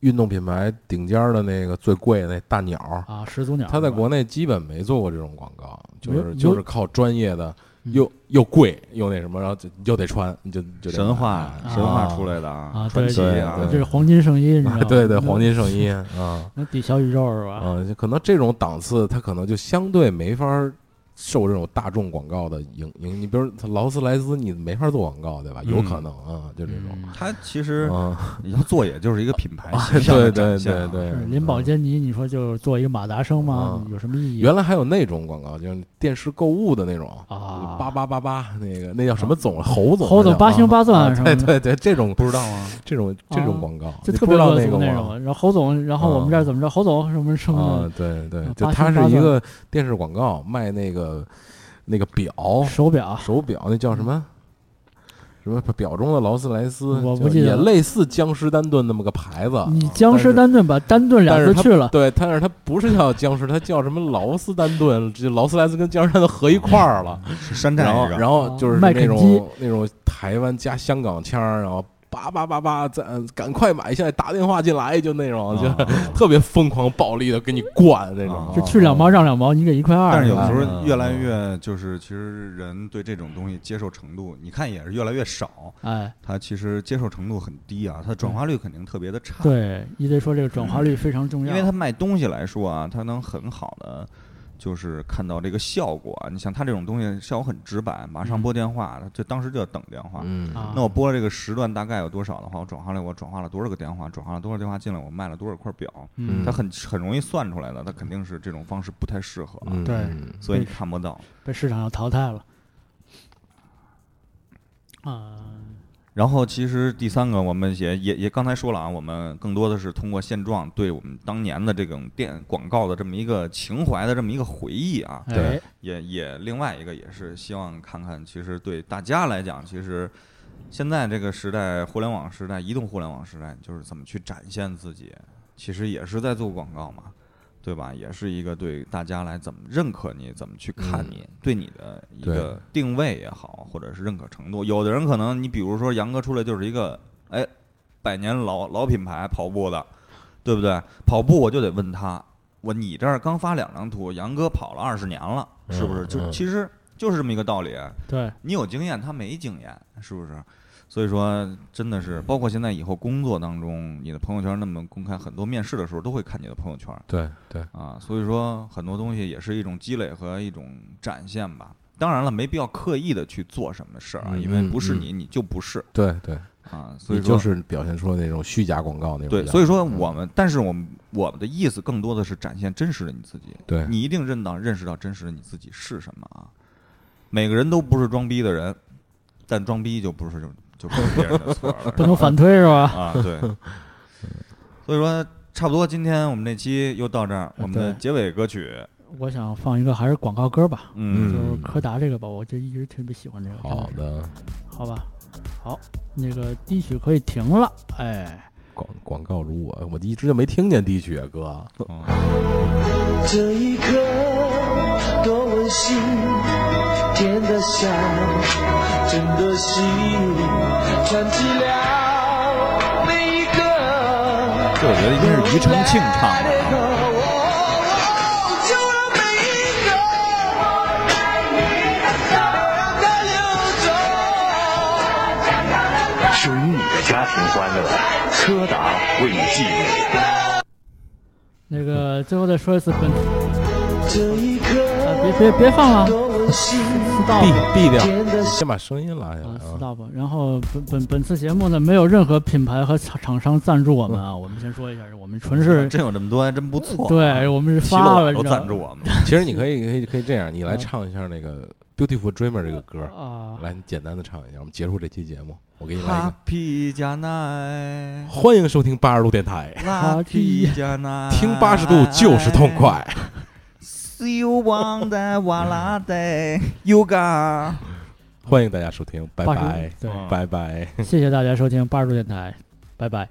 Speaker 1: 运动品牌顶尖儿的那个最贵的那大鸟，
Speaker 2: 啊，始祖鸟，
Speaker 1: 它在国内基本没做过这种广告，就
Speaker 2: 没
Speaker 1: 是
Speaker 2: 有嗯
Speaker 1: 就是靠专业的又又贵又那什么，然后就你就得穿，你就你就得
Speaker 3: 神话
Speaker 1: 买
Speaker 3: 神话出来的啊
Speaker 2: 啊，
Speaker 3: 传
Speaker 2: 对，
Speaker 3: 奇啊
Speaker 2: 这是黄金圣衣，你知道吗？
Speaker 1: [LAUGHS] 对对，黄金圣
Speaker 2: [LAUGHS]
Speaker 1: 衣啊，
Speaker 2: 那抵小宇宙是吧？
Speaker 1: 啊，就可能这种档次，它可能就相对没法儿受这种大众广告的影影。你比如劳斯莱斯，你没法做广告，对吧？有可能啊，就这种。
Speaker 3: 它其实
Speaker 2: 嗯
Speaker 1: 啊
Speaker 3: 你要做，也就是一个品牌
Speaker 1: 啊
Speaker 3: 形象
Speaker 1: 对
Speaker 3: 的
Speaker 1: 对
Speaker 3: 展现啊
Speaker 1: 对对嗯啊
Speaker 2: 是林宝坚尼，你说就是做一个马达声吗？有什么意义？
Speaker 1: 原来还有那种广告，就是电视购物的那种
Speaker 2: 啊，
Speaker 1: 八八八八那个那叫什么总侯总
Speaker 2: 侯
Speaker 1: 那
Speaker 2: 总
Speaker 1: 叫
Speaker 2: 八星八钻
Speaker 1: 啊
Speaker 2: 什么
Speaker 1: 对
Speaker 2: 的
Speaker 1: 对对，这种
Speaker 3: 不知道啊，
Speaker 1: 这种这种广告
Speaker 2: 就
Speaker 1: 你
Speaker 2: 特
Speaker 1: 不
Speaker 2: 别
Speaker 1: 知道
Speaker 2: 恶
Speaker 1: 那
Speaker 2: 俗
Speaker 1: 个
Speaker 2: 那
Speaker 1: 吗
Speaker 2: 种。？然后侯总，然后我们这儿怎么着？侯总什么什
Speaker 1: 啊
Speaker 2: 么？，
Speaker 1: 对对
Speaker 2: 啊，
Speaker 1: 就
Speaker 2: 八
Speaker 1: 它
Speaker 2: 星
Speaker 1: 是
Speaker 2: 八
Speaker 1: 一
Speaker 2: 钻
Speaker 1: 个电视广告，卖那个那个表、
Speaker 2: 手表、
Speaker 1: 手表，那叫什么？什么表中的劳斯莱斯？
Speaker 2: 嗯我
Speaker 1: 就
Speaker 2: 不记
Speaker 1: 也
Speaker 2: 得了嗯
Speaker 1: 类似江诗丹顿那么个牌子。
Speaker 2: 你僵尸
Speaker 1: 啊但是
Speaker 2: 丹顿把丹顿俩
Speaker 1: 但是
Speaker 2: 字
Speaker 1: 它
Speaker 2: 去了，
Speaker 1: 对，但是它不是叫僵尸，它叫什么劳斯丹顿？这劳斯莱斯跟僵尸丹顿合一块儿了，
Speaker 2: 嗯
Speaker 3: 是山寨
Speaker 1: 然后
Speaker 3: 是吧
Speaker 1: 然后就是
Speaker 2: 哦麦肯
Speaker 1: 那
Speaker 2: 基
Speaker 1: 种那种台湾加香港腔儿，然后。八八八八，咱赶快买！现在打电话进来，就那种，就
Speaker 2: 哦
Speaker 1: 特别疯狂、暴力的给你灌那种。
Speaker 2: 就去两毛让两毛，你给一块二。
Speaker 3: 但是有的时
Speaker 2: 吧
Speaker 1: 嗯
Speaker 3: 候越来越就是，其实人对这种东西接受程度，你看也是越来越少。
Speaker 2: 哎，
Speaker 3: 它其实接受程度很低啊，它转化率肯定特别的差。，
Speaker 2: 对，一堆说这个转化率非常重要，
Speaker 3: 因为它卖东西来说啊，它能很好的就是看到这个效果啊。你像它这种东西效果很直白，马上拨电话，它就当时就要等电话。
Speaker 1: 嗯
Speaker 2: 啊
Speaker 3: 那我拨了这个时段大概有多少的话，我转化了我转化了多少个电话，转化了多少电话进来，我卖了多少块表，
Speaker 2: 嗯
Speaker 3: 它很很容易算出来的，它肯定是这种方式不太适合啊。
Speaker 1: 嗯
Speaker 2: 对
Speaker 3: 所以你看不到。
Speaker 2: 被市场上淘汰了。
Speaker 1: 嗯
Speaker 2: 啊，
Speaker 3: 然后其实第三个，我们也也也刚才说了啊，我们更多的是通过现状对我们当年的这种电广告的这么一个情怀的这么一个回忆啊，
Speaker 2: 哎对，
Speaker 3: 也也另外一个也是希望看看，其实对大家来讲，其实现在这个时代，互联网时代、移动互联网时代，就是怎么去展现自己，其实也是在做广告嘛。对吧？也是一个对大家来怎么认可你，怎么去看你，对你的一
Speaker 1: 对
Speaker 3: 个定位也好，或者是认可程度。有的人可能你比如说杨哥出来就是一个哎，百年老老品牌跑步的，对不对？跑步我就得问他，我你这儿刚发两张图，杨哥跑了二十年了，是不是？
Speaker 1: 嗯
Speaker 3: 就
Speaker 1: 嗯
Speaker 3: 其实就是这么一个道理。
Speaker 2: 对，
Speaker 3: 你有经验，他没经验，是不是？所以说，真的是，包括现在以后工作当中，你的朋友圈那么公开，很多面试的时候都会看你的朋友圈。
Speaker 1: 对对
Speaker 3: 啊，所以说很多东西也是一种积累和一种展现吧。当然了，没必要刻意的去做什么事儿啊，
Speaker 1: 嗯
Speaker 3: 因为
Speaker 1: 嗯
Speaker 3: 不是
Speaker 1: 嗯
Speaker 3: 你，你就不是。
Speaker 1: 对对
Speaker 3: 啊，所以
Speaker 1: 你
Speaker 3: 说
Speaker 1: 就是表现出那种虚假广告那种
Speaker 3: 对，
Speaker 1: 样
Speaker 3: 所以说
Speaker 2: 嗯
Speaker 3: 我们，但是我们我们的意思更多的是展现真实的你自己。
Speaker 1: 对
Speaker 3: 你一定认到认识到真实的你自己是什么啊？每个人都不是装逼的人，但装逼就不是就就不是别人的错了， [LAUGHS]
Speaker 2: 不能反推是吧？
Speaker 3: 啊，
Speaker 2: [LAUGHS]
Speaker 3: 对。所以说，差不多今天我们这期又到这儿，我们的
Speaker 2: 对
Speaker 3: 结尾歌曲，
Speaker 2: 我想放一个还是广告歌吧，
Speaker 3: 嗯
Speaker 2: 就是柯达这个吧，我就一直特别喜欢这个。
Speaker 1: 好
Speaker 2: 真是，
Speaker 1: 的
Speaker 2: 好吧，好，那个低曲可以停了，哎，
Speaker 1: 广广告如我，我一直就没听见地区啊哥。
Speaker 12: 这一刻多温馨，甜得像真的心，串起了每一个。
Speaker 3: 这我觉得应该是庾澄庆唱的啊。
Speaker 10: 属于你的家庭欢乐，柯达为你记录。
Speaker 2: 那个最后再说一次本，
Speaker 12: 这一刻
Speaker 2: 啊，别别别放了
Speaker 12: 多温馨，
Speaker 1: 闭闭掉，你先把声音拉下来啊。
Speaker 2: stop。然后本本本次节目呢，没有任何品牌和厂厂商赞助我们啊，我们先说一下，我们纯是
Speaker 3: 真有嗯这么多，还真不错啊。
Speaker 2: 对我们是
Speaker 3: 齐
Speaker 2: [LAUGHS]
Speaker 3: 鲁
Speaker 2: 发了
Speaker 3: 瓦
Speaker 2: 你
Speaker 3: 都
Speaker 2: 知道
Speaker 3: 赞助我们。
Speaker 1: 其实你可以可以可以这样，你来唱一下那个《Beautiful Dreamer》这个歌
Speaker 2: 啊，
Speaker 1: 来，你简单的唱一下，我们结束这期节目。我给你来一个，
Speaker 3: Happy 加奈，
Speaker 1: 欢迎收听八十度电台，
Speaker 3: Happy 加奈，
Speaker 1: 听八十度就是痛快。
Speaker 3: See you one day, one day, yoga。
Speaker 1: 欢迎大家收听，拜
Speaker 2: 80
Speaker 1: 拜
Speaker 2: 对，
Speaker 1: 拜拜。
Speaker 2: 谢谢大家收听八十度电台，拜拜。